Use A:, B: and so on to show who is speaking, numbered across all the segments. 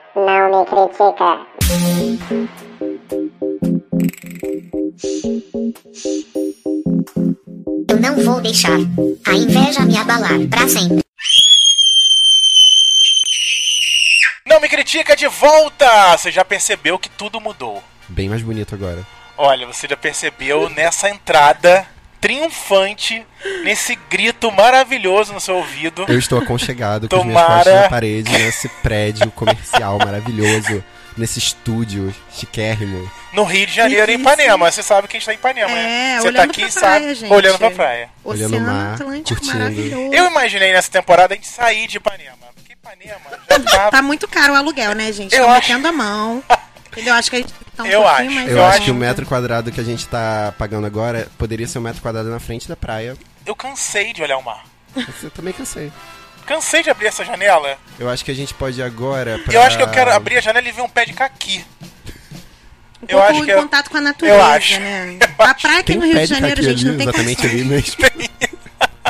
A: não me critica.
B: Eu não vou deixar a inveja me abalar pra sempre.
C: Não me critica de volta! Você já percebeu que tudo mudou.
D: Bem mais bonito agora.
C: Olha, você já percebeu nessa entrada triunfante, nesse grito maravilhoso no seu ouvido.
D: Eu estou aconchegado com as minhas
C: Tomara.
D: costas na parede, nesse prédio comercial maravilhoso, nesse estúdio chiquérrimo.
C: No Rio de Janeiro, em
E: Difícil.
C: Ipanema. Você sabe que a gente tá em Ipanema, né?
E: É,
C: Você tá
E: olhando
C: aqui
E: pra
C: e sabe.
E: praia, gente.
C: Olhando pra praia.
D: Olhando o
E: Oceano
D: mar,
E: Atlântico
D: curtindo.
E: maravilhoso.
C: Eu imaginei nessa temporada a gente sair de Ipanema. Porque Ipanema já tá.
E: Tá muito caro o aluguel, né, gente?
C: Eu
E: Estão
C: acho-
E: metendo a mão. Entendeu? Acho que a gente tá um
C: Eu
E: pouquinho
C: acho.
E: mais
D: Eu
C: Eu
D: acho
C: acho
D: que o metro quadrado que a gente tá pagando agora poderia ser um metro quadrado na frente da praia.
C: Eu cansei de olhar o mar.
D: Mas Eu também cansei.
C: Cansei de abrir essa janela.
D: Eu acho que a gente pode ir agora pra...
C: Eu acho que eu quero abrir a janela e ver um pé de caqui.
E: um
C: eu
E: pouco
C: acho que é
E: em
C: eu-
E: contato com a natureza,
C: eu acho.
E: né?
C: Eu
E: A praia aqui
D: Tem
E: no
D: um
E: Rio
D: pé
E: de
D: de
E: Janeiro,
D: caqui
E: gente,
D: ali,
E: não tem
D: exatamente
E: condições.
D: ali mesmo.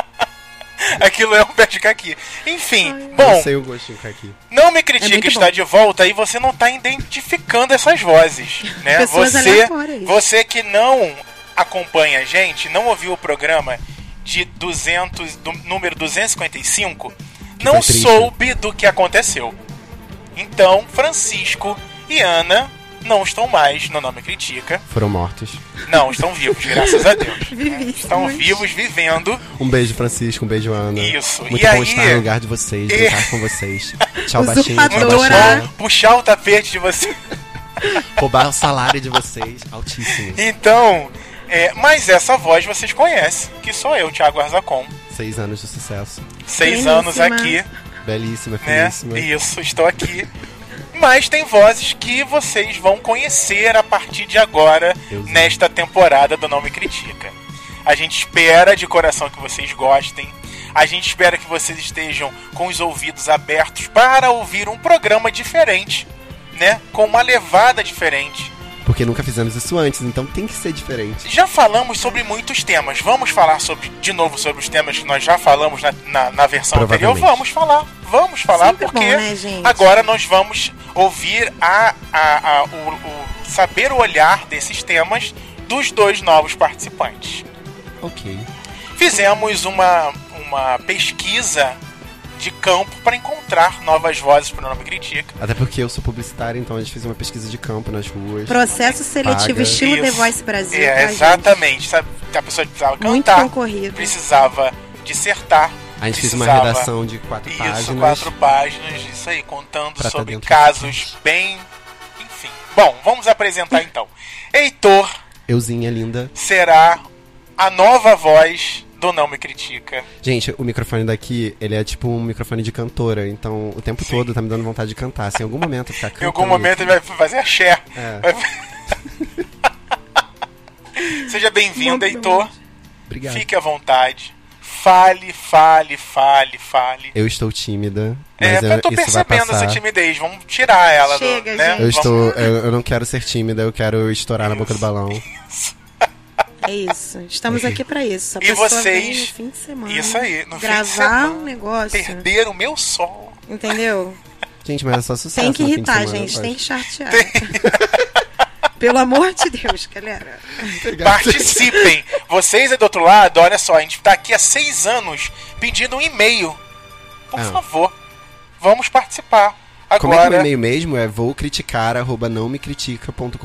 C: Aquilo é um pé de caqui. Enfim,
D: Eu
C: bom,
D: sei o gostinho caqui.
C: não me
E: É
C: critique
E: muito
C: está
E: bom.
C: de volta e você não tá identificando essas vozes, né?
E: Pessoas
C: Você,
E: aleatórias.
C: você que não acompanha a gente, não ouviu o programa de 200, do número 255, não
D: foi triste.
C: soube do que aconteceu. Então, Francisco e Ana não estão mais no Nome Critica.
D: Foram mortos.
C: Não, estão vivos, graças a Deus.
E: Vivíssimos.
C: Estão vivos, vivendo.
D: Um beijo, Francisco. Um beijo, Ana.
C: Isso.
D: Muito
C: E
D: bom
C: aí-
D: estar no lugar de vocês,
C: E-
D: brincar com vocês. Tchau, baixinho. Tchau,
E: Usurpadora.
C: Vão
D: baixinho.
C: puxar o tapete de você.
D: Roubar o salário de vocês. Altíssimo.
C: Então, é, mas essa voz vocês conhecem, que sou eu, Thiago Arzacon.
D: Seis anos de sucesso.
C: Seis
E: Belíssima.
C: anos aqui,
D: Belíssima,
C: né?
D: felíssima.
C: Isso, estou aqui. Mas tem vozes que vocês vão conhecer a partir de agora,
D: Deus
C: nesta temporada do Não Me Critica. A gente espera de coração que vocês gostem. A gente espera que vocês estejam com os ouvidos abertos para ouvir um programa diferente, né? Com uma levada diferente.
D: Porque nunca fizemos isso antes, então tem que ser diferente.
C: Já falamos sobre muitos temas. Vamos falar sobre, de novo sobre os temas que nós já falamos na, na, na versão anterior?
D: Provavelmente.
C: Vamos falar. Vamos falar
E: Sempre
C: porque
E: bom, né, gente?
C: agora nós vamos ouvir a, a, a- o, o- saber o olhar desses temas dos dois novos participantes.
D: Ok.
C: Fizemos uma, uma pesquisa de campo para encontrar novas vozes para o Nome Critica.
D: Até porque eu sou publicitário, então a gente fez uma pesquisa de campo nas ruas.
E: Processo seletivo
D: Paga.
E: estilo The
C: Isso.
E: Voice Brasil. tá,
C: É,
E: gente?
C: exatamente. Então tá. Sabe, a pessoa precisava
E: Muito
C: cantar,
E: concorrido.
C: precisava dissertar.
D: A gente fez uma
C: precisava-
D: redação de quatro
C: Isso,
D: páginas.
C: quatro páginas, isso aí, contando
D: Pra tá
C: sobre
D: dentro
C: casos bem. Enfim. Bom, vamos apresentar então. Heitor
D: Euzinha linda.
C: será a nova voz do Não Me Critica.
D: Gente, o microfone daqui, ele é tipo um microfone de cantora. Então, o tempo
C: Sim.
D: todo tá me dando vontade de cantar. Se em algum momento eu ficar cantando...
C: Em algum momento ele vai fazer axé.
D: É.
C: Vai- Seja bem-vindo, Heitor.
D: Obrigado.
C: Fique à vontade. Fale, fale, fale, fale.
D: Eu estou tímida,
C: É,
D: mas eu,
C: eu tô
D: isso vai
C: percebendo
D: passar.
C: essa timidez. Vamos tirar ela. do-
E: Chega,
C: né?
E: gente.
D: Eu
C: Vamos-
D: estou, eu, eu não quero ser tímida, eu quero estourar na boca do balão.
E: É isso. Estamos aqui pra isso. A
C: E
E: pessoa
C: vocês-
E: vem no fim de semana.
C: Isso aí, no fim de
E: gravar
C: semana.
E: um negócio.
C: Perder o meu sol.
E: Entendeu?
D: Gente, mas é só sucesso.
E: Tem que
D: no fim de
E: irritar,
D: semana,
E: gente.
D: eu
E: Tem que
D: acho.
E: chatear. Pelo amor de Deus, galera.
C: Participem! Vocês aí do outro lado, olha só, a gente tá aqui há seis anos pedindo um e-mail. Por
D: Ah.
C: favor, vamos participar.
D: Como é que é
C: Agora,
D: o e-mail mesmo? É vou criticar, arroba não me critica.com.br.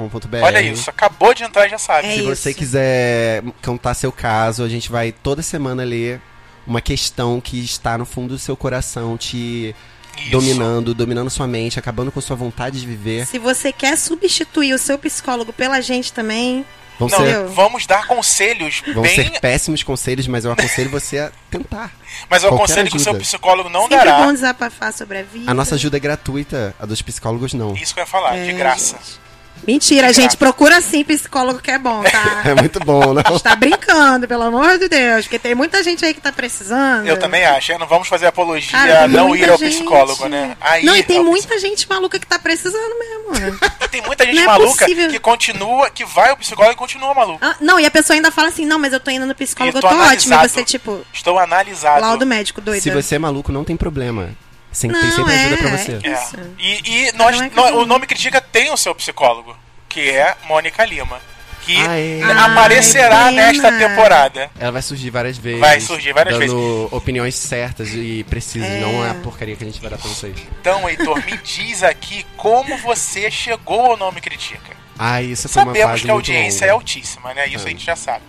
C: olha isso, acabou de entrar e já sabe.
E: É
D: Se você
E: isso.
D: quiser contar seu caso, a gente vai toda semana ler uma questão que está no fundo do seu coração, te
C: Isso.
D: dominando, dominando sua mente, acabando com sua vontade de viver.
E: Se você quer substituir o seu psicólogo pela gente também,
D: Vão,
C: Não,
D: ser,
E: eu-
C: vamos dar conselhos
D: vão
C: bem.
D: ser péssimos conselhos, mas eu aconselho você a tentar.
C: mas eu
D: qualquer
C: aconselho que o seu
D: ajuda.
C: psicólogo não
E: sempre
C: dará.
E: bom desabafar sobre a vida.
D: A nossa ajuda é gratuita, a dos psicólogos não.
C: Isso que eu ia falar, de
E: É,
C: graça.
E: gente. Mentira,
C: De graça.
E: gente. Procura sim psicólogo que é bom, tá?
D: É muito bom, não?
E: A gente tá brincando, pelo amor de Deus. Porque tem muita gente aí que tá precisando.
C: Eu também acho, é, não vamos fazer apologia
E: Cara,
C: a
E: tem
C: não
E: muita
C: ir ao
E: gente.
C: psicólogo, né? A
E: Não, e
C: ir
E: tem
C: ao
E: muita gente maluca que tá precisando mesmo.
C: E tem muita gente
E: Não é
C: maluca
E: possível.
C: que continua, que vai ao psicólogo e continua maluco.
E: Ah, não, e a pessoa ainda fala assim: não, mas eu tô indo no psicólogo,
C: Eu tô
E: eu tô, ótima. E
C: analisado.
E: você, tipo,
C: Estou analisado.
E: laudo médico doido.
D: Se você é maluco, não tem problema. Sem, tem sempre ajuda pra você.
E: É isso.
C: E, e nós,
E: Não é
C: nó-
E: cada um.
C: o nome Critica tem o seu psicólogo, que é Mônica Lima. Que
D: Ah, é.
C: aparecerá
E: Ai,
C: nesta
E: pena.
C: temporada.
D: Ela vai surgir várias vezes.
C: Vai surgir várias
D: dando opiniões certas e precisas.
E: É.
D: Não é a porcaria que a gente vai dar pra vocês.
C: Então, Heitor, me diz aqui como você chegou ao nome Critica.
D: Ah, isso foi uma
C: Sabemos
D: fase
C: que a audiência é
D: muito longa.
C: altíssima, né? Isso
D: É.
C: a gente já sabe.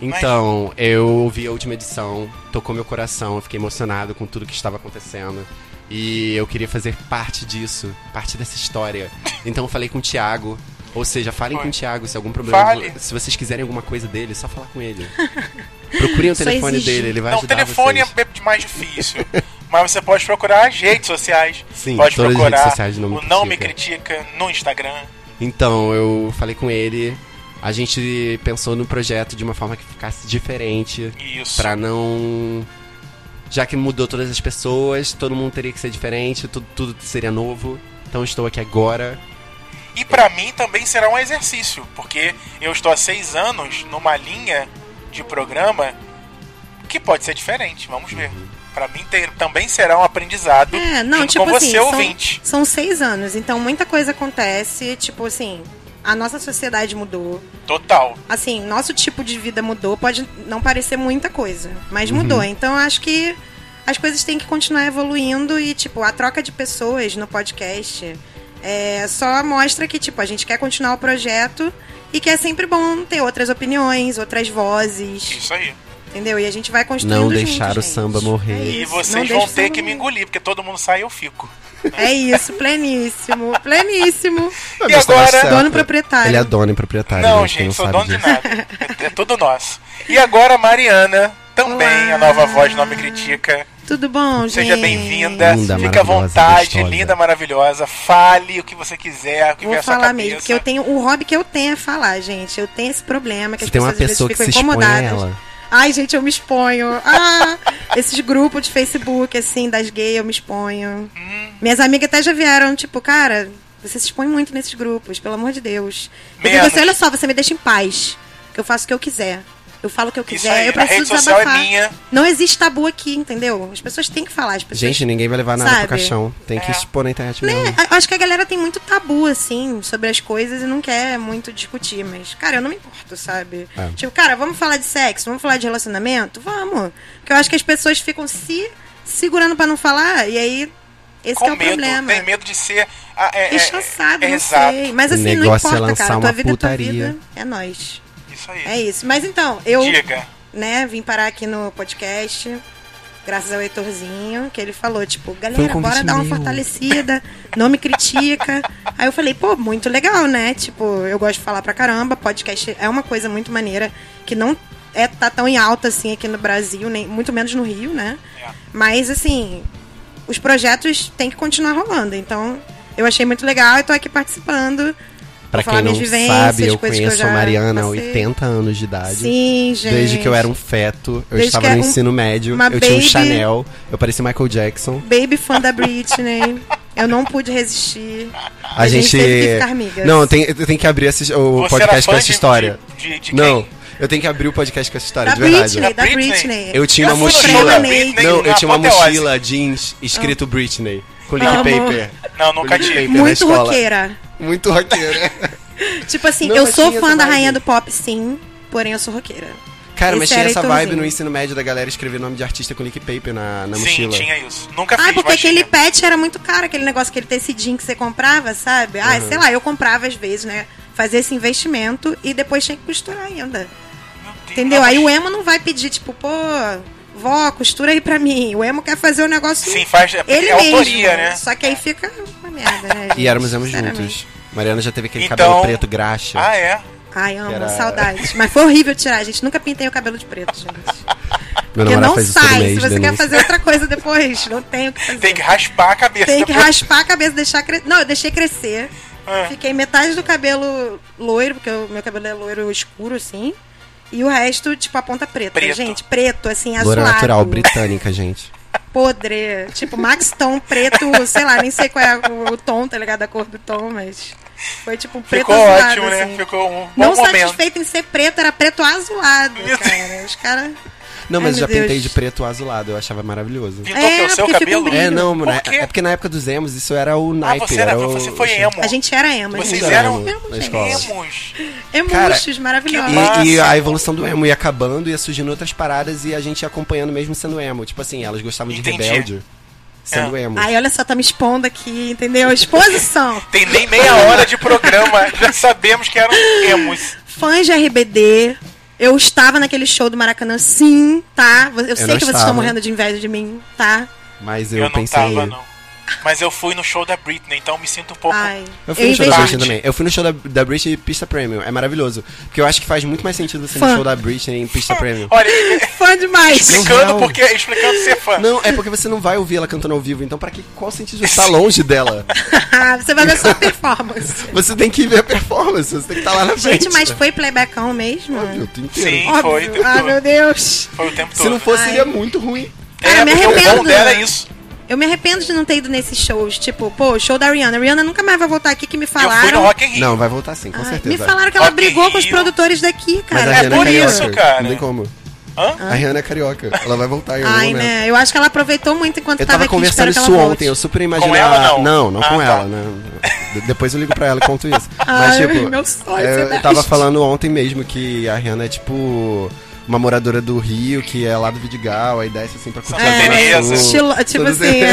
D: Então, eu ouvi a última edição, tocou meu coração, eu fiquei emocionado com tudo que estava acontecendo. E eu queria fazer parte disso, parte dessa história. Então eu falei com o Thiago. Ou seja, falem
C: Foi.
D: com o Thiago se algum problema.
C: Fale.
D: Se vocês quiserem alguma coisa dele, é só falar com ele. Procurem o
E: Só
D: telefone
E: exigir.
D: dele, ele vai
C: Não, o
D: ajudar
C: telefone
D: vocês.
C: é mais difícil. mas você pode procurar as redes sociais.
D: Sim,
C: pode
D: todas as
C: procurar
D: redes sociais não me
C: o Não Me
D: Critica.
C: Critica no Instagram.
D: Então, eu falei com ele. A gente pensou no projeto de uma forma que ficasse diferente.
C: Isso.
D: Pra não. Já que mudou todas as pessoas, todo mundo teria que ser diferente, tudo, tudo seria novo. Então estou aqui agora.
C: E pra mim também será um exercício, porque eu estou há seis anos numa linha de programa que pode ser diferente. Vamos ver. Pra mim ter- também será um aprendizado
E: É, não,
C: junto
E: tipo
C: com você,
E: assim, são-
C: ouvinte.
E: São seis anos, então muita coisa acontece. Tipo assim, a nossa sociedade mudou.
C: Total.
E: Assim, nosso tipo de vida mudou. Pode não parecer muita coisa, mas
D: Uhum.
E: mudou. Então eu acho que as coisas têm que continuar evoluindo e, tipo, a troca de pessoas no podcast é, só mostra que, tipo, a gente quer continuar o projeto e que é sempre bom ter outras opiniões, outras vozes,
C: Isso aí.
E: entendeu? E a gente vai construindo
D: Não
E: junto,
D: deixar o
E: gente.
D: samba morrer.
E: É
C: E
E: isso, não
C: vocês
E: deixa
C: vão
E: o
C: ter
E: samba
C: que me
E: morrer.
C: engolir, porque todo mundo sai e eu fico.
E: É isso, pleníssimo, pleníssimo.
C: E agora-
E: Dono proprietário.
D: Ele é dono e proprietário.
C: não,
D: quem
C: gente, sou
D: sabe
C: dono de
D: disso.
C: nada. É, é tudo nosso. E agora, Mariana, também
E: Olá.
C: a nova voz do Nome Critica.
E: Tudo bom, gente?
C: Seja bem-vinda.
D: Linda,
C: Fique à
D: maravilhosa,
C: vontade,
D: gostosa.
C: linda, maravilhosa. Fale o que você quiser, o que
E: Vou
C: vier à sua
E: falar
C: cabeça.
E: mesmo, porque eu tenho. O hobby que eu tenho é falar, gente. Eu tenho esse problema que
D: Se
E: as
D: tem uma
E: pessoas às
D: pessoa que
E: vezes
D: se
E: ficam
D: expõe a
E: incomodadas.
D: ela.
E: Ai, gente, eu me exponho. Ah, esses grupos de Facebook, assim, das gays, eu me exponho.
C: Hum.
E: Minhas amigas até já vieram, tipo, cara, você se expõe muito nesses grupos, pelo amor de Deus. Eu digo
C: Menos.
E: assim, olha só, você me deixa em paz. Que eu faço o que eu quiser. Eu falo o que eu
C: Isso
E: quiser,
C: aí,
E: eu
C: a
E: preciso
C: rede social
E: desabafar.
C: é minha.
E: Não existe tabu aqui, entendeu? As pessoas têm que falar, as pessoas
D: Gente, ninguém vai levar nada
E: Sabe?
D: pro caixão. Tem que
C: É.
D: expor na internet
E: Né?
D: mesmo.
E: A- Acho que a galera tem muito tabu, assim, sobre as coisas e não quer muito discutir. Mas, cara, eu não me importo, sabe?
D: É.
E: Tipo, cara, vamos falar de sexo, vamos falar de relacionamento? Vamos. Porque eu acho que as pessoas ficam se segurando pra não falar e aí esse
C: com
E: que é o
C: medo,
E: problema.
C: tem medo de ser ah, é, é,
E: Enxossado,
C: é,
E: não
C: exato.
E: sei. Mas assim,
D: O
E: não
D: negócio é
E: importa,
D: lançar
E: cara.
D: uma
E: Tua vida
D: putaria.
E: é tua vida. É nós.
C: Isso aí.
E: É isso. Mas então, eu,
C: Diga.
E: né, vim parar aqui no podcast. Graças ao Heitorzinho, que ele falou,
D: Foi
E: tipo,
D: um
E: galera,
D: convite
E: bora dar uma
D: meu.
E: fortalecida, não me critica. Aí eu falei, pô, muito legal, né? Tipo, eu gosto de falar pra caramba, podcast é uma coisa muito maneira, que não é, tá tão em alta assim aqui no Brasil, nem muito menos no Rio, né?
C: É.
E: Mas assim, os projetos têm que continuar rolando. Então, eu achei muito legal e tô aqui participando.
D: Pra
E: falar
D: quem não
E: minhas vivências,
D: sabe, eu
E: coisas que eu
D: conheço
E: já
D: a Mariana há
E: passei.
D: 80 anos de idade.
E: Sim, gente.
D: Desde que eu era um feto, eu
E: Desde
D: estava
E: que
D: no
E: era um-
D: ensino médio,
E: uma
D: eu tinha um
E: baby.
D: Chanel, eu parecia Michael Jackson.
E: Baby fã da Britney. Eu não pude resistir.
D: A, gente.
E: teve que ficar amigas.
D: Não, tem, eu tenho que abrir esse- o
C: Você era
D: podcast
C: fã
D: com essa
C: de-
D: história.
C: de- de- de
D: não,
C: quem?
D: eu tenho que abrir o podcast com essa história,
E: Da
D: de verdade.
E: Britney,
C: Da
E: da
C: Britney?
E: Britney.
D: Eu tinha
C: Eu
D: uma
C: fui no
E: show
D: mochila.
E: da
C: Britney,
D: não, eu
C: na
D: tinha uma
C: apoteose.
D: mochila jeans escrito Britney, com link
E: Ah. Amo.
D: paper.
C: Não, nunca
D: Com link
C: tive.
D: paper na
E: Muito
D: escola.
E: roqueira.
D: Muito roqueira.
E: Tipo assim,
D: Não,
E: eu
D: mas
E: sou
D: tinha
E: fã
D: essa
E: da
D: vibe.
E: rainha do pop, sim, porém eu sou roqueira.
D: Cara, mas
E: Esse
D: tinha
E: era
D: essa
E: Heitorzinho.
D: vibe no ensino médio da galera escrever nome de artista com link paper na, na
C: Sim,
D: mochila.
C: tinha isso. Nunca fiz,
E: Ah, porque
C: mas
E: aquele
C: tinha.
E: pet era muito caro, aquele negócio, aquele tecidinho que você comprava, sabe? Ah,
D: Uhum.
E: sei lá, eu comprava às vezes, né? Fazia esse investimento e depois tinha que costurar
C: Meu
E: ainda.
C: Deus,
E: Entendeu?
C: não,
E: Aí o
C: mas-
E: emo não vai pedir, tipo, pô, vó, costura aí pra mim. O emo quer fazer o negócio.
C: Sim, faz. É,
E: ele
C: é
E: mesmo.
C: autoria, né?
E: Só que aí fica uma merda, né?
D: E éramos
E: gente?
D: éramos
E: Sinceramente.
D: juntos. Mariana já teve aquele
C: Então-
D: cabelo preto graxa.
C: Ah, é?
E: Ai, amo,
D: Era-
E: saudades. Mas foi horrível tirar, gente. Nunca pintei o cabelo de preto, gente.
D: Meu
E: Porque
D: namorado
E: não
D: faz isso todo
E: sai.
D: mês,
E: Se você quer
D: denúncia.
E: fazer outra coisa depois, não tem o que fazer.
C: Tem que raspar a cabeça.
E: Tem que
C: depois.
E: raspar a cabeça, deixar crescer. Não, eu deixei crescer.
C: Ah.
E: Fiquei metade do cabelo loiro, porque o meu cabelo é loiro escuro, assim. E o resto, tipo, a ponta preta.
C: Preto.
E: Gente, preto, assim, azulado.
D: Loura natural britânica, gente.
E: Podre. Tipo, Max Tom preto, sei lá, nem sei qual é o, o tom, tá ligado? A cor do tom, mas. Foi tipo um preto
C: Ficou
E: azulado,
C: ótimo, né?
E: assim.
C: Ficou um bom
E: Não
C: momento.
E: satisfeito em ser preto, era preto azulado,
C: Meu
E: cara. Os caras.
D: Não, mas
E: Ai,
D: já
E: meu Deus.
D: pintei de preto azulado, eu achava maravilhoso.
C: Pintou
E: É,
C: que o seu
E: porque fica
C: cabelo?
E: um brilho.
D: É, não,
C: Por
D: né?
C: quê?
D: É porque na época dos emos, isso era o
C: Ah,
D: naipe.
C: você, era,
D: o-
C: você foi emo.
E: A gente era emo.
C: Vocês
E: gente.
C: eram
D: emo
E: emo,
D: na
E: gente.
D: escola.
C: Emos.
D: Cara,
E: Emuxos, maravilhosos.
C: que-
D: E, e
C: Massa.
D: a evolução do emo ia acabando, ia surgindo outras paradas e a gente ia acompanhando mesmo sendo emo. Tipo assim, elas gostavam de
C: Entendi. É.
D: rebelde sendo emo.
E: Ai, olha só, tá me expondo aqui, entendeu? Exposição.
C: Tem nem meia hora de programa, já sabemos que um eram emos.
E: Fãs de RBD. Eu estava naquele show do Maracanã, sim, tá?
D: não
E: Eu, sei que vocês
D: estava.
E: estão morrendo de inveja de mim, tá?
D: Mas
C: Eu,
D: eu,
C: não
D: pensei.
C: tava, não. Mas eu fui no show da Britney, então me sinto um pouco.
E: Ai.
D: Eu fui no show da
C: investi-
D: Britney também. Eu fui no show da, da Britney em pista premium. É maravilhoso. Porque eu acho que faz muito mais sentido você ir
E: Fã.
D: no show da Britney em pista premium.
C: Olha,
E: Fã demais.
D: Não,
C: explicando
D: real.
C: porque. Explicando ser fã.
D: Não, é porque você não vai ouvir ela cantando ao vivo, então pra que qual sentido você tá longe dela?
E: Ah, Você vai ver só a performance.
D: Você tem que ver a performance, você tem que estar lá na frente.
E: Gente, mas foi playbackão mesmo?
D: Óbvio, o tempo inteiro.
C: Sim. foi,
E: Óbvio.
C: tentou.
E: Ai, meu Deus.
C: Foi o tempo
D: Se não
C: todo. né?
D: fosse,
E: Ai.
D: seria muito ruim.
E: Cara,
C: é,
E: me
C: porque o bom
E: arrependo.
C: dela é isso.
E: Eu me arrependo de não ter ido nesses shows. Tipo, pô, show da Rihanna. Rihanna nunca mais vai voltar aqui que me
C: Eu fui no
E: falaram.
C: Rock in Rio.
D: Não, vai voltar sim, com
E: Ai,
D: certeza.
E: me falaram que ela
C: Rock in
E: brigou com os
C: Rio.
E: produtores daqui,
D: Mas
E: cara.
D: a
C: É
D: Rihanna
C: por
D: é carioca.
C: isso, cara.
D: Não tem como.
C: Hã?
D: A Rihanna é carioca. Ela vai voltar em algum
E: Ai,
D: momento.
E: né? Eu acho que ela aproveitou muito enquanto
D: Eu
E: tava,
D: tava
E: aqui. espero
D: conversando
E: que
D: isso
E: ela
D: ontem, eu
E: volte.
D: super imaginei.
C: Com ela, não?
D: Não, não
C: Ah,
D: com
C: tá.
D: ela, né? De- Depois eu ligo pra ela e conto isso. Mas,
E: Ai,
D: tipo,
E: meu sonho, tá
D: eu, eu
E: Sebastião.
D: tava falando ontem mesmo que a Rihanna é tipo uma moradora do Rio, que é lá do Vidigal, aí desce assim pra curtir
C: Santa
D: a Zona
C: Teresa.
D: Sul,
E: É, Estilo, tipo
D: Santa
E: assim,
D: Teresa.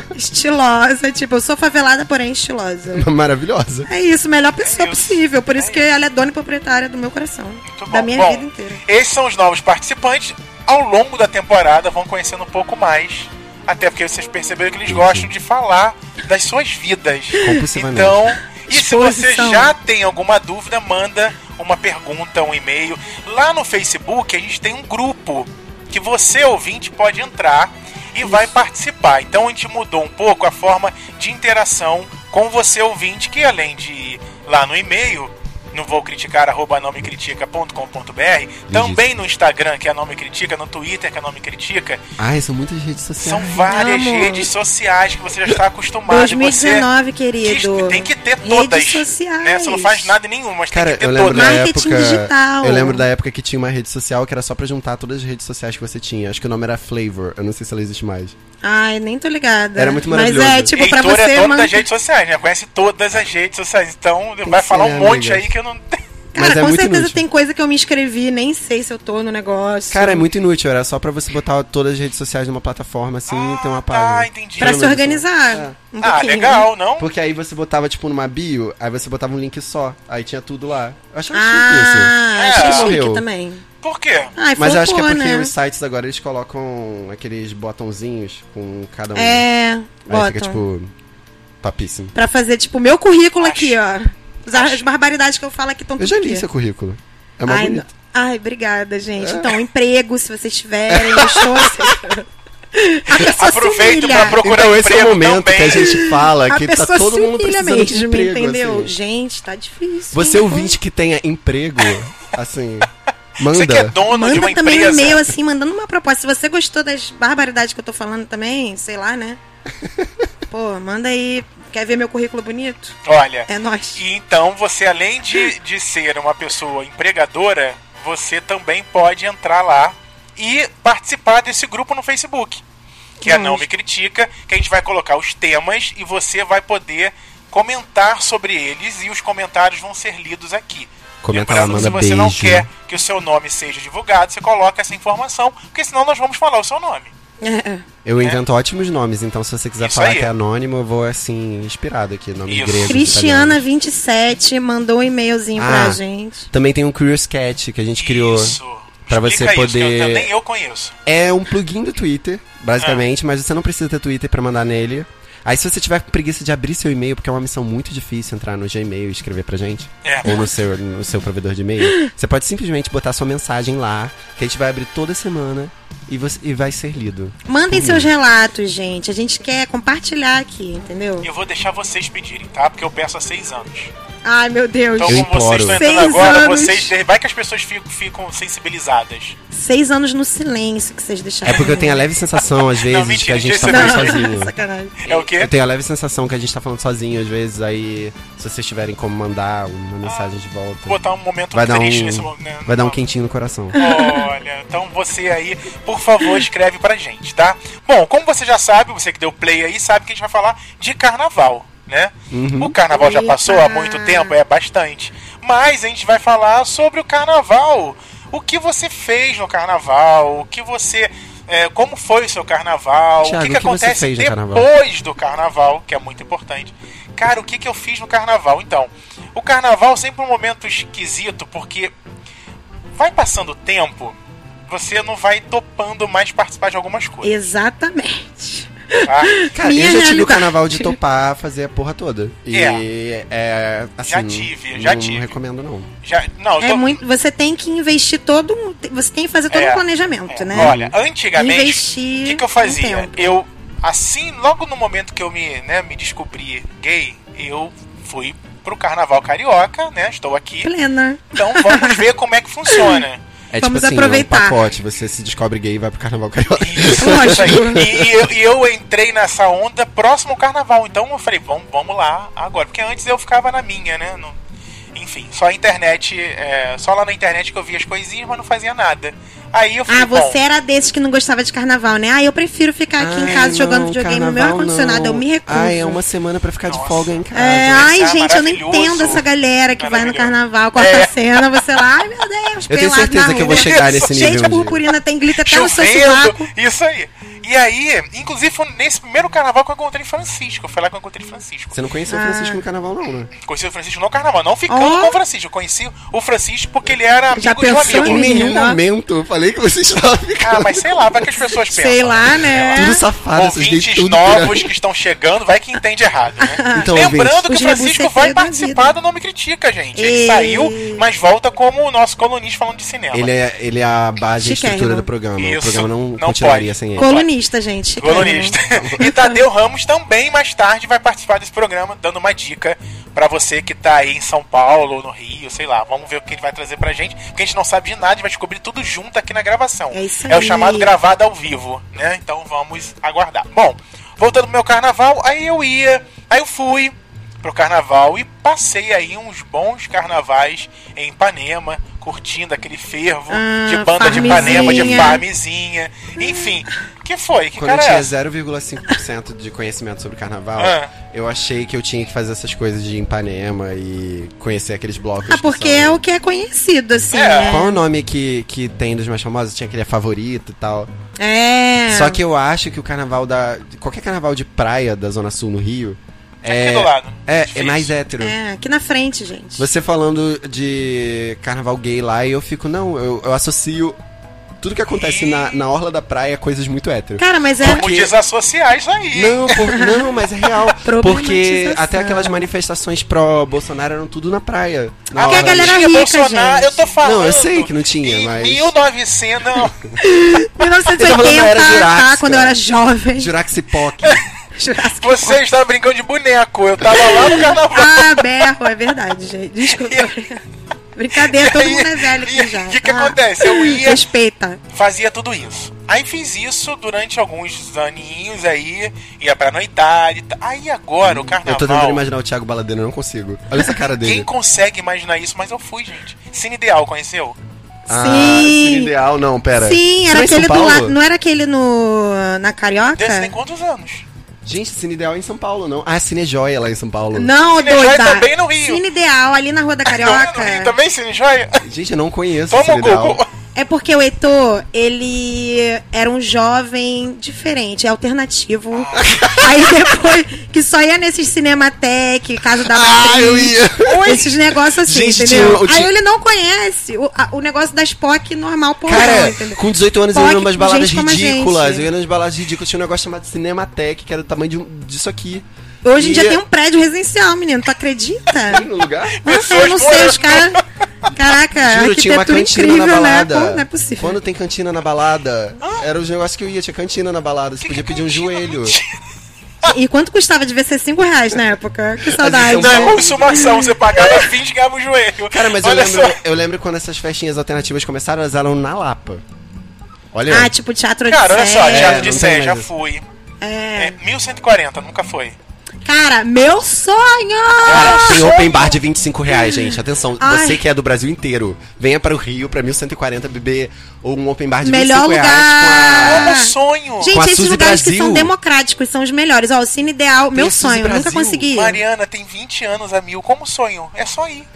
E: é. Estilosa. Tipo, eu sou favelada, porém estilosa.
D: Maravilhosa.
E: É isso, melhor pessoa
C: É isso.
E: possível. Por isso
C: É
E: que ela é dona e proprietária do meu coração.
C: Muito
E: Da
C: bom.
E: minha
C: Bom,
E: vida inteira.
C: Esses são os novos participantes. Ao longo da temporada vão conhecendo um pouco mais. Até porque vocês perceberam que eles gostam de falar das suas vidas.
D: Compulsivamente.
C: Então, e se você
E: Exposição.
C: já tem alguma dúvida, manda uma pergunta, um e-mail. Lá no Facebook a gente tem um grupo que você, ouvinte, pode entrar e vai participar. Então a gente mudou um pouco a forma de interação com você, ouvinte, que além de ir lá no e-mail, no vou criticar, arroba não me critica.com.br, também no Instagram, que é não me critica, no Twitter, que é não me critica,
D: Ai, são muitas redes
C: são
D: sociais.
C: várias
E: Amo.
C: redes sociais que você já está acostumado. e você
E: 2019,
C: Diz
E: querido.
C: que Tem que ter
E: Redes
C: todas.
E: sociais.
C: Né? Você não faz nada em nenhuma, mas
D: Cara,
C: tem que
D: eu
C: ter
D: lembro
C: todas.
D: da
E: Marketing
D: época.
E: digital.
D: Eu lembro da época que tinha uma rede social que era só pra juntar todas as redes sociais que você tinha. Acho que o nome era Flavor. Eu não sei se ela existe mais.
E: Ai, nem tô ligada.
D: Era muito
E: Mas é,
D: maravilhoso.
E: tipo, pra
C: Heitor é
E: você...
C: dono
E: man-
C: das redes sociais, né? Conhece todas as redes sociais. Então
D: que
C: vai falar
D: ser,
C: um monte
D: amiga.
C: aí que eu não.
E: Cara,
D: Mas é
E: com
D: muito
E: certeza
D: inútil.
E: tem coisa que eu me inscrevi, nem sei se eu tô no negócio.
D: Cara, é muito inútil, era só pra você botar todas as redes sociais numa plataforma assim e ter uma página.
C: Ah, entendi.
E: Pra
D: Pelo
E: se
D: menos,
E: organizar.
D: é.
E: Um
C: Ah,
E: pouquinho.
C: legal, não?
D: Porque aí você botava, tipo, numa bio, aí você botava um link só. Aí tinha tudo lá. Eu é achava
E: Ah,
C: É,
E: achei chique
D: Tá morreu.
E: também.
C: Por quê?
E: Ai,
D: chique isso. Mas eu acho que é
E: flopou,
D: porque
E: né?
D: os sites agora eles colocam aqueles botãozinhos com cada um.
E: É,
D: aí
E: botam.
D: fica, tipo, papíssimo.
E: Pra fazer, tipo, meu currículo aqui, ó. As,
C: Acho-
E: as barbaridades que eu falo aqui estão
D: Eu
E: tudo
D: já li
E: aqui.
D: seu currículo. É uma
E: Ai,
D: bonita.
E: não. Ai, obrigada, gente. Então, emprego, se vocês tiverem, assim. gostou. se- A pessoa
C: Aproveita
E: se
C: pra
E: humilha.
C: procurar
D: Então esse
C: emprego
D: é o momento
C: também.
D: que a gente fala
E: A
D: que tá
E: pessoa
D: todo
E: se
D: mundo
E: humilha
D: precisando de
E: mesmo,
D: emprego,
E: entendeu?
D: assim.
E: Gente, tá difícil.
D: Você
E: hein?
D: ouvinte que tenha emprego, assim, manda.
C: Você que é dono de uma
E: Manda também um
C: empresa.
E: e-mail, assim, mandando uma proposta. Se você gostou das barbaridades que eu tô falando também, sei lá, né? Pô, manda aí. Quer ver meu currículo bonito?
C: Olha.
E: É nóis.
C: E então você, além de, de ser uma pessoa empregadora, você também pode entrar lá e participar desse grupo no Facebook. Que é
E: Nossa.
C: Não Me Critica, que a gente vai colocar os temas e você vai poder comentar sobre eles e os comentários vão ser lidos aqui.
D: Comenta lá,
C: Lembrando que
D: manda
C: se você não
D: beijo.
C: quer que o seu nome seja divulgado, você coloca essa informação, porque senão nós vamos falar o seu nome.
E: É.
D: Eu invento ótimos nomes, então se você quiser
C: né? Isso
D: falar
C: aí.
D: que é anônimo, eu vou assim, inspirado aqui, nome
C: Isso.
D: grego. italiano.
E: Cristiana27 mandou um e-mailzinho pra
D: Ah.
E: gente.
D: Também tem um Curious Cat que a gente criou.
C: Isso.
D: pra você
C: Explica isso, que eu-
D: poder-
C: nem eu conheço.
D: É um plugin do Twitter,
C: É.
D: basicamente, mas você não precisa ter Twitter pra mandar nele. Aí se você tiver com preguiça de abrir seu e-mail, porque é uma missão muito difícil entrar no Gmail e escrever pra gente,
C: É.
D: ou no seu, no seu provedor de e-mail, você pode simplesmente botar sua mensagem lá, que a gente vai abrir toda semana e, você- e vai ser lido.
E: Mandem
D: Hum.
E: seus relatos, gente. A gente quer compartilhar aqui, entendeu?
C: E eu vou deixar vocês pedirem, tá? Porque eu peço há seis anos.
E: Ai, meu Deus.
C: Então,
D: Eu
C: como vocês
D: imploro.
C: estão entrando
E: Seis
C: agora,
E: anos.
C: vocês. Vai que as pessoas ficam, ficam sensibilizadas.
E: Seis anos no silêncio que vocês deixaram.
D: É porque eu tenho a leve sensação, às vezes, de que
C: mentira,
D: a gente tá
C: isso é
D: falando
C: verdade.
D: sozinho.
E: Não, sacanagem.
C: É o quê?
D: Eu tenho a leve sensação que a gente tá falando sozinho, às vezes, aí se vocês tiverem como mandar uma mensagem de volta.
C: Botar um momento
D: Vai dar
C: triste
D: um-
C: nesse momento. né?
D: Vai dar um
C: Não.
D: quentinho no coração.
C: Olha, então você aí, por favor, escreve pra gente, tá? Bom, como você já sabe, você que deu play aí, sabe que a gente vai falar de carnaval, né?
D: Uhum.
C: O carnaval já passou há
E: Eita.
C: muito tempo, é bastante. Mas a gente vai falar sobre o carnaval. O que você fez no carnaval? O que você. é, como foi o seu carnaval? o
D: Thiago,
C: que,
D: o que você
C: acontece
D: fez no carnaval?
C: depois do carnaval, que é muito importante. Cara, o que, que eu fiz no carnaval? Então, o carnaval sempre é um momento esquisito, porque vai passando o tempo, você não vai topando mais participar de algumas coisas.
E: Exatamente.
C: Tá?
D: Cara,
E: Minha
D: eu já tive o
E: realidade.
D: carnaval de topar fazer a porra toda. E é, assim,
C: Já tive, já
D: não
C: tive.
D: recomendo, não.
C: Já, não, eu
E: É
C: tô-
E: muito, você tem que investir todo um. Você tem que fazer todo
C: É,
E: um planejamento,
C: é,
E: né?
C: Olha, antigamente, o
E: investir.
C: que, que eu
E: um
C: fazia?
E: tempo.
C: Eu, assim, logo no momento que eu me, né, me descobri gay, eu fui pro carnaval carioca, né? Estou aqui.
E: Plena.
C: Então vamos ver como é que funciona.
D: É
E: Vamos
D: tipo assim,
E: aproveitar.
D: é um pacote. Você se descobre gay e vai pro carnaval carioca.
C: Isso, isso aí. E, e eu, e eu entrei nessa onda próximo ao carnaval. Então eu falei, vamos, vamos lá agora. Porque antes eu ficava na minha, né? No- enfim, só a internet. é, só lá na internet que eu via as coisinhas, mas não fazia nada. Aí eu falei,
E: Ah, você
C: bom,
E: era desses que não gostava de carnaval, né? Ah, eu prefiro ficar aqui em casa jogando videogame no meu ar-condicionado. Eu me recuso.
D: Ah, é uma semana pra ficar
C: Nossa.
D: de folga em casa.
E: É, ai,
C: Isso é
E: gente, eu não
C: maravilhoso.
E: entendo essa galera que vai no
C: Maravilhoso.
E: carnaval, corta
C: É.
E: a cena, você lá, ai meu Deus,
D: Eu tenho
E: pelado
D: certeza
E: na
D: que eu vou
E: rua.
D: chegar nesse nível.
E: Gente, a
D: um dia.
E: purpurina tem glitter até tá no seu
C: chovendo.
E: sovaco.
C: Isso aí. E aí, inclusive, foi nesse primeiro carnaval que eu encontrei Francisco. Foi lá que eu encontrei Francisco.
D: Você não conheceu o Francisco
E: Ah.
D: no carnaval, não, né?
C: Conheci o Francisco no carnaval, não ficando
E: Ó.
C: com o Francisco. Eu conheci o Francisco porque ele era
E: Já
C: amigo de um
E: pensou
C: amigo.
E: em mim? Menino.
D: momento eu falei que você estava ficando.
C: Ah, mas sei lá, vai que as pessoas pensam.
E: Sei lá, né?
D: Tudo safado, vocês
C: ouvintes
D: dei tudo
C: novos que estão chegando, vai que entende errado, né?
D: Então,
C: Lembrando que o
E: Os
C: Francisco
E: rebus
C: vai
E: segredo da
C: participar
E: vida.
C: do Nome Critica, gente. Ele
E: é Ei.
C: saiu, mas volta como o nosso colunista falando de cinema.
D: Ele é, ele é a base e a estrutura
E: Chiquérrimo.
D: do programa.
C: Isso,
D: O programa não,
C: não
D: continuaria
C: pode.
D: sem ele.
E: Colunista, gente. É.
C: Colunista. E Tadeu Ramos também, mais tarde, vai participar desse programa, dando uma dica pra você que tá aí em São Paulo, no Rio, sei lá. Vamos ver o que ele vai trazer pra gente, porque a gente não sabe de nada, a gente vai descobrir tudo junto aqui na gravação.
E: É isso
C: o
E: aí.
C: chamado gravado ao vivo, né? Então vamos aguardar. Bom, voltando pro meu carnaval, aí eu ia, aí eu fui pro carnaval e passei aí uns bons carnavais em Ipanema, curtindo aquele fervo
E: Ah,
C: de banda de Ipanema, de
E: farmezinha.
C: farmezinha, enfim. Que foi? Que
D: Quando eu
C: cara é
D: tinha
C: essa?
D: 0,5% de conhecimento sobre carnaval,
C: Ah.
D: eu achei que eu tinha que fazer essas coisas de Ipanema e conhecer aqueles blocos.
E: Ah,
D: que
E: porque
D: são-
E: é o que é conhecido, assim,
C: É.
D: Qual
E: né?
D: é o nome que, que tem dos mais famosos? Tinha aquele é favorito e tal.
E: É.
D: Só que eu acho que o carnaval da. Qualquer carnaval de praia da Zona Sul no Rio. É,
C: Aqui do lado.
D: é, é
C: Difícil.
D: mais hétero.
E: É, aqui na frente, gente.
D: Hum. Você falando de carnaval gay lá, e eu fico, não, eu, eu associo tudo que acontece na, na orla da praia a coisas muito hétero.
E: Cara, mas é.
C: Como desassociar isso aí.
D: Não, por- não, mas é real. Porque
E: Problematização.
D: até aquelas manifestações pró-Bolsonaro eram tudo na praia. Na
C: Ah,
E: Porque a
D: orla.
E: galera
C: tinha
E: rica,
C: Bolsonaro,
E: gente.
C: eu tô falando.
D: Não, eu sei que não tinha,
C: em
D: mas-
C: 1900, não.
E: 1980,
D: era
E: tá?
D: Jurássica.
E: Quando eu era jovem.
D: Jurassic Park.
E: Jurássica.
C: Você estava brincando de boneco. Eu tava lá no carnaval.
E: Ah, berro, é verdade, gente. Desculpa. Brincadeira, todo mundo é velho
C: E aí,
E: aqui já.
C: O que, que
E: tá?
C: acontece? Eu ia,
E: Respeita.
C: fazia tudo isso. Aí fiz isso durante alguns aninhos aí, ia pra noitada e tal. Aí agora, o
D: Hum, Eu
C: carnaval.
D: tô tentando imaginar o Thiago Baladeiro, eu não consigo. Olha essa cara
C: Quem
D: dele.
C: consegue imaginar isso? Mas eu fui, gente. Cine Ideal, conheceu?
D: Ah, seria
E: Sim.
D: ideal, não, pera.
E: Sim,
D: Você
E: era
D: vai em São
E: aquele do
D: Paulo?
E: lado. Não era aquele no. na carioca?
C: Desse tem quantos anos?
D: Gente, Cine Ideal é em São Paulo, não. Ah, Cine Joia lá em São Paulo.
E: Não,
C: Cine
E: doida.
C: Joia
D: tá
C: também no Rio.
E: Cine Ideal, ali na Rua da
C: Não é no Rio
E: Carioca.
C: também, Cine Joia?
D: Gente, eu não conheço
C: Toma
D: Cine
C: o
D: Ideal.
C: Google.
E: É porque o Heitor, ele era um jovem diferente, alternativo. Aí depois, que só ia nesses Cinematec, Casa da
D: Ah,
E: Matriz,
D: eu ia.
E: Esses negócios assim,
D: Gente,
E: entendeu?
D: tinha-
E: Aí
D: tinha-
E: ele não conhece o, a- o negócio das POC normal, porra,
D: Cara,
E: entendeu?
D: com 18 anos eu ia
E: Poc,
D: numas baladas
E: gente como a
D: ridículas.
E: gente.
D: Eu ia numas baladas ridículas. Tinha um negócio chamado Cinematec, que era do tamanho de um- disso aqui.
E: Hoje em dia
D: ia-
E: tem um prédio residencial, menino, tu acredita?
D: No lugar?
E: Ah,
C: Pessoas
E: eu não sei, os
C: morando.
E: caras. Caraca,
D: Juro, tinha uma
E: Ah, arquitetura
D: cantina
E: incrível,
D: na
E: né?
D: balada.
E: Pô, não é possível.
D: Quando tem cantina na balada, era os negócios que eu ia, tinha cantina na balada, você
C: Que
D: podia
C: que é
D: pedir um
C: cantina?
D: joelho.
E: E quanto custava? Devia ser 5 reais na época. Que saudade. Ah,
D: Às vezes é um
C: Na consumação, você pagava 20 e ganhava o joelho.
D: É. Cara, mas eu
C: Olha
D: lembro,
C: só.
D: eu lembro quando essas festinhas alternativas começaram, elas eram na Lapa. Olha.
E: Ah, tipo teatro de
C: Cara, olha só,
E: Sé.
C: Teatro
D: é, não tem
C: de Sé,
D: mais
C: já
D: isso.
C: fui. É. 1140, nunca foi.
E: Cara, meu sonho!
D: Cara, tem open bar de 25 reais, gente. Atenção,
E: Ah. Ai.
D: você que é do Brasil inteiro, venha para o Rio, para 1140, beber um open bar de
E: Melhor
D: 25 reais.
E: lugar.
C: Como sonho!
E: Ah, Gente,
D: Com a
E: esses
D: Suzy
E: lugares que
D: Brasil.
E: são democráticos são os melhores. Ó, o Cine Ideal, meu
D: Suzy
E: sonho, nunca
D: Brasil.
E: consegui.
C: Mariana tem 20 anos a mil, como sonho? É só ir.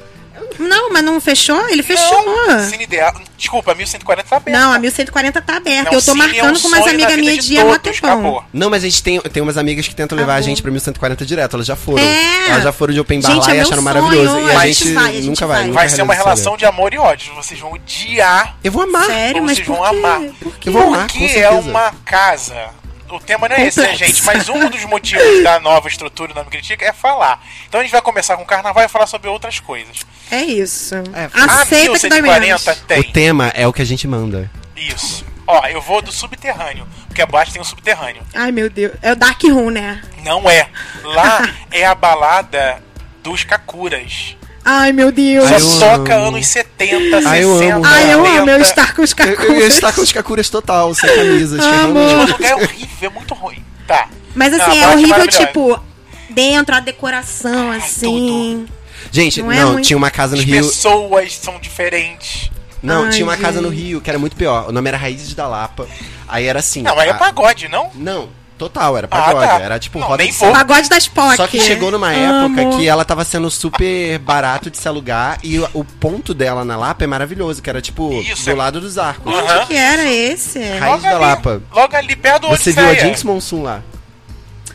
E: Não, mas não fechou? Ele fechou.
C: Não, Cine Ideal. Desculpa, a 1140 tá aberta.
E: Não, a 1140 tá aberta.
C: Não,
E: eu tô
C: Cine é
E: marcando
C: um
E: com umas
C: sonho na
E: amigas
C: vida
E: minhas tá
C: de
E: de há mó
C: todos,
E: tempão.
C: acabou.
D: Não, mas a gente tem, tem umas amigas que tentam levar
E: Ah,
D: a
E: bom.
D: gente pra 1140 direto, elas já foram.
E: É.
D: Elas já foram de open bar
E: Gente,
D: lá
E: é
D: e
E: meu
D: acharam
E: sonho,
D: maravilhoso. E a, gente,
E: vai, a gente
D: nunca
E: vai.
D: vai. nunca
C: Vai ser uma
D: realiza.
C: relação de amor e ódio. Vocês vão odiar
D: Eu vou amar.
E: Sério,
C: ou
E: mas
C: vocês vão
E: por quê?
C: amar.
E: Por quê?
D: Eu vou amar, com
C: porque é
D: certeza.
C: uma casa. O tema não é esse, né,
E: Complexo.
C: gente? Mas um dos motivos da nova estrutura do Nome Critica é falar. Então a gente vai começar com o carnaval e falar sobre outras coisas.
E: É isso.
D: É,
E: Aceita que dói menos.
D: O
C: tem.
D: tema é o que a gente manda.
C: Isso. Ó, eu vou do subterrâneo, porque a boate tem um subterrâneo.
E: Ai, meu Deus. É o Dark Room, né?
C: Não é. Lá é a balada dos Kakuras.
E: Ai, meu Deus.
D: Ai,
C: Só
D: Ah, eu
C: toca
D: amo.
C: anos 70, 60,
D: Ai, eu amo.
E: Ai, Ah, eu amo eu
C: 80.
E: estar com os
D: Eu, eu ia
E: cacus.
D: estar com os Kakuras total, sem camisas,
E: Amo.
C: Gente, mas o
D: ferrando.
C: lugar é horrível, é muito ruim. Tá.
E: Mas
C: Não,
D: Ah,
E: assim,
C: a
E: é
C: boate
E: horrível,
C: maravilhosa.
E: tipo, dentro, a decoração, assim.
D: tipo, Gente,
E: Não
D: não,
E: é ruim.
D: tinha uma casa no
C: As
D: Rio.
C: pessoas são diferentes.
D: Não,
E: Ai,
D: tinha uma casa no
E: gente.
D: Rio que era muito pior. O nome era Raízes da Lapa. Aí era assim.
C: Não, aí é
D: a-
C: pagode, não?
D: Não, total, era
C: Ah,
D: pagode.
C: tá.
D: Era tipo
C: Não,
D: roda
C: nem
D: de samba.
E: Pagode das POC.
D: Só que chegou numa
E: Amo.
D: época que ela tava sendo super barato de se alugar e o, o ponto dela na Lapa é maravilhoso, que era tipo
C: Isso,
D: do
C: é-
D: lado dos arcos.
C: Aham.
E: Onde que era esse?
D: Ra- Raiz da
C: ali,
D: Lapa.
C: Logo ali, perto do
D: Você viu
C: Odisseia.
D: a Jinx Monsoon lá?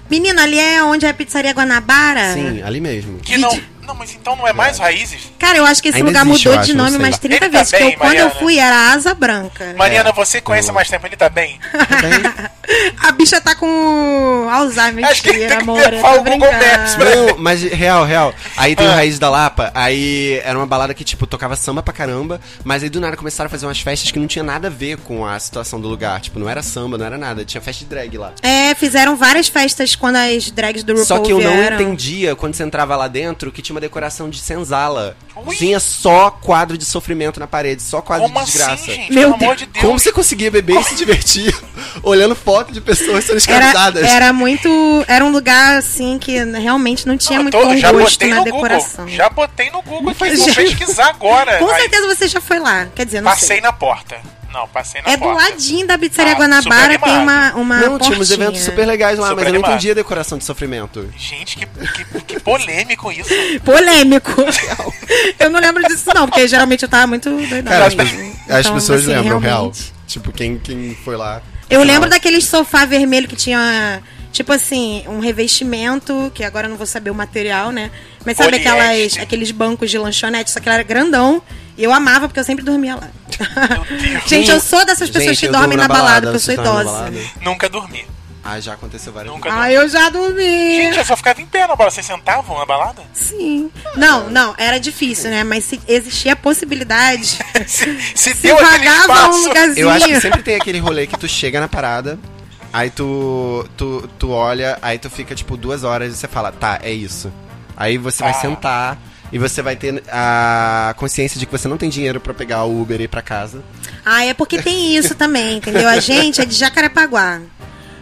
E: Menina, ali é onde é a pizzaria Guanabara?
D: Sim, ali mesmo.
C: Que não...
E: Vide-
C: Não, mas então não é mais raízes?
E: Cara, eu acho que esse
D: Ainda
E: lugar
D: existe,
E: mudou
D: eu
E: de
D: acho, não
E: nome
D: sei.
E: umas 30
C: Ele tá
E: vezes,
C: bem,
E: porque eu, quando eu
C: Mariana.
E: fui era Asa Branca.
C: Mariana,
D: É.
C: você conhece
D: Não.
C: mais tempo, ele tá bem?
D: Tá bem?
E: A bicha tá com Alzheimer,
C: Acho que
E: mentira,
C: tem que
E: amor.
C: levar
E: eu
C: o
E: tô
C: Google
E: brincando.
C: Maps pra-
D: Não, mas real, real. Aí tem o
C: Ah.
D: Raiz da Lapa, aí era uma balada que, tipo, tocava samba pra caramba, mas aí do nada começaram a fazer umas festas que não tinha nada a ver com a situação do lugar. Tipo, não era samba, não era nada, tinha festa de drag lá.
E: É, fizeram várias festas quando as drags do RuPaul
D: Só que eu não
E: vieram.
D: entendia quando você entrava lá dentro que tinha uma decoração de senzala.
C: Ui.
D: Tinha só quadro de sofrimento na parede, só quadro
C: Como
D: de desgraça.
C: assim, gente?
E: Meu
C: Pelo amor de Deus.
D: Como você conseguia beber e se divertir olhando foto de pessoas sendo
E: Era,
D: escravizadas?
E: era muito. Era um lugar assim que realmente não tinha
C: Não,
E: muito
C: tô-
E: bom
C: já
E: um gosto
C: botei
E: na
C: no
E: decoração. é.
C: Google. Já botei no Google aqui,
D: faz
C: vou
D: sentido.
C: pesquisar agora.
E: Com
C: Aí,
E: certeza você já foi lá. Quer dizer, não
C: Passei
E: sei.
C: na porta. Não, passei na
E: É do
C: porta.
E: ladinho da pizzaria
C: Ah,
E: Guanabara,
C: super
E: tem uma,
C: animado.
E: uma
D: Não, tinha uns
E: portinha.
D: eventos super legais lá,
C: Super
D: mas eu não
C: animado.
D: entendia a decoração de sofrimento.
C: Gente, que, que, que polêmico isso.
E: Polêmico. eu não lembro disso, não, porque geralmente eu tava muito doidona.
D: Cara, as,
E: mesmo.
D: pe- as
E: Então,
D: pessoas
E: assim,
D: lembram, real.
E: realmente.
D: Tipo, quem, quem foi lá. sei
E: Eu
D: lá.
E: lembro daquele sofá vermelho que tinha, tipo assim, um revestimento, que agora eu não vou saber o material, né? Mas sabe
C: Poliéster.
E: aquelas, aqueles bancos de lanchonete, só que ela era grandão. E eu amava, porque eu sempre dormia lá.
C: Deus.
E: gente, eu sou dessas
D: Gente,
E: pessoas que
D: eu
E: dormem
D: durmo
E: na balada, porque eu
D: você
E: sou
D: dorme na
E: idosa.
D: balada?
C: Nunca dormi.
D: Ah, já aconteceu várias
C: Nunca
D: vezes.
E: Ah, eu já dormi.
C: Gente, eu só ficava em pé na bola. Vocês sentavam na balada?
E: Sim. Não, não, era difícil, né? Mas se existia a possibilidade,
C: Se, se
E: se
C: deu aquele
E: pagava um
C: espaço.
E: lugarzinho.
D: Eu acho que sempre tem aquele rolê que tu chega na parada, aí tu, tu, tu olha, aí tu fica tipo duas horas e você fala, tá, é isso. Aí você vai
C: Ah.
D: sentar e você vai ter a consciência de que você não tem dinheiro pra pegar o Uber e ir pra casa.
E: Ah, é porque tem isso também, entendeu? A gente é de Jacarepaguá.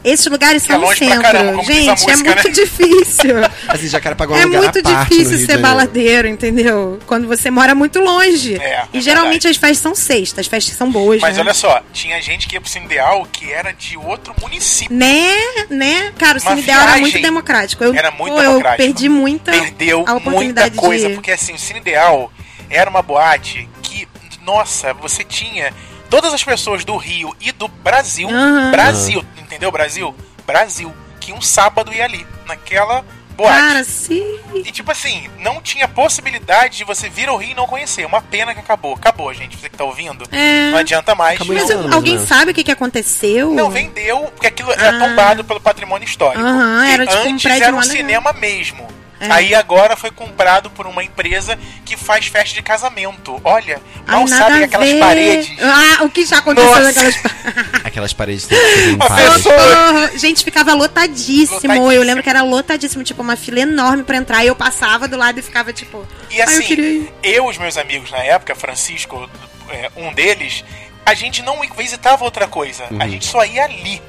E: Esses lugares
C: Que é
E: são no
C: longe pra
E: centro.
C: caramba, como diz a
E: gente, é
C: música,
E: muito
C: né?
E: difícil.
D: Assim, já quero pagar um
E: é
D: lugar à
E: muito
D: parte no
E: difícil
D: Rio de
E: ser
D: Janeiro.
E: baladeiro, entendeu? Quando você mora muito longe.
C: É,
E: e
C: é
E: geralmente as festas são sextas, as festas são boas,
C: Mas
E: né?
C: olha só, tinha gente que ia pro Ideal que era de outro município.
E: Né, né? Cara, o
C: Uma
E: Cine Ideal era
C: viagem
E: muito democrático. Eu,
C: era muito
E: pô,
C: democrático.
E: Eu perdi muita
C: Perdeu
E: Então, a
C: muita
E: oportunidade
C: coisa,
E: de...
C: porque assim, o Cine Ideal era uma boate que, nossa, você tinha todas as pessoas do Rio e do Brasil,
E: Aham.
C: Brasil, entendeu? Brasil, Brasil, que um sábado ia ali, naquela boate.
E: Cara, sim.
C: E tipo assim, não tinha possibilidade de você vir ao Rio e não conhecer. Uma pena que acabou. Acabou, gente. Você que tá ouvindo.
E: É.
C: Não adianta mais.
D: Acabou em
E: Mas
D: Não, não,
E: alguém
D: não.
E: sabe o que, que aconteceu?
C: Não vendeu, porque aquilo era tombado pelo patrimônio histórico.
E: Ah. Aham,
C: E
E: era tipo um
C: antes
E: prédio
C: era um
E: mó legal.
C: cinema mesmo.
E: É.
C: Aí agora foi comprado por uma empresa que faz festa de casamento. Olha, mal
E: Ai,
C: sabe que
E: a
C: aquelas
E: ver.
C: paredes.
E: Ah, o que já aconteceu
C: Nossa.
E: naquelas paredes.
D: Aquelas paredes têm que ser limpadas.
C: pessoa-
E: Socorro! Gente, ficava lotadíssimo.
C: Lotadíssimo.
E: Eu lembro que era lotadíssimo, tipo, uma fila enorme pra entrar. E eu passava do lado e ficava, tipo,
C: E
E: ai, eu
C: assim,
E: queria ir.
C: eu, e os meus amigos na época, Francisco, é, um deles, a gente não visitava outra coisa. A
D: Uhum.
C: gente só ia ali.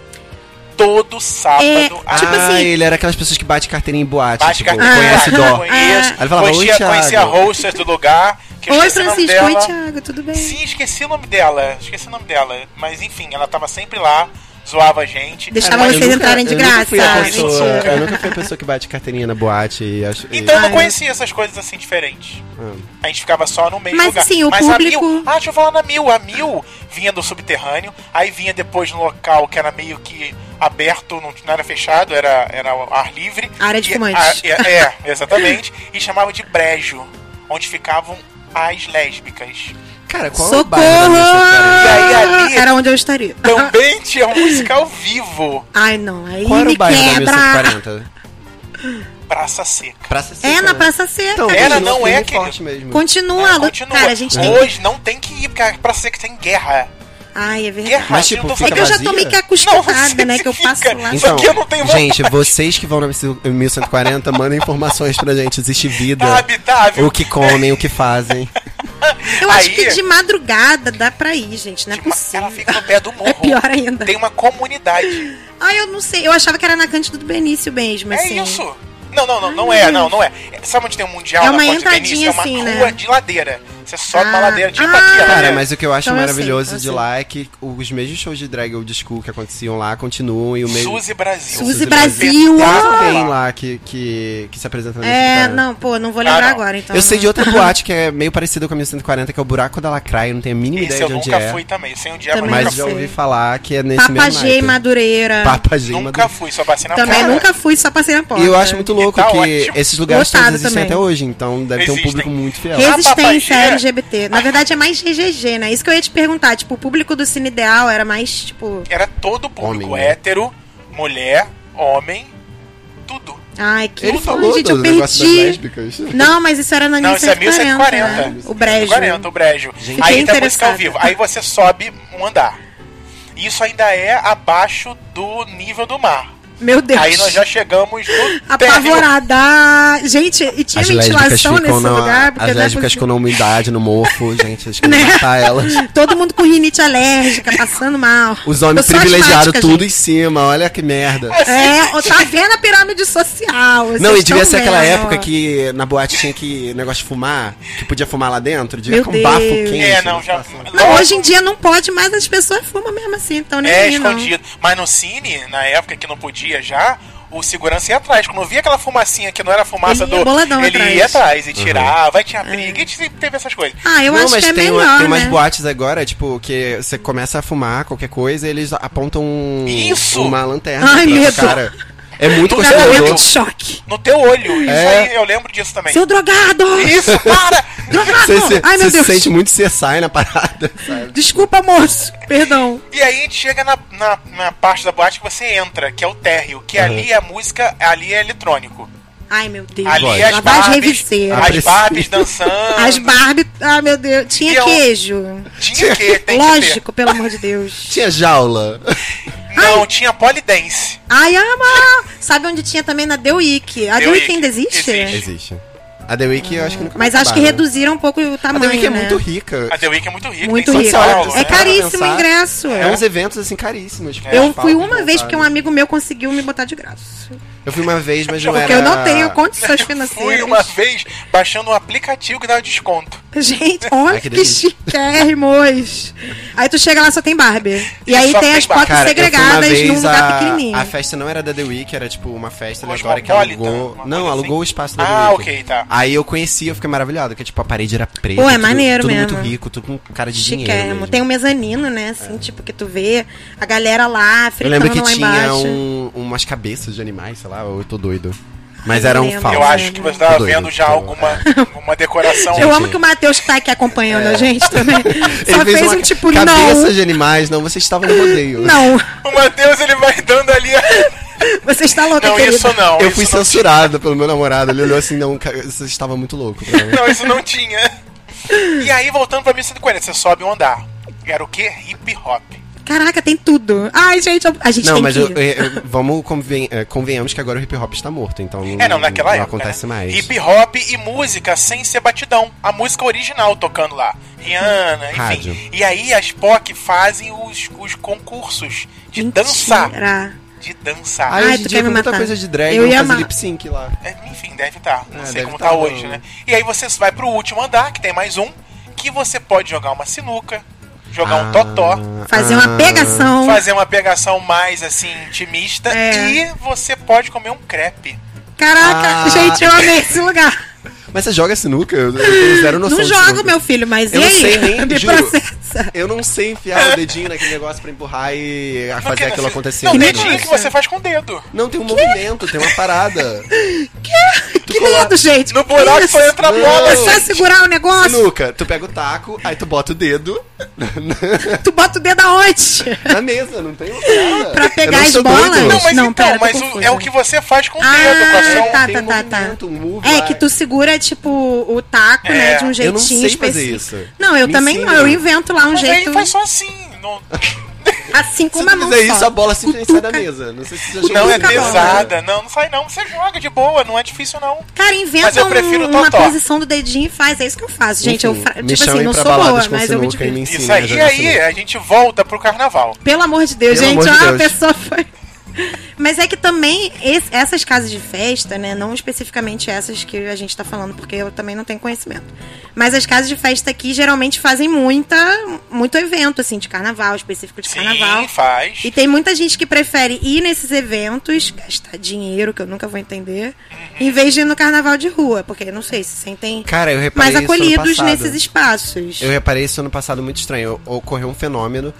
C: Todo sábado.
E: É,
C: à
E: tipo
D: ah,
E: assim-
D: ele era aquelas pessoas que bate carteirinha em boate.
C: Bate
D: tipo,
C: carteira,
D: conhece
C: ah,
D: dó.
C: conheço.
D: Aí ele falava,
C: conhecia,
D: "Oi, Thiago."
C: conhecia a hostess do lugar. Que eu
E: Oi,
C: esqueci o nome
E: Francisco. Oi,
C: dela.
E: Thiago, tudo bem?
C: Sim, esqueci o nome dela. Esqueci o nome dela. Mas enfim, ela tava sempre lá, zoava a gente.
E: Deixava
C: Mas-
E: Ah, vocês entrarem de
D: eu nunca fui a
E: graça.
D: pessoa-
E: Mentira.
D: Eu nunca fui a pessoa que bate carteirinha na boate e acho. e-
C: Então eu não
E: Ah,
C: conhecia essas coisas assim diferentes.
D: Ah.
C: A gente ficava só no meio
E: Mas,
C: lugar.
E: assim, o
C: Mas
E: público-
C: a Mil. Ah, deixa eu falar na Mil. A Mil vinha do subterrâneo, aí vinha depois no local que era meio que aberto, não, não era fechado, era, era ao ar livre.
E: Área de
C: E-
E: fumantes.
C: a- é, é, exatamente. E chamava de brejo, onde ficavam as lésbicas.
D: Cara, qual é o
E: Socorro!
D: bairro da Missa, cara?
C: E aí, ali-
E: Era onde eu estaria.
C: Também tinha música ao vivo.
E: Ai, não. Aí
D: Qual era
E: me
D: o bairro da
E: quebra.
D: Missa 40?
C: Praça Seca.
D: Praça Seca,
E: É, na
D: né?
E: Praça Seca.
D: Então,
C: Era,
D: continua
C: não é,
D: firme e
C: querido.
D: forte mesmo.
E: Continua,
C: Ah,
E: Lu-
C: continua.
E: Cara, a gente tem.
C: Hoje não tem que ir, porque a Praça Seca tem guerra.
E: Ai, é verdade.
C: Guerra.
D: Mas, tipo,
C: eu não tô
D: fica
E: É que eu já tô
D: vazia? Então,
E: meio que
C: Não, você
E: acostumada, né? Que eu passo
C: fica.
E: lá.
C: Só que eu não tenho vontade.
D: gente, vocês que vão na Missa- 1140, mandem informações pra gente. Existe vida.
C: Tá habitável.
D: O que comem, o que fazem.
E: Eu acho
C: Aí-
E: que de madrugada dá pra ir, gente. Não é
C: Tipo,
E: possível.
C: Ela fica no pé do morro.
E: É pior ainda.
C: Tem uma comunidade.
E: Ah, eu não sei. Eu achava que era na Cândida do Benício mesmo, assim.
C: É isso. Não, não, não, não é, não, não é. Sabe onde tem um mundial
E: Ah. É
C: na
E: uma
C: Porta de Benício?
E: entradinha
C: É uma
E: assim, né?
C: rua de ladeira. Você sobe uma
E: Ah.
C: ladeira tipo
E: Ah.
C: aqui, ó.
D: Cara, mas o que eu acho
E: Então eu sei,
D: maravilhoso
E: eu
D: de
E: sei.
D: lá é que os mesmos shows de drag old school que aconteciam lá continuam e o mesmo. Ah!
C: Suzy Brasil. Ah.
E: Suzy Brasil,
D: Tem
E: ó.
D: alguém lá que, que, que se apresenta na
E: É,
D: 1140.
E: não, pô, não vou lembrar
C: Ah, não.
E: agora, então.
D: Eu sei
E: não.
D: de outra boate que é meio parecida com a 1140, que é o Buraco da Lacraia, eu não tenho a mínima
C: Esse
D: ideia
C: eu
D: de onde
C: nunca
D: é.
C: fui também. Eu sei onde é,
E: Também
C: mas
D: Mas
E: nunca
D: já
E: fui.
D: ouvi falar que é nesse mesmo
E: Papagê
D: naipe.
E: Madureira.
D: Papa G,
C: nunca fui, só passei na
E: Também
C: cara.
E: nunca fui, só passei na porta.
D: E eu acho muito louco
C: E tá
D: que
C: ótimo.
D: esses lugares todos
E: Lotado
D: existem
E: também.
D: até hoje, então deve ter um
C: Existem.
D: público muito fiel.
C: Esse- Ah,
E: Resistência LGBT. Na verdade é mais GGG, né? Isso que eu ia te perguntar. Tipo, o público do Cine Ideal era mais, tipo.
C: Era todo público.
D: Homem, né?
C: hétero, mulher, homem, tudo.
E: Ai, que.
D: Ele
E: Ai,
D: falou
E: gente,
D: do
E: eu
D: negócio das
E: perdi.
D: lésbicas.
E: Não, mas isso era na
C: Não, isso é
E: 1140. né?
C: 1140.
E: O Brejo.
C: 40, o brejo.
E: Gente,
C: aí
E: fiquei
C: tem a música ao
E: interessada.
C: vivo. Aí você sobe um andar. Isso ainda é abaixo do nível do mar.
E: Meu Deus.
C: Aí nós já chegamos no térreo.
E: Apavorada. Gente, e tinha
D: As lésbicas
E: ventilação
D: ficam
E: nesse
D: na,
E: lugar. Porque
D: as
E: não é
D: lésbicas
E: possível.
D: ficam na umidade, no mofo, gente, eles querem
E: Né?
D: matar elas.
E: Todo mundo com rinite alérgica, passando mal.
D: Os homens
E: Eu sou
D: privilegiaram
E: asmática,
D: tudo
E: gente.
D: em cima, olha que merda.
E: É, ó, tá vendo a pirâmide social. vocês
D: Não, e devia
E: tão
D: ser aquela
E: vendo,
D: época
E: ó.
D: que na boate tinha que negócio de fumar, que podia fumar lá dentro, devia
E: Meu
D: ficar um bafo
E: Deus.
D: quente.
C: É, não, já.
E: Não, hoje em dia não pode, mas as pessoas fumam mesmo assim, então nem
C: É,
E: aí, não.
C: escondido. Mas no cine, na época que não podia já, o segurança ia atrás. Quando via aquela fumacinha que não era fumaça
E: Ele ia
C: do.
E: boladão
C: ele
E: atrás. Uhum.
C: ia atrás e tirava, aí tinha briga, e sempre teve essas coisas.
E: Ah, eu
D: não,
E: acho
D: mas
E: que é
D: tem,
E: melhor,
D: uma- tem umas
E: né?
D: boates agora, tipo, que você começa a fumar qualquer coisa e eles apontam um-
C: Isso!
D: uma lanterna
E: Ai,
D: pra
E: medo.
D: tua cara. É muito
C: Tô
E: É um momento de
D: constrangedor.
E: choque.
C: No teu olho. Isso
D: É.
C: aí, eu lembro disso também.
E: Seu drogado!
C: Isso, para!
E: Drogado!
D: Você se,
E: Ai, meu
D: você se
E: Deus.
D: sente muito CSI na parada.
E: Desculpa, moço. Perdão.
C: E aí a gente chega na, na, na parte da boate que você entra, que é o térreo, que
E: Uhum.
C: ali é a música, ali é eletrônico.
E: Ai, meu Deus.
C: Ali
D: Vai.
C: é as
E: Lá vai as
C: Barbies,
E: reviseiras.
C: as Barbies dançando,
E: As Barbie. Ai, meu Deus.
C: E
E: Tinha
C: eu-
E: queijo.
C: tinha que, tem que
E: Lógico, pelo amor de Deus.
D: Tinha jaula.
C: ter. Não, tinha polidense.
E: Ai, ama! Sabe onde tinha também na The Week? A The,
C: The
E: Week,
C: Week.
E: ainda existe?
C: Existe.
D: Existe. A The Week eu acho que nunca
E: Mas
D: vai
E: acho que
D: acabar, né?
E: reduziram um pouco o
D: A
E: tamanho,
D: The Week é
E: né?
D: muito rica.
C: A The Week é muito rica.
E: Muito
C: tem
E: rico.
C: São Paulo,
D: Olha,
E: É
C: né?
E: caríssimo o
D: pensar.
E: ingresso.
D: É uns eventos assim caríssimos. tipo,
E: Eu
D: as
E: fui
D: palmas
E: uma vez
D: montadas.
E: porque um amigo meu conseguiu me botar de graça.
D: Eu fui uma vez, mas não
E: Porque
D: era.
E: eu não tenho condições
C: Fui
E: financeiras.
C: uma vez baixando um aplicativo que dava desconto.
E: Gente,
D: Ai,
E: olha
D: que
E: que,
D: delícia.
E: chiquérrimos. Aí tu chega lá só tem Barbie. E,
C: E
E: aí
C: só
E: tem
C: tem
E: as fotos
D: Cara, eu
E: segregadas
D: fui
E: num
D: uma vez
E: lugar
D: a,
E: pequenininho.
D: a festa não era da The Week, era tipo uma festa agora que
C: Cosmopolitan,
D: alugou.
C: uma
D: Não,
C: coisa
D: alugou
C: assim.
D: o espaço da
C: Ah,
D: The Week.
C: ok, tá.
D: Aí eu conheci, eu fiquei maravilhado, que tipo a parede era preta.
E: Pô, é
D: tudo-
E: maneiro
D: tudo
E: mesmo.
D: muito rico, tudo com cara de dinheiro.
E: Chiquérrimo.
D: mesmo.
E: Tem um mezanino, né? Assim, tipo, que tu vê a galera lá,
D: Eu
E: fritando
D: lembro que
E: lá
D: tinha
E: embaixo.
D: um- umas cabeças de animais, sei lá, eu tô doido. Mas
E: Ai,
D: eram
E: lembro.
D: falsos.
C: Eu acho que você tava
D: Tô doido,
C: vendo já
D: tô-
C: alguma, alguma decoração.
E: Eu amo que o Matheus que tá aqui acompanhando
D: É.
E: a gente também. Só fez, um tipo,
D: cabeça
E: não,
D: de animais, não, você estava no rodeio.
E: não.
C: O Matheus, ele vai dando ali. a-
E: Você está louca,
C: Não,
E: querida.
C: isso não.
D: eu
C: isso
D: fui
C: não,
D: censurado pelo meu namorado. Ele olhou assim, não, cara, você estava muito louco. pra mim.
C: Não, isso não tinha. E aí, voltando pra 1140, você sobe um andar. Era o quê? Hip hop.
E: Caraca, tem tudo. Ai, gente, eu- a gente
D: Não,
E: tem
D: mas
E: que
D: eu-
E: ir.
D: eu- eu- vamos conven- eh, convenhamos que agora o hip hop está morto, então
C: É, não, naquela
D: não
C: época.
D: acontece
C: né?
D: mais.
C: Hip hop e música sem ser batidão. A música original tocando lá. Rihanna, enfim.
D: Rádio.
C: E aí as POC fazem os, os concursos de
E: Mentira.
C: dançar. De dançar.
D: Aí
E: Ai,
D: hoje em
E: tu
D: dia
E: quer me
D: com muita
E: matar.
D: coisa de drag,
E: Eu
D: eu
E: ia
D: fazer
E: amar.
D: lip sync lá.
C: É, Enfim, deve estar. Não
D: É,
C: sei
D: deve
C: como
D: tá
C: tá, hoje,
D: bom.
C: né? E aí você vai pro último andar, que tem mais um, que você pode jogar uma sinuca, jogar
D: Ah,
C: um totó,
E: Fazer uma pegação.
C: fazer uma pegação mais assim, intimista,
E: Então, É.
C: e você pode comer um crepe.
E: Caraca,
D: Ah.
E: gente, eu amei esse lugar.
D: Mas você joga sinuca? Eu, eu tenho zero noção
E: não
D: de
E: jogo,
D: sinuca.
E: meu filho, mas
D: um Eu
E: e
D: não
E: aí?
D: sei nem,
E: Me
D: juro.
E: processa.
D: Eu não sei enfiar o dedinho naquele negócio pra empurrar e fazer
C: Porque
D: aquilo
C: você-
D: acontecer.
C: Não,
D: no
C: dedinho que
D: negócio.
C: você faz com o dedo.
D: Não, tem um movimento, tem uma parada.
E: Que lindo, gente.
C: No buraco
E: Isso.
C: só entra a
D: é? Não.
C: bola.
E: É só segurar o negócio.
D: Sinuca, tu pega o taco, aí tu bota o dedo
E: Tu bota o dedo aonde?
D: na mesa, não tem uma parada.
E: Pra pegar
D: Eu não
E: as
D: sou
E: bolas?
D: doido.
C: Não, mas
E: Não,
C: então,
E: pera, tô
C: mas o-
E: confusa.
C: é o que você faz com o
E: Ah,
C: dedo, com a sua
E: tá,
D: tem
E: tá,
D: um
E: tá, tá.
D: movimento, um move,
E: É
D: vai.
E: que tu segura, tipo, o taco, né?
C: É.
E: De um jeitinho
D: Eu não sei
E: específico.
D: fazer isso.
E: Não, eu
D: Me
E: também
D: ensina.
E: não. Eu invento lá um
C: Mas aí
E: jeito.
C: faz só assim. Não,
E: Assim com
D: Se
E: uma
D: tu
E: mão.
D: fizer
E: só.
D: isso, a bola simplesmente sai da
E: Cutuca.
D: mesa. Não sei se você já
C: não
D: jogou
C: é
E: Nunca
D: sinuca.
E: bola.
C: pesada, não, não sai não. Você joga de boa, não é difícil não.
E: Cara,
C: Mas
E: inventa
C: eu prefiro
E: um-
C: o
E: uma
C: totó.
E: posição do dedinho e faz. É isso que eu faço, gente. eu
D: Enfim,
E: fa-
D: me
E: Tipo assim,
D: chamem
E: não
D: pra
E: sou boa,
D: baladas com
E: mas eu me
D: sinuca e me
E: divirto.
D: ensinem
C: Isso
D: a
C: aí, e
D: jogar sinuca.
C: aí a gente volta pro carnaval.
E: Pelo amor de Deus,
D: Pelo
E: gente,
D: amor de
E: ó, a
D: Deus.
E: pessoa foi. Mas é que também esse- essas casas de festa, né? Não especificamente essas que a gente tá falando, porque eu também não tenho conhecimento. Mas as casas de festa aqui geralmente fazem muita, muito evento, assim, de carnaval, específico de carnaval.
C: Sim, faz.
E: E tem muita gente que prefere ir nesses eventos, gastar dinheiro, que eu nunca vou entender,
D: Uhum.
E: em vez de ir no carnaval de rua, porque não sei se sentem
D: Cara, eu reparei
E: mais
D: isso ano
E: acolhidos
D: passado.
E: nesses espaços.
D: Eu reparei isso ano passado muito estranho. Ocorreu um fenômeno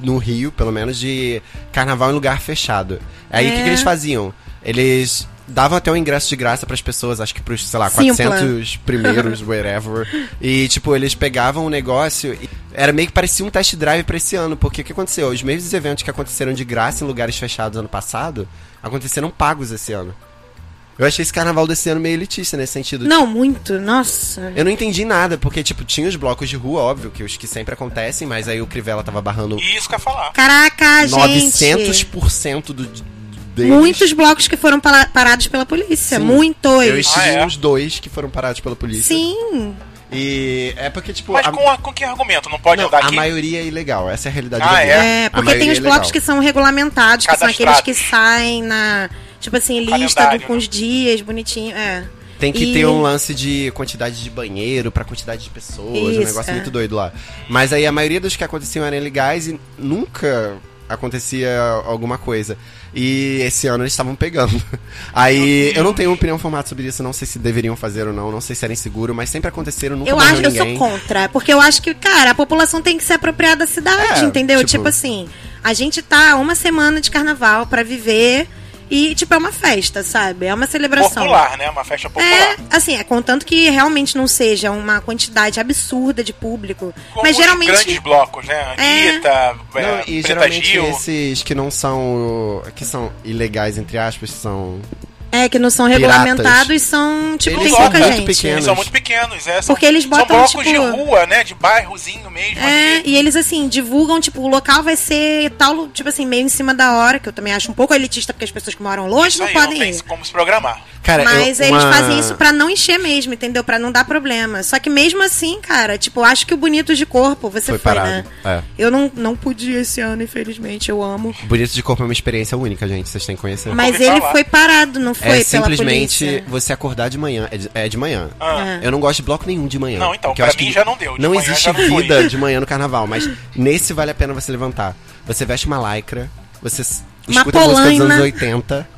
D: no Rio, pelo menos, de carnaval em lugar fechado. Aí o que,
E: É.
D: que eles faziam? Eles davam até um ingresso de graça pras pessoas, acho que pros, sei lá,
E: Simpla.
D: 400 primeiros, wherever. E, tipo, eles pegavam o negócio e era meio que parecia um test drive pra esse ano, porque o que aconteceu? Os mesmos eventos que aconteceram de graça em lugares fechados ano passado, aconteceram pagos esse ano. Eu achei esse carnaval desse ano meio elitista nesse sentido.
E: Não, muito, nossa.
D: Eu não entendi nada, porque, tipo, tinha os blocos de rua, óbvio, que os que sempre acontecem, mas aí o Crivella tava barrando
C: E isso que eu ia falar.
E: Caraca, gente.
D: 900% do, deles.
E: Muitos blocos que foram pala- parados pela polícia.
D: Sim. Eu
E: Muitos.
D: estive
C: Ah, é?
D: em uns dois que foram parados pela polícia.
E: Sim.
D: E é porque, tipo,
C: Mas
D: a,
C: com, a- com que argumento? Não pode
D: não,
C: andar
D: a
C: aqui?
D: maioria é ilegal, essa é a realidade.
C: Ah,
D: do Rio.
C: É,
E: É,
D: A
E: porque
D: maioria
E: tem os
D: é
E: blocos
D: ilegal.
E: que são regulamentados, que são aqueles
C: Cadastrados.
E: que saem na. Tipo assim, lista
C: Calendário,
E: do- com
C: né?
E: os dias, bonitinho. É.
D: Tem que
E: E-
D: ter um lance de quantidade de banheiro pra quantidade de pessoas, um
E: Isso,
D: negócio
E: é.
D: muito doido lá. Mas aí a maioria dos que aconteciam eram ilegais e nunca acontecia alguma coisa. E esse ano eles estavam pegando. Aí eu não tenho opinião formada sobre isso, não sei se deveriam fazer ou não, não sei se era inseguro, mas sempre aconteceram, nunca
E: Eu
D: morreu
E: acho, eu sou
D: ninguém.
E: contra, porque eu acho que, cara, a população tem que se apropriar da cidade,
D: É,
E: entendeu?
D: tipo-
E: Tipo, assim, a gente tá uma semana de carnaval pra viver e, tipo, é uma festa, sabe? É uma celebração.
C: Popular, né? Uma festa popular.
E: É, assim, é contanto que realmente não seja uma quantidade absurda de público,
C: Com
E: mas
C: os grandes
E: geralmente
C: blocos, né?
E: É.
C: Anitta, é.
D: Não, e
C: Preta
D: geralmente
C: Gil.
D: esses que não são. que são ilegais, entre aspas, são.
E: é que não são
D: Piratas.
E: regulamentados, são, tipo,
D: Eles
E: tem
C: são
E: pouca
D: muito
E: gente.
D: pequenos.
C: Eles são muito pequenos, é. São,
E: Porque eles botam,
C: são blocos
E: tipo-
C: de rua, né? De bairrozinho mesmo.
E: É,
C: ali.
E: e eles assim, divulgam, tipo, o local vai ser tal, tipo assim, meio em cima da hora, que eu também acho um pouco elitista, porque as pessoas que moram longe
C: Isso
E: não
C: aí,
E: podem
C: tem
E: ir.
C: como se programar.
D: Cara,
E: Mas
D: eu-
E: eles
D: uma-
E: fazem isso pra não encher mesmo, entendeu? Pra não dar problema. Só que mesmo assim, cara, tipo, eu acho que o bonito de corpo, você
D: Foi
E: foi,
D: parado.
E: né?
D: É.
E: Eu não, não pude esse ano, infelizmente, eu amo.
D: Bonito de corpo é uma experiência única, gente, vocês têm que conhecer.
E: Mas
C: ouvi
E: ele
C: falar.
E: foi parado, não foi
D: é simplesmente
E: pela polícia.
D: você acordar de manhã. É de, é de manhã.
C: Ah,
E: É.
D: Eu não gosto de bloco nenhum de manhã.
C: Não, então,
D: porque eu
C: pra
D: acho
C: mim
D: que
C: já não deu. De
D: não
C: manhã
D: existe
C: já não foi.
D: vida de manhã no carnaval, mas nesse vale a pena você levantar. Você veste uma lycra, você s-
E: Uma
D: escuta música dos
E: polaina.
D: anos 80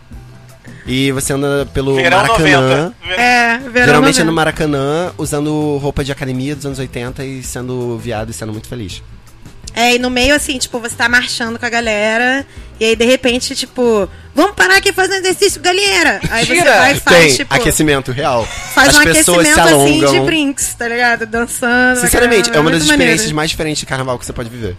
D: e você anda pelo
C: verão
D: Maracanã.
C: 90. Ver-
E: É, verão
D: Geralmente é no
E: novembro.
D: Maracanã, usando roupa de academia dos anos 80 e sendo viado e sendo muito feliz.
E: É, e no meio, assim, tipo, você tá marchando com a galera, e aí, de repente, tipo, vamos parar aqui e fazer um exercício, galera! Aí você
C: Mentira!
E: vai e faz,
D: Tem
E: tipo,
D: aquecimento real.
E: faz
D: As
E: um
D: pessoas se
E: aquecimento, assim,
D: alongam.
E: de brinks, tá ligado? Dançando.
D: Sinceramente,
E: bacana,
D: é uma das
E: muito maneiro.
D: experiências mais diferentes de carnaval que você pode viver.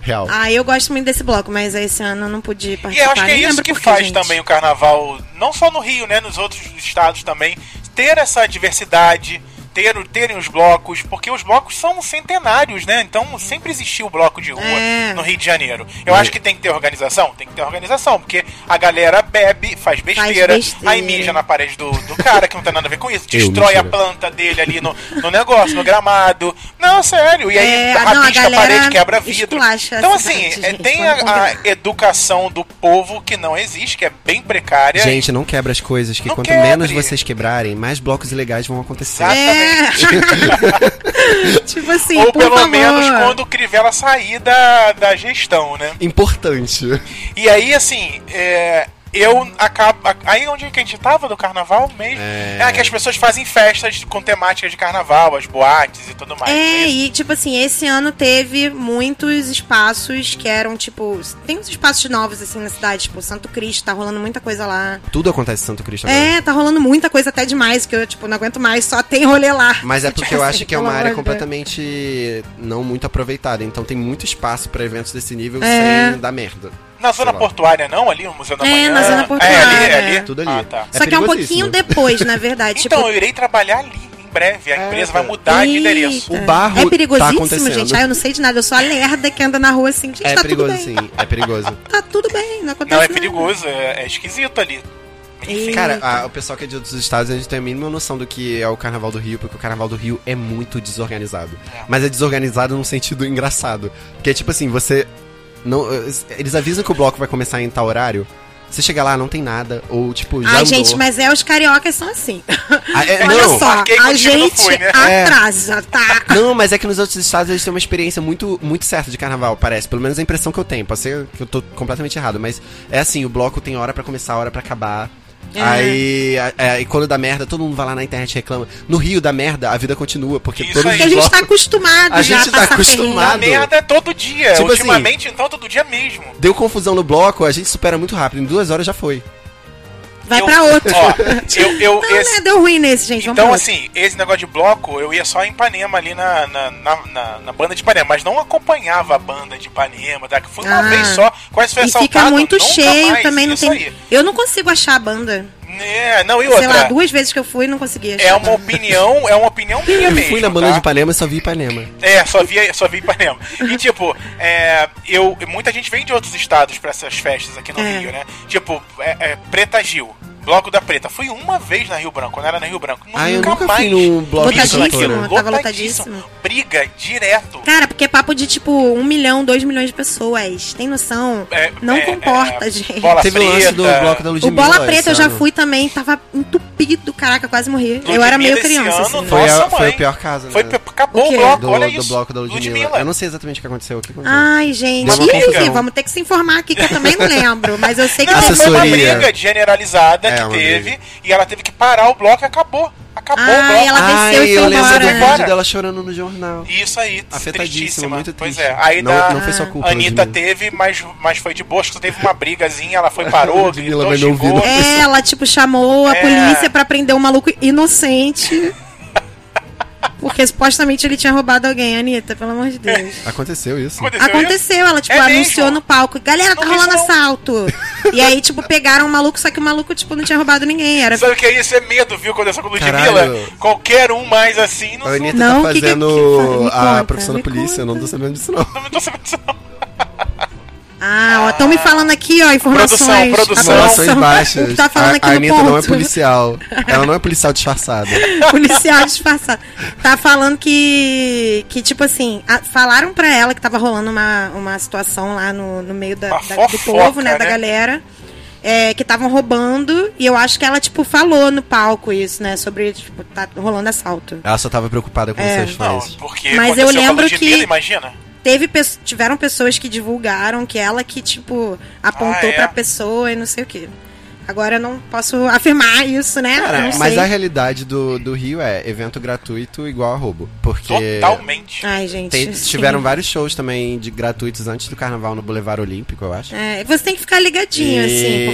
D: Real.
E: Ah, eu gosto muito desse bloco, mas esse ano eu não pude
C: E eu acho
E: participar.
C: que é
E: Nem
C: isso
E: lembro
C: que
E: por quê,
C: faz
E: gente.
C: também o carnaval, não só no Rio, né? Nos outros estados também, ter essa diversidade, ter, o- terem os blocos, porque os blocos são centenários, né? Então sempre existiu o bloco de rua
E: É.
C: no Rio de Janeiro. Eu
D: É.
C: acho que tem que ter organização? Tem que ter organização, porque a galera bebe, faz besteira,
E: besteira.
C: aí mija na parede do, do cara, que não tem nada a ver com isso,
D: Eu,
C: destrói a
D: mentira.
C: planta dele ali no, no negócio, no gramado. Não, sério. E aí
E: É, não, a
C: rabisca a,
E: galera
C: parede, quebra vidro.
E: esculacha a
C: Então, assim,
E: cidade,
C: é,
E: gente, um
C: tem
E: vamos
C: a- a
E: combinar.
C: educação do povo que não existe, que é bem precária.
D: Gente, não quebra as coisas, que
C: Não
D: quanto
C: quebre.
D: menos vocês quebrarem, mais blocos ilegais vão acontecer.
C: Exato.
E: É. tipo assim,
C: Ou
E: por
C: pelo
E: favor.
C: menos quando o Crivella sair da, da gestão, né?
D: É Importante.
C: E aí, assim, é, eu acabo. a- Aí onde é que a gente tava do carnaval mesmo? É, que as pessoas fazem festas com temáticas de carnaval, as boates e tudo mais.
E: É,
C: isso.
E: e tipo assim, esse ano teve muitos espaços que eram tipo. Tem uns espaços novos assim na cidade, tipo Santo Cristo, tá rolando muita coisa lá.
D: Tudo acontece em Santo Cristo agora.
E: É, tá rolando muita coisa até demais, que eu, tipo, não aguento mais, só tem rolê lá.
D: Mas é porque
E: Tipo
D: eu
E: assim,
D: acho que é
E: pelo
D: uma área
E: amor de Deus.
D: completamente não muito aproveitada. Então tem muito espaço pra eventos desse nível
E: É.
D: sem dar merda.
C: Na zona
D: Sei lá.
C: portuária, não? Ali, no Museu da
E: É,
C: Manhã?
E: na zona
C: É, ali, é
E: portuária.
C: ali.
D: Tudo ali.
C: Ah, tá.
D: É
E: Só que é um
D: perigosíssimo.
E: pouquinho depois, na verdade.
C: Então,
E: tipo,
C: eu irei trabalhar ali em breve. A
D: É,
C: empresa vai
D: é.
C: mudar de
E: eita,
C: endereço.
D: O barro
E: É
D: tá
E: perigosíssimo,
D: acontecendo.
E: gente. Ah, eu não sei de nada, eu sou a lerda que anda na rua assim. Gente,
D: É
E: tá
D: perigoso,
E: tudo
D: sim.
E: bem.
D: É perigoso.
E: Tá tudo bem, não acontece
C: Não, é
E: nada.
C: perigoso, é, é esquisito ali.
E: Eita.
D: Cara, a- o pessoal que é de outros estados, a gente tem a mínima noção do que é o Carnaval do Rio, porque o Carnaval do Rio é muito desorganizado.
C: É.
D: Mas é desorganizado num sentido engraçado. Porque, tipo assim, você. não eh, Eles avisam que o bloco vai começar em tal horário. Você chega lá, não tem nada. Ou, tipo, já
E: Ai,
D: andou.
E: gente, mas é, os cariocas são assim.
D: Ah, é,
E: Olha
D: não,
E: só,
C: marquei
E: a
C: contigo, não
E: gente
C: fui, né?
E: atrasa, tá?
D: Não, mas é que nos outros estados eles têm uma experiência muito, muito certa de carnaval, parece. Pelo menos a impressão que eu tenho. Pode ser que eu tô completamente errado, mas é assim, o bloco tem hora pra começar, hora pra acabar.
E: É.
D: Aí, a- é, e quando dá merda, todo mundo vai lá na internet e reclama. No Rio da merda, a vida continua, porque
C: Isso
D: todos
C: aí.
E: Porque
D: os
E: a gente
D: blocos...
E: tá acostumado
D: A
E: já
D: gente
E: a
D: tá
E: passar
D: acostumado.
C: A merda é todo dia.
D: Tipo assim-
C: Ultimamente, então, todo dia mesmo.
D: Deu confusão no bloco, a gente supera muito rápido. Em duas horas já foi.
E: perrengue. Vai
C: Eu-
E: pra outro.
C: Ó, eu, eu,
E: Não,
C: esse-
E: né? Deu ruim nesse, gente. Vamos
C: então,
E: pra outro.
C: assim, esse negócio de bloco, eu ia só em Ipanema ali na, na, na, na- na banda de Ipanema, mas não acompanhava a banda de Ipanema, tá? Que Foi uma
E: Ah.
C: vez só, quase foi
E: E fica
C: assaltado,
E: muito
C: é nunca
E: cheio
C: mais,
E: também, não
C: isso
E: tem. é
C: aí.
E: Eu não consigo achar a banda.
C: Né, não, e
E: Sei lá,
C: outra,
E: duas vezes que eu fui não consegui achar.
C: é
E: a
C: uma
E: banda.
C: opinião, é uma opinião minha
D: Eu
C: mesmo,
D: fui na banda
C: tá?
D: de Ipanema e só vi Ipanema.
C: É, só via, só via Ipanema. E tipo, é, eu, muita gente vem de outros estados pra essas festas aqui no
E: É.
C: Rio, né? Tipo, é, é, Preta Gil. Bloco da Preta. Fui uma vez na Rio Branco, quando era na Rio Branco. Nunca
D: Ah, eu nunca fui
C: mais.
D: num bloco
C: vi
E: de
C: aquilo.
E: cantora. Tava lotadíssimo.
C: Briga direto.
E: Cara, porque é papo de tipo um milhão, dois milhões de pessoas. Tem noção?
C: É,
E: não
C: é,
E: comporta,
C: é,
E: gente.
C: Bola
D: Teve
C: preta.
D: o lance do bloco da
E: O
D: Ludmilla.
E: Bola Preta eu
D: esse
E: já
D: ano.
E: fui também, tava entupido, caraca, quase morri. eu
C: Ludmilla
E: era meio
C: esse
E: criança.
C: ano,
E: assim.
D: Foi, a-
C: Nossa,
D: foi
C: mãe.
D: o pior caso, né?
C: Foi, acabou
E: O
C: o,
E: quê?
C: bloco,
D: do,
C: olha
D: do
C: isso.
D: bloco da Ludmilla.
C: Ludmilla.
D: Eu não sei exatamente o que aconteceu. O que aconteceu?
E: Ai, gente.
D: Deu uma
E: Ih,
D: confusão.
E: vamos ter que se informar aqui, que eu também não lembro. Mas eu sei que
C: um. Não,
E: teve.
C: foi uma
D: Assessoria.
C: briga generalizada
D: É,
C: que
D: uma
C: teve e ela teve que parar o bloco e acabou. Acabou o
E: Ah,
C: bloco.
E: ela venceu e
D: eu
E: foi
D: lembro
E: embora.
D: do vídeo
C: Embora.
D: dela chorando no jornal.
C: Isso aí,
D: Afetadíssima,
C: tristíssima.
D: muito
C: Pois
D: triste.
C: é, aí
D: não,
C: da
D: não foi só culpa.
C: Anitta
D: Ludmilla.
C: teve, mas, mas foi de boa, acho que teve uma brigazinha, ela foi, parou, gritou,
D: Ludmilla vai me ouvir
C: xingou.
D: depois.
E: É, Ela, tipo, chamou a
C: É.
E: polícia pra prender um maluco inocente. Porque supostamente ele tinha roubado alguém, Anitta, pelo amor de Deus.
D: Aconteceu isso.
C: Aconteceu, isso?
E: Aconteceu, ela, tipo,
C: É
E: anunciou
C: mesmo?
E: no palco, galera, tá
C: Não vi
E: rolando
C: isso, não.
E: assalto. E aí, tipo, pegaram o maluco, só que o maluco, tipo, não tinha roubado ninguém. Era
C: Sabe o que é isso? É medo, viu? Quando eu sou com Ludmilla,
D: Caralho.
C: qualquer um mais assim, não,
D: A Anitta
E: Não,
D: tá
E: o que que-
D: fazendo
E: que- me
D: a
E: conta,
D: profissão da
E: me
D: polícia, eu não tô
E: conta.
D: sabendo disso não.
C: não, não tô sabendo disso não.
E: Ah, ó, estão me falando aqui, ó, informações.
C: Produção,
E: A
D: Informações baixas.
E: Tá falando aqui
D: a, a
E: no
D: Anitta
E: ponto.
D: não é policial. Ela não é policial disfarçada.
E: Policial disfarçado. Tá falando que, que tipo assim, a- falaram pra ela que tava rolando uma, uma situação lá no, no meio da,
C: Uma
E: da- do
C: fofoca,
E: povo, né, da
C: né?
E: galera. é, que estavam roubando, e eu acho que ela, tipo, falou no palco isso, né? Sobre, tipo, tá rolando assalto.
D: Ela só tava preocupada com os
E: É.
D: seus
C: Não,
D: fãs.
C: porque
E: Mas eu
C: aconteceu com a
E: lembro
C: Ludmilla,
E: que-
C: imagina.
E: Teve, pe- tiveram pessoas que divulgaram que ela que, tipo, apontou
C: Ah, é?
E: pra pessoa e não sei o quê. Agora eu não posso afirmar isso, né?
D: Cara,
E: não
D: mas
E: sei.
D: a realidade do, do Rio é evento gratuito igual a roubo. Porque
C: Totalmente.
E: Ai, gente.
D: tem-
E: assim.
D: tiveram vários shows também de gratuitos antes do carnaval no Boulevard Olímpico, eu acho.
E: É, você tem que ficar ligadinho,
D: E-
E: assim,
C: Ah.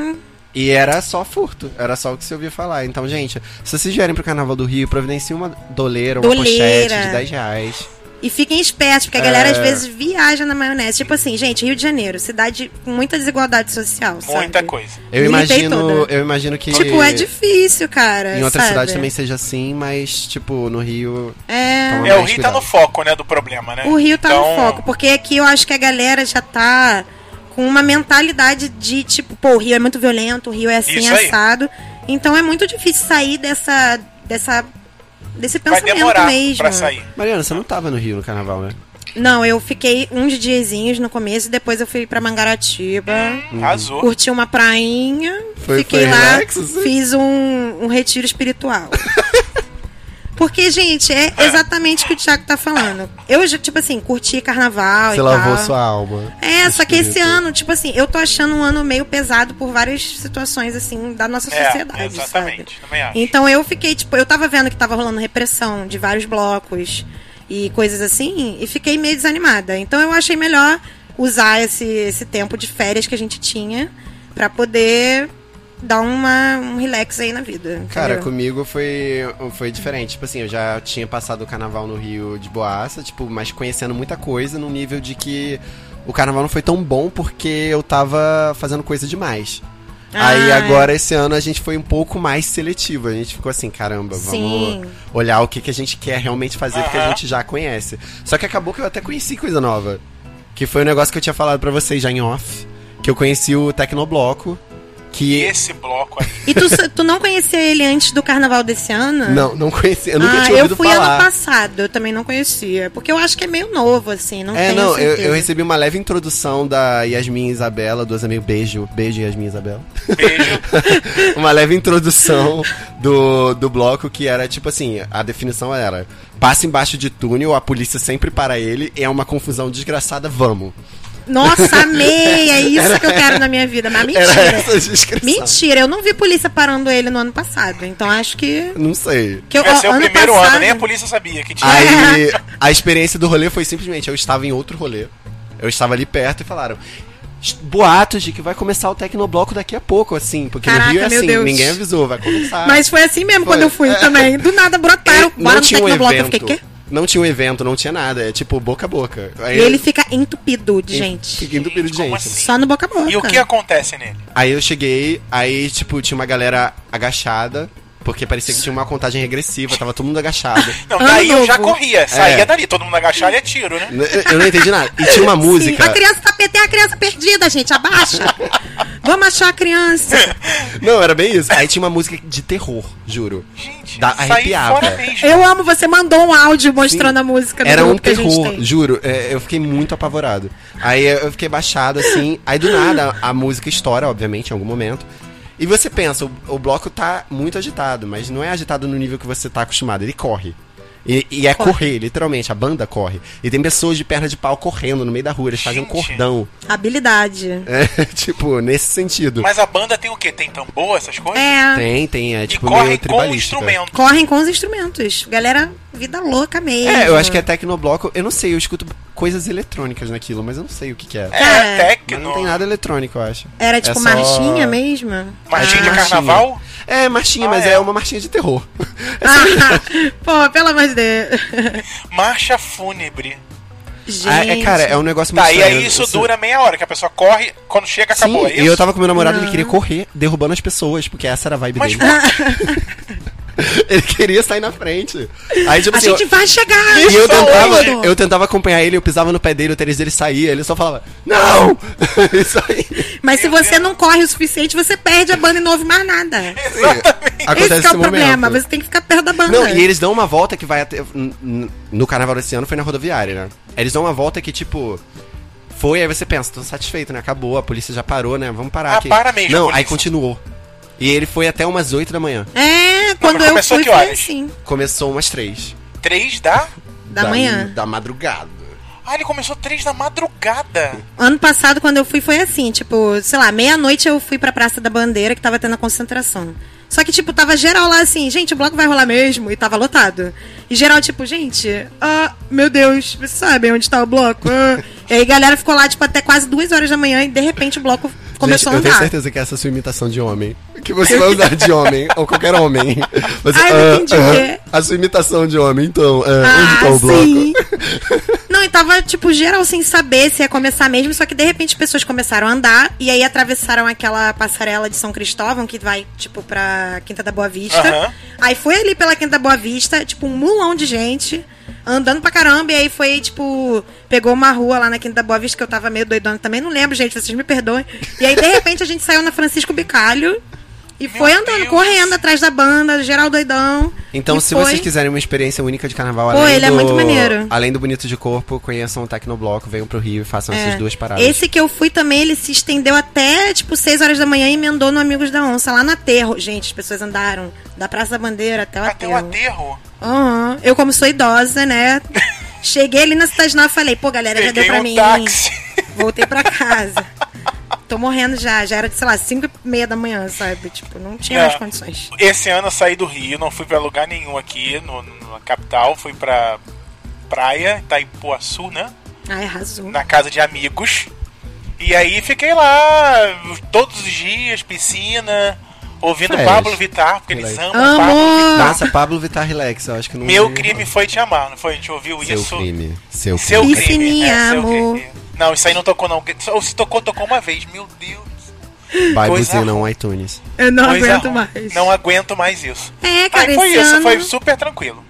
E: porque.
D: E era só furto, era só o que se ouvia falar. Então, gente, se vocês vierem pro Carnaval do Rio, providencie uma doleira, uma
E: Doleira.
D: pochete de 10 reais.
E: E fiquem espertos, porque a galera
D: É.
E: às vezes viaja na maionese. Tipo assim, gente, Rio de Janeiro, cidade com muita desigualdade social, sabe?
C: Muita coisa.
D: Eu
E: Militei
D: imagino,
E: toda.
D: eu imagino que
E: Tipo, é difícil, cara.
D: em outra
E: sabe?
D: cidade também seja assim, mas, tipo, no Rio.
E: É.
D: Toma
C: É, o
D: mais
C: Rio tá
D: cuidado.
C: no foco, né, do problema, né?
E: O Rio tá
C: Então,
E: no foco, porque aqui eu acho que a galera já tá com uma mentalidade de tipo, pô, o Rio é muito violento, o Rio é assim,
C: Isso aí.
E: assado. Então é muito difícil sair dessa. dessa desse
C: Vai
E: pensamento
C: demorar
E: mesmo.
C: pra sair.
D: Mariana, você não tava no Rio no carnaval, né?
E: Não, eu fiquei uns diazinhos no começo e depois eu fui pra Mangaratiba.
C: Hum. Arrasou.
E: Curti uma prainha,
D: Foi-
E: fiquei
D: foi
E: lá,
D: relax, assim?
E: fiz um, um retiro espiritual. Porque, gente, é exatamente o que o Thiago tá falando. Eu, já, tipo assim, curti carnaval
D: Você
E: e
D: lavou
E: tal.
D: sua alma.
E: É, só que esse
D: Espírito.
E: ano, tipo assim, eu tô achando um ano meio pesado por várias situações, assim, da nossa
C: É,
E: sociedade,
C: exatamente.
E: sabe?
C: Também acho.
E: Então eu fiquei, tipo, eu tava vendo que tava rolando repressão de vários blocos e coisas assim, e fiquei meio desanimada. Então eu achei melhor usar esse, esse tempo de férias que a gente tinha pra poder dar uma, um relax aí na vida.
D: Cara,
E: entendeu?
D: comigo foi, foi diferente. Tipo assim, eu já tinha passado o carnaval no Rio de boaça, tipo, mas conhecendo muita coisa num nível de que o carnaval não foi tão bom porque eu tava fazendo coisa demais. Aí
E: Ah,
D: agora, esse ano, a gente foi um pouco mais seletivo. A gente ficou assim, caramba, vamos
E: Sim.
D: olhar o que, que a gente quer realmente fazer, porque a
C: Aham.
D: gente já conhece. Só que acabou que eu até conheci coisa nova. Que foi um negócio que eu tinha falado pra vocês já em off. Que eu conheci o Tecnobloco.
C: E
D: Que.
C: esse bloco aí.
E: E tu, tu não conhecia ele antes do carnaval desse ano?
D: Não, não conheci. Eu nunca
E: ah,
D: tinha ouvido
E: eu fui
D: falar.
E: ano passado, eu também não conhecia. Porque eu acho que é meio novo, assim, não
D: É,
E: tenho
D: não, eu,
E: certeza.
D: eu recebi uma leve introdução da Yasmin e Isabela, duas amigas. Beijo, beijo, Yasmin e Isabela.
C: Beijo.
D: uma leve introdução do, do bloco que era tipo assim: a definição era passa embaixo de túnel, a polícia sempre para ele, é uma confusão desgraçada, vamos.
E: Nossa, amei! É isso que eu quero na minha vida. Mas
D: Era
E: mentira.
D: essa a descrição.
E: Mentira, eu não vi polícia parando ele no ano passado. Então acho que.
D: Não sei.
E: que eu,
C: Vai ser
E: ó,
C: o
E: ano
C: primeiro
E: passado,
C: ano, nem a polícia sabia que tinha.
D: Aí a experiência do rolê foi simplesmente: eu estava em outro rolê, eu estava ali perto e falaram. Boatos de que vai começar o Tecnobloco daqui a pouco, assim, porque
E: Caraca,
D: no Rio é
E: meu
D: assim,
E: Deus.
D: ninguém avisou, vai começar.
E: Mas foi assim mesmo quando eu fui também. Do nada brotaram,
D: Ele não
E: bora no
D: tinha um
E: Tecnobloco. Eu
D: evento.
E: fiquei, quê?
D: Não tinha um evento, não tinha nada. É tipo boca a boca. Aí
E: E ele fica entupido de gente.
D: Fiquei entupido
C: Gente,
D: de
C: como
D: gente.
C: assim?
E: Só no boca a boca.
C: E o que acontece nele?
D: Aí eu cheguei, aí, tipo, tinha uma galera agachada, porque parecia que tinha uma contagem regressiva, tava todo mundo agachado.
C: Não,
E: Ano
C: daí eu já
E: novo.
C: corria, saía
D: É.
C: dali, todo mundo agachado e é tiro, né?
D: Eu- eu não entendi nada. E tinha uma música.
E: Sim, a criança tá tem a criança perdida, gente. Abaixa. Vamos achar a criança.
D: Não, era bem isso. Aí tinha uma música de terror, juro.
C: Gente,
D: Dá-
C: saí
D: arrepiava. É.
C: fora mesmo.
E: Eu amo, você mandou um áudio mostrando a música do
D: Era um
E: grupo que a gente
D: terror,
E: tem.
D: juro. É, eu fiquei muito apavorado. Aí eu fiquei baixado assim. Aí do nada a música estoura, obviamente, em algum momento. E você pensa, o, o bloco tá muito agitado, mas não é agitado no nível que você tá acostumado. Ele corre. E, e é
E: Corre.
D: correr, literalmente, a banda corre. E tem pessoas de perna de pau correndo no meio da rua, eles fazem um
C: Gente.
D: cordão.
E: Habilidade.
D: É, tipo, nesse sentido.
C: Mas a banda tem o quê? Tem tambor, essas coisas?
E: É.
D: Tem, tem, é
C: E
D: tipo meio
C: correm com o
D: tribalista.
C: instrumento.
E: Correm com os instrumentos. Galera, vida louca mesmo.
D: É, eu acho que é tecnobloco. Eu não sei, eu escuto coisas eletrônicas naquilo, mas eu não sei o que, que é.
C: É,
D: Mas
C: tecno.
D: não tem nada eletrônico, eu acho.
E: Era
D: É
E: tipo
D: só-
E: marchinha mesmo?
C: Marchinha de
E: ah.
C: carnaval?
D: É, marchinha,
C: Ah,
D: mas
C: é.
D: é. uma marchinha de terror.
E: Ah, pô, pelo amor de Deus.
C: Marcha fúnebre.
E: Gente.
D: Ah, é, cara, é um negócio muito
C: Tá, e
D: estranho.
C: aí isso dura meia hora, que a pessoa corre, quando chega,
D: Sim,
C: acabou. é
D: e eu
C: isso?
D: tava com meu namorado, ele queria correr, derrubando as pessoas, porque essa era a vibe
C: Mas
D: dele. ele queria sair na frente. Aí, tipo
E: A
D: assim,
E: gente
D: eu-
E: vai chegar!
D: e eu tentava,
E: Hoje.
D: eu tentava acompanhar ele, eu pisava no pé dele, o tênis dele saía, ele só falava, não! isso aí.
E: Mas se você não corre o suficiente, você perde a banda e não ouve mais nada.
D: Acontece
E: Esse que é o
D: momento.
E: problema. Você tem que ficar perto da banda.
D: Não, e eles dão uma volta que vai até. n- n- No carnaval desse ano foi na rodoviária, né? Eles dão uma volta que, tipo. Foi, aí você pensa, tô satisfeito, né? Acabou, a polícia já parou, né? Vamos parar
C: Ah,
D: aqui.
C: para mesmo,
D: Não,
C: polícia.
D: aí continuou. E ele foi até umas 8 da manhã.
E: É, quando
C: mas
E: eu
C: começou
E: fui,
C: que
E: foi
C: horas?
E: assim.
D: Começou umas 3.
C: Três da...
E: Da manhã.
D: Da madrugada.
C: Ah, ele começou três da madrugada.
E: Ano passado, quando eu fui, foi assim, tipo, sei lá, meia-noite eu fui pra Praça da Bandeira, que tava tendo a concentração. Só que, tipo, tava geral lá assim, gente, o bloco vai rolar mesmo, e tava lotado. E geral, tipo, gente, ah, meu Deus, vocês sabem onde tá o bloco? Ah. E aí a galera ficou lá, tipo, até quase duas horas da manhã, e de repente o bloco começou
D: Gente, eu
E: a
D: tenho
E: andar.
D: certeza que essa é a sua imitação de homem. que você vai usar de homem, ou qualquer homem. Você,
E: Ah, eu entendi o
D: ah,
E: quê.
D: ah, a sua imitação de homem, então, ah, onde tá
E: Ah,
D: o bloco?
E: sim. Não, e tava, tipo, geral sem saber se ia começar mesmo, só que de repente as pessoas começaram a andar e aí atravessaram aquela passarela de São Cristóvão que vai, tipo, pra Quinta da Boa Vista.
C: Aham.
E: Aí foi ali pela Quinta da Boa Vista, tipo, um mulão de gente andando pra caramba. E aí foi, tipo, pegou uma rua lá na Quinta da Boa Vista que eu tava meio doidona também. Não lembro, gente, vocês me perdoem. E aí, de repente, a gente saiu na Francisco Bicalho. E
C: Meu
E: foi andando,
C: Deus.
E: correndo atrás da banda, geral doidão.
D: Então,
E: E
D: se
E: foi-
D: vocês quiserem uma experiência única de carnaval,
E: Pô,
D: além
E: ele é
D: do,
E: muito maneiro.
D: Além do bonito de corpo, conheçam o Tecnobloco, venham pro Rio e façam essas duas paradas.
E: É. Esse que eu fui também, ele se estendeu até, tipo, 6 horas da manhã e emendou no Amigos da Onça, lá no aterro. Gente, as pessoas andaram da Praça da Bandeira até o
C: Até o
E: aterro.
C: aterro.
E: Aham. Eu, como sou idosa, né? Cheguei ali na Cidade Nova e falei, pô, galera, já deu
C: Peguei
E: pra
C: um
E: mim.
C: táxi.
E: Voltei pra casa. Tô morrendo já, já era, sei lá, 5 e meia da manhã, sabe? Tipo, não tinha
C: É.
E: mais condições.
C: Esse ano eu saí do Rio, não fui pra lugar nenhum aqui no, no- na capital, fui pra praia, Itaipuaçu, né?
E: Ai, arrasou.
C: Na casa de amigos. E aí fiquei lá todos os dias, piscina, ouvindo
D: Férias.
C: Pablo Vittar, porque eles
D: Relax.
C: amam Pablo Vittar.
E: Amor!
D: Nossa, Pablo Vittar Relax, eu acho que não. é
C: Meu crime foi te amar, não foi? A gente ouviu
D: Seu
C: isso?
D: crime. Seu,
C: Seu
D: crime.
C: crime.
E: Piscininha,
C: é, seu
E: amor.
C: crime. Não, isso aí não tocou não. Ou se tocou, tocou uma vez. Meu Deus.
D: Vai
C: Coisa
D: buzina um iTunes.
E: Eu não
C: Coisa
E: aguento
C: ruim.
E: mais.
C: é, Não aguento mais isso.
E: É, cara,
C: Aí foi
E: esse
C: isso,
E: ano...
C: foi super tranquilo.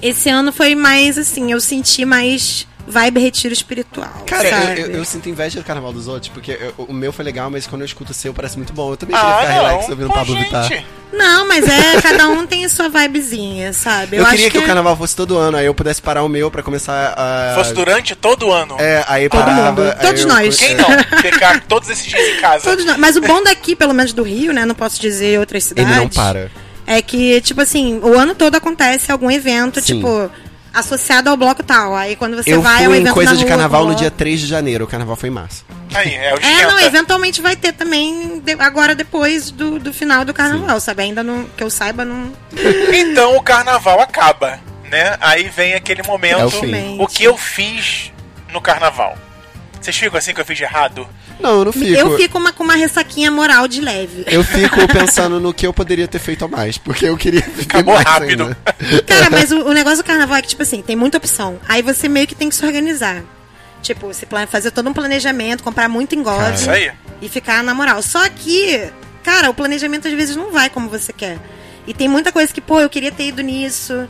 E: Esse ano foi mais assim, eu senti mais vibe retiro espiritual.
D: Cara,
E: sabe?
D: eu, eu- eu sinto inveja do carnaval dos outros, porque eu- o meu foi legal, mas quando eu escuto o seu parece muito bom. Eu também queria
C: Ah,
D: ficar relax
C: não.
D: ouvindo
C: Pô,
D: Pablo Vittar.
C: gente.
E: Não, mas é, cada um tem a sua vibezinha, sabe?
D: Eu, queria
E: acho
D: que, o carnaval fosse todo ano, aí eu pudesse parar o meu pra começar a.
C: Fosse durante todo o ano.
D: Ah, É, aí
E: Todo
D: parava.
E: mundo.
D: aí
E: Todos
D: eu-
E: nós.
D: é.
C: Quem não? Ficar todos esses dias em casa.
E: é Todos nós- Mas o bom daqui, pelo menos do Rio, né? Não posso dizer outras
D: Ele
E: cidades.
D: não para.
E: É que, tipo assim, o ano todo acontece algum evento,
D: Sim.
E: tipo, associado ao bloco tal. Aí quando você
D: eu
E: vai, é um
D: fui
E: evento
D: em coisa
E: na
D: de
E: rua,
D: carnaval no
E: bloco.
D: dia 3 de janeiro, o carnaval foi em março.
C: Aí, é o
E: É, não,
C: esquenta.
E: eventualmente vai ter também de- agora depois do, do final do carnaval, sabe? Ainda não, que eu saiba, não.
C: Então o carnaval acaba, né? Aí vem aquele
D: É o
C: momento.
D: fim.
C: o que eu fiz no carnaval? Vocês ficam assim que eu fiz de errado?
D: Não, eu não fico.
E: Eu fico uma, com uma ressaquinha moral de leve.
D: Eu fico pensando no que eu poderia ter feito a mais, porque eu queria viver
C: Acabou
D: mais
C: rápido.
D: ainda.
E: Cara, mas o, o negócio do carnaval é que, tipo assim, tem muita opção. Aí você meio que tem que se organizar. Tipo, você plane- fazer todo um planejamento, comprar muito
D: Cara.
E: engove
C: Isso aí.
E: e ficar na moral. Só que, cara, o planejamento às vezes não vai como você quer. E tem muita coisa que, pô, eu queria ter ido nisso.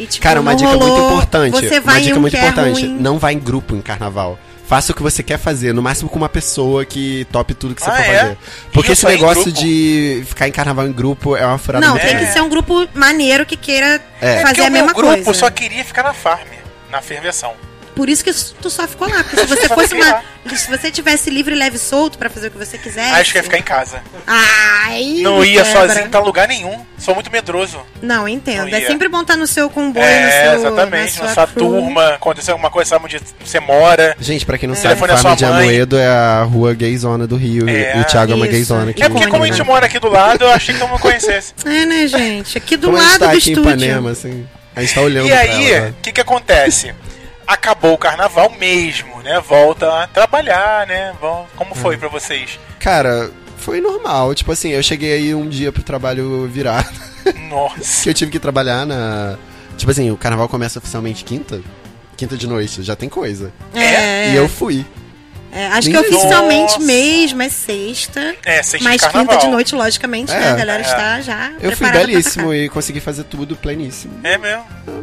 E: E, tipo,
D: Cara, uma
E: não
D: dica muito
E: rolou.
D: importante.
E: Você vai
D: uma
E: em
D: dica
E: um
D: muito
E: que é
D: importante.
E: ruim.
D: Não vá em grupo em carnaval. Faça o que você quer fazer, no máximo com uma pessoa que tope tudo que você
C: Ah,
D: for
C: é?
D: fazer. Porque
C: Isso
D: esse
C: aí,
D: negócio
C: grupo.
D: de ficar em carnaval em grupo é uma furada
E: Não,
D: muito
E: tem que
D: grande.
E: ser um grupo maneiro que queira
C: É Porque
E: fazer
C: o
E: é a
C: meu
E: mesma
C: grupo
E: coisa.
C: só queria ficar na farm, na ferveção.
E: Por isso que s- tu só ficou lá. Porque se você
C: Só
E: fosse
C: fiquei
E: uma. Se você tivesse livre, leve e solto pra fazer o que você quisesse.
C: Acho que ia ficar em casa.
E: Ai,
C: Não
E: me
C: ia
E: quebra.
C: sozinho pra lugar nenhum. Sou muito medroso.
E: Não, entendo.
C: Não
E: é
C: ia.
E: sempre bom estar no seu comboio,
C: é,
E: no seu,
C: exatamente.
E: na
C: Na
E: sua
C: sua
E: crew.
C: turma, aconteceu alguma coisa, sabe onde você mora.
D: Gente, pra quem não sabe,
C: É. Telefone da
D: Farm de
C: sua mãe.
D: Amoedo é a rua gayzona do Rio e-
C: É.
D: e o Thiago é uma
E: Isso.
D: gayzona. que
C: É porque
D: não-
C: como a gente
E: Icônico.
C: mora aqui do lado, eu achei que todo mundo conhecesse.
E: É, né, gente? Aqui do
D: Como a gente
E: lado
D: tá aqui
E: do
D: em
E: estúdio.
D: Ipanema, assim. A gente tá olhando
C: E
D: pra
C: aí,
D: ela.
C: o que que acontece? Acabou o carnaval mesmo, né? Volta a trabalhar, né? Bom, como foi pra vocês?
D: Cara, foi normal. Tipo assim, eu cheguei aí um dia pro trabalho virar.
C: Nossa.
D: que eu tive que trabalhar na. Tipo assim, o carnaval começa oficialmente quinta? Quinta de noite, já tem coisa.
E: É,
D: E eu fui.
E: é, acho que
D: Nossa.
E: oficialmente mesmo é sexta.
C: É, sexta de
E: Mas
C: carnaval.
E: quinta de noite, logicamente, né?
D: É.
E: A galera
C: É.
E: está já.
D: Eu fui
E: preparada pra
D: belíssimo e consegui fazer tudo pleníssimo.
C: É mesmo.
E: atacar.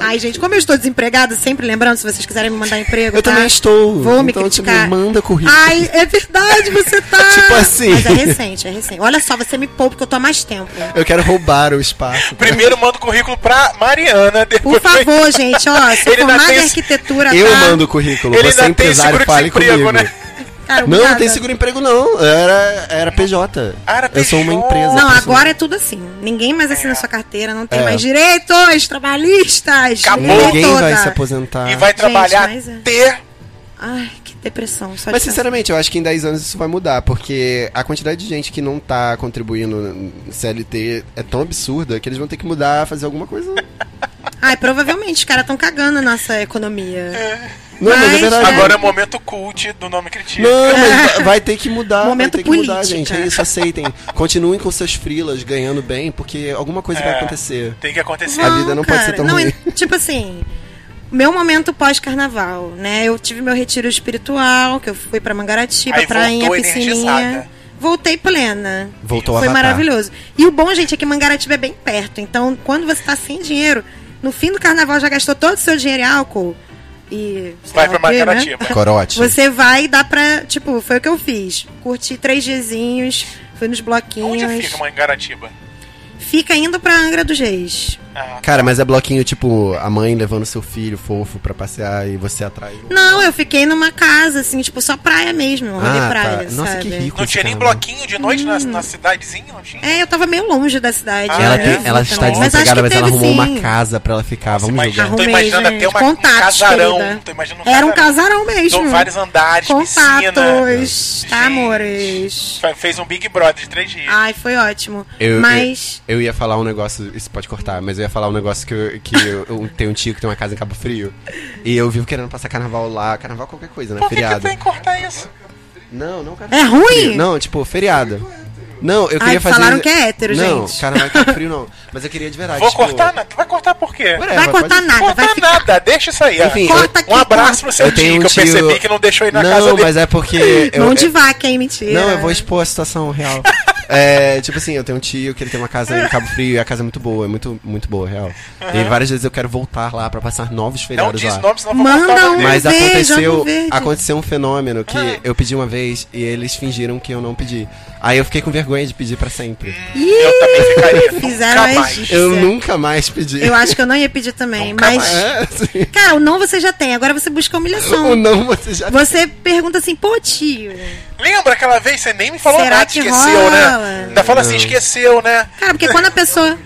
E: Ai, gente, como eu estou desempregada, sempre lembrando, se vocês quiserem me mandar emprego,
D: Eu
E: tá?
D: também estou.
E: Vou me
D: então, tipo,
E: criticar.
D: manda currículo.
E: Ai, é verdade, você tá.
D: Tipo assim.
E: Mas é recente, é recente. Olha só, você me poupa que eu tô há mais tempo.
D: Eu quero roubar o espaço.
C: Primeiro manda o currículo pra Mariana, depois.
E: Por favor, gente, ó, se
C: Ele ainda
E: formado
C: tem
E: em
C: esse-
E: arquitetura,
D: Eu
E: tá?
D: mando o currículo.
C: Ele
D: Você
C: ainda
D: é
C: tem
D: empresário, fale
C: seguro-desemprego,
D: comigo.
C: né?
E: Cara,
D: Não, não
E: obrigada.
D: tem seguro-emprego, não. Eu Era, era PJ.
C: Ah, era
D: Eu sou uma
C: PJ.
D: empresa.
E: Não,
D: pessoal.
E: agora é tudo assim. Ninguém mais assina sua carteira, não tem
D: É.
E: mais direitos trabalhistas.
C: Acabou.
E: nem
D: Ninguém
E: toda.
D: vai se aposentar.
C: E vai trabalhar
E: mas é.
C: ter
E: Ai, que depressão. Só
D: Mas
E: de
D: sinceramente, eu acho que em 10 anos isso vai mudar, porque a quantidade de gente que não tá contribuindo no CLT é tão absurda que eles vão ter que mudar, fazer alguma coisa.
E: pensar. Ai, provavelmente os caras estão cagando a nossa economia.
A: Não, mas é verdade.
C: Agora é o momento cult do nome critica.
A: Não, mas vai- vai ter que mudar.
E: Momento
A: vai ter que mudar,
E: política.
A: gente. É isso, aceitem. Continuem com seus frilas, ganhando bem, porque alguma coisa
C: É.
A: vai acontecer.
C: Tem que acontecer.
A: A vida não pode ser tão ruim.
E: e- Tipo assim, meu momento pós-carnaval, né? Eu tive meu retiro espiritual, que eu fui pra Mangaratiba,
C: Aí
E: prainha,
C: voltou energizada.
E: piscininha. Voltei plena.
D: Voltou
E: Foi
D: Avatar.
E: maravilhoso. E o bom, gente, é que Mangaratiba é bem perto. Então, quando você tá sem dinheiro, no fim do carnaval já gastou todo o seu dinheiro em álcool e. sei
C: Vai
E: lá
C: pra
E: o quê, né?
C: Mangaratiba.
D: Corote.
E: Você vai e dá pra. Tipo, foi o que eu fiz. Curti três diazinhos, fui nos bloquinhos.
C: Onde é fica Mangaratiba?
E: Fica indo pra Angra dos Reis.
C: Ah,
D: Cara, mas é bloquinho, tipo, a mãe levando seu filho fofo pra passear e você atrás.
E: Não, eu fiquei numa casa, assim, tipo, só praia mesmo, um rolê
D: Ah,
E: praia,
D: tá. Nossa,
E: sabe?
D: que rico.
C: não tinha nem
D: caramba.
C: bloquinho de noite na, na cidadezinha? Não tinha?
E: É, eu tava meio longe da cidade.
C: Ah,
D: Ela,
E: né?
D: tem- ela está
E: Exatamente. acho
D: desempregada,
E: que
D: mas, ela
E: teve,
D: arrumou
E: sim.
D: uma casa pra ela ficar. Vamos
C: Nossa,
D: julgar.
C: imagina- Tô
E: Arrumei,
C: imaginando até
E: gente.
C: uma- um
E: Contatos,
C: casarão.
E: querida.
C: Tô imaginando um
E: Era um
C: casarão.
E: casarão mesmo.
C: São vários andares,
E: Contatos,
C: piscina.
E: tá,
C: Gente,
E: amores? Ah,
C: fe- Fez um Big Brother de três dias.
E: Ai, foi ótimo.
D: Eu,
E: Mas...
D: eu, eu ia falar um negócio, isso pode cortar, mas eu ia falar um negócio que, eu, que eu, eu tenho um tio que tem uma casa em Cabo Frio. E eu vivo querendo passar carnaval lá, carnaval qualquer coisa, né?
C: Por que, que
D: feriado. Tá
C: tem que cortar isso?
D: Não, não carnaval.
E: É ruim?
D: Não, tipo, feriado. Não, eu
E: Ai,
D: queria fazer.
E: falaram que é hétero,
D: não,
E: gente.
D: carnaval em Cabo Frio não. Mas eu queria de verdade.
C: Vou
D: tipo,
C: cortar nada. Tu vai cortar por quê?
D: whatever,
E: Vai
D: É, pode-
E: cortar nada, vai
C: cortar
E: ficar.
C: nada, deixa isso aí. ó.
D: Enfim, eu-
E: Corta
D: um
E: aqui,
C: Um abraço pro
E: corta.
C: seu tio, que eu percebi que não deixou ir na
D: não,
C: casa dele.
D: mas é porque. eu-
E: Mão
D: eu-
E: de vaca, hein? Mentira.
D: Não, eu vou expor a situação real. É, tipo assim, eu tenho um tio que ele tem uma casa em Cabo Frio e a casa é muito boa, é muito, muito boa, real. E várias vezes eu quero voltar lá pra passar
E: É
D: novos
C: Não
D: feriados
C: diz
D: lá.
C: nome, senão eu vou
E: Manda
C: cortar o
E: um-
C: nome dele.
D: Mas
E: Olho um verde, olho
D: aconteceu,
E: verde.
D: aconteceu um fenômeno que
C: Ah.
D: eu pedi uma vez e eles fingiram que eu não pedi. Aí eu fiquei com vergonha de pedir pra sempre.
C: Eu também ficaria.
E: Fizeram
C: nunca
E: a
C: mais.
E: egípcia.
D: Eu nunca mais pedi.
E: Eu acho que eu não ia pedir também,
C: Nunca
E: mas...
D: É, assim,
E: Cara, o não você já tem, agora você busca a humilhação.
D: ou não, você já.
E: um- Você pergunta assim, pô, tio.
C: Lembra aquela vez? Você nem me falou
E: Será
C: nada,
E: que
C: esqueceu, né?
E: rola?
C: Ainda fala assim,
D: Não.
C: esqueceu, né?
E: Cara, porque quando a pessoa.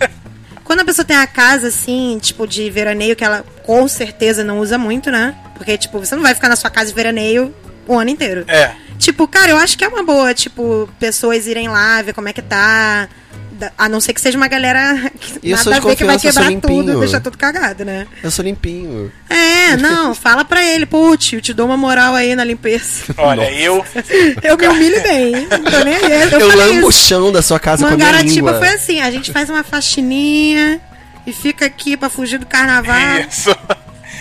E: Quando a pessoa tem a casa, assim, tipo, de veraneio, que ela com certeza não usa muito, né? Porque, tipo, você não vai ficar na sua casa de veraneio o ano inteiro.
C: É.
E: Tipo, cara, eu acho que é uma boa, tipo, pessoas irem lá, ver como é que tá. Da- A não ser que seja uma galera que
D: E eu sou
E: nada a
D: de
E: ver que vai
D: confiança, eu sou
E: quebrar
D: limpinho.
E: tudo, deixar tudo cagado, né?
D: Eu sou limpinho.
E: É, não, fala pra ele, pô, tio, te dou uma moral aí na limpeza.
C: Olha, eu.
E: Eu me humilho bem, não tô nem aí. Eu,
D: Eu,
E: falei
D: lambo o
E: isso.
D: chão da sua casa com a minha língua.
E: Mangaratiba foi assim, a gente faz uma faxininha e fica aqui pra fugir do carnaval.
C: Isso.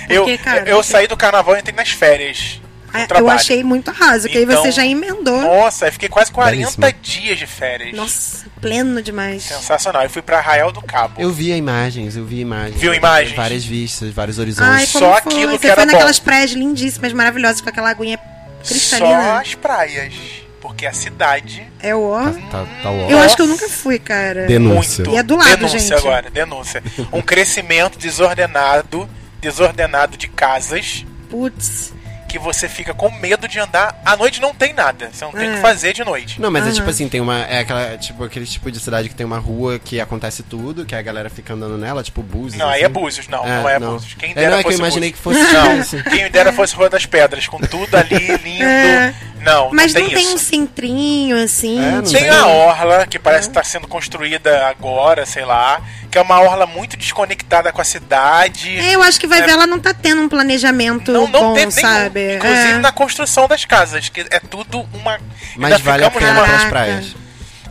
C: Eu,
E: quê, cara?
C: eu saí do carnaval e entrei nas férias. no
E: Ah, Eu
C: um trabalho.
E: achei muito arraso, que aí
C: Então,
E: você já emendou.
C: Nossa, eu fiquei quase 40
D: Belíssimo.
C: dias de férias.
E: Nossa, pleno
C: É,
E: demais.
C: Sensacional. Eu fui pra Arraial do Cabo.
D: Eu vi imagens, eu vi imagens.
C: Viu imagens?
D: Várias vistas, vários
E: Ai,
D: horizontes.
E: como
C: Só
E: foi?
C: aquilo
E: você
C: que era
E: foi naquelas
C: bom.
E: praias lindíssimas, maravilhosas, com aquela aguinha
C: Só
E: cristalina.
C: as praias. Porque a cidade.
E: É o ó.
D: Tá, tá ó.
E: Eu acho que eu nunca fui, cara.
D: Denúncia.
C: Muito.
E: E é do lado,
C: denúncia
E: gente.
C: agora, denúncia. Um crescimento desordenado, desordenado de casas,
E: Putz.
C: que você fica com medo de andar. À noite não tem nada. Você não tem o que
E: É.
C: fazer de noite.
D: Não, mas é
E: Aham.
D: tipo assim, tem uma. É aquela, tipo, aquele tipo de cidade que tem uma rua que acontece tudo, que a galera fica andando nela, tipo Búzios.
C: Não,
D: assim.
C: aí é Búzios, não, não é Búzios. Quem
D: é,
C: dera
D: não, é que eu
C: fosse
D: imaginei
C: Búzios.
D: que fosse
C: Não,
D: isso.
C: quem me dera fosse Rua das Pedras, com tudo ali lindo.
E: É.
C: Não,
E: Mas
C: não
E: não
C: tem
E: tem um
C: isso.
E: centrinho, assim.
D: É, não
E: tipo-
C: Tem a orla, que parece estar sendo construída agora, sei lá, que é uma orla muito desconectada com a cidade.
E: É, eu acho que vai ver, ela não tá tendo um planejamento
C: Não, não
E: bom,
C: teve nenhum.
E: sabe?
C: Inclusive
E: É.
C: na construção das casas, que é tudo uma.
D: Mas vale a pena
E: numa-
D: pelas
E: Caraca.
D: praias.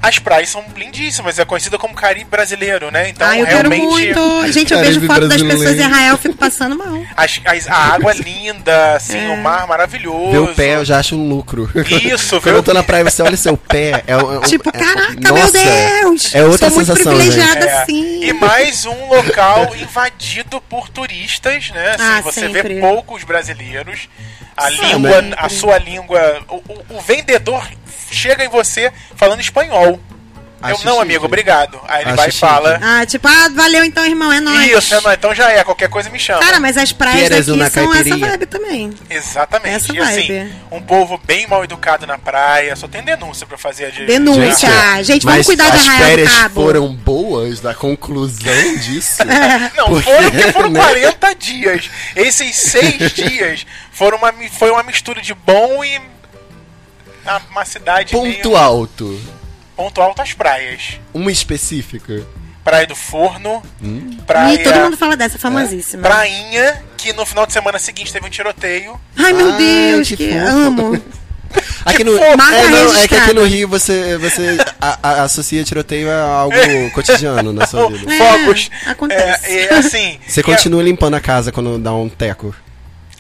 C: As praias são lindíssimas, é conhecida como Caribe brasileiro, né? Então
E: ah, eu
C: realmente.
E: quero muito. Gente, eu
D: Caribe
E: vejo foto das
D: brasileiro.
E: pessoas em Israel, eu fico passando mal.
C: As, as- a água é linda, assim,
E: É.
C: o mar maravilhoso.
D: Ver o pé, eu já acho um lucro.
C: Isso,
D: Quando
C: viu?
D: eu tô na praia, você olha seu pé. É, um- é um-
E: Tipo,
D: é-
E: caraca, meu
D: nossa,
E: Deus!
D: É outra
E: Sou
D: sensação,
E: muito
D: gente.
E: privilegiada,
C: É.
E: sim.
C: E mais um local invadido por turistas, né? Assim,
E: Ah,
C: você vê
E: sempre.
C: poucos brasileiros. A
E: Sempre.
C: língua, a sua língua. O, o- o vendedor chega em você falando espanhol. eu,
D: Acho
C: não,
D: chique.
C: amigo, obrigado. Aí ele
D: Acho
C: vai e
D: chique.
C: fala.
E: Ah, tipo, ah, valeu então, irmão, é nóis.
C: Isso, é nóis, então já é, qualquer coisa me chama.
E: Cara, mas as praias
D: Queres uma
E: daqui são essa
D: caipirinha?
E: vibe também.
C: Exatamente.
E: Essa
C: e assim,
E: vibe.
C: um povo bem mal educado na praia, só tem denúncia pra fazer de.
E: Denúncia.
C: de-
E: Gente, vamos
D: é. mas
E: cuidar de
D: as
E: Arraial do
D: férias
E: Cabo.
D: foram boas da conclusão disso.
C: Não,
D: Porque,
C: foram porque foram
D: né?
C: 40 dias. Esses seis dias foram uma, mi- foi uma mistura de bom e. a- Uma cidade
D: Ponto
C: meio-
D: alto. um
C: ponto alto às praias.
D: Uma específica.
C: Praia do Forno,
E: E
C: praia.
A: Hum.
E: todo mundo fala dessa, famosíssima.
C: Prainha, que que no final de semana seguinte teve um tiroteio.
E: Ai, meu
A: Ai,
E: Deus,
A: que
E: que,
A: fofo.
E: amo.
A: Aqui no, é,
E: fofo.
A: não, é
E: Marca
A: que aqui
E: registrada.
A: no Rio você, você a- a- associa tiroteio a algo cotidiano na sua vida.
E: É,
C: fogos.
E: acontece.
C: É, é, assim.
A: Você
C: e é-
A: continua limpando a casa quando dá um teco.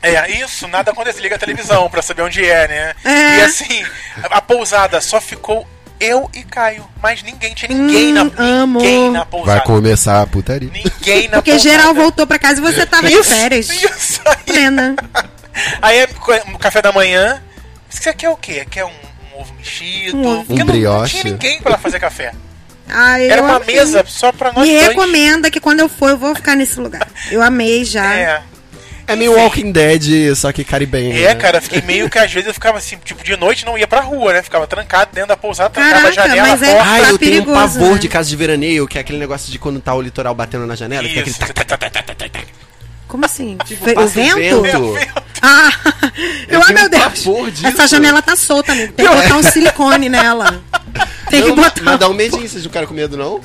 C: É, isso, nada acontece. Liga a televisão pra saber onde é, né?
E: É.
C: E assim, a, a pousada só ficou eu e Caio. Mas ninguém tinha ninguém,
E: Hum,
C: na,
E: amo.
C: ninguém na pousada.
A: Vai começar a putaria.
C: Ninguém na
E: Porque
C: pousada.
E: geral voltou pra casa e você tava de
C: Isso,
E: férias.
C: Isso aí.
E: Plena.
C: Aí é co- um café da manhã. Você quer o quê? Quer um, um ovo mexido?
E: Um ovo.
C: Porque
A: Um
C: não- não,
A: brioche.
C: tinha ninguém pra fazer café.
E: Ai,
C: Era
E: eu
C: uma
E: amei.
C: mesa só pra nós
E: Me
C: dois.
E: recomenda que quando eu for, eu vou ficar nesse lugar. Eu amei já.
C: É.
A: É meio Walking Dead, só que caribenho. né?
C: É, cara, fiquei meio que às vezes eu ficava assim, tipo, de noite não ia pra rua, né? Ficava trancado dentro da pousada, trancava a
E: Caraca,
C: janela, a
E: mas é-
C: porta.
E: Tá
A: Ai, eu tenho um
E: perigoso,
A: pavor
E: né?
A: de casa de veraneio, que é aquele negócio de quando tá o litoral batendo na janela, que tem aquele
C: Isso.
A: tac, tac, tac, tac, tac, tac, tac.
E: Como assim?
A: Tipo,
E: Fe- o
A: passa
E: vento?
A: o vento.
E: Ah, eu,
A: tenho
E: ai
A: um
E: meu Deus.
A: pavor disso.
E: Essa janela tá solta, amigo. Tem que botar um silicone nela. Tem que
A: Não,
E: botar.
A: Mas dá um medinho, vocês não ficaram com medo, não?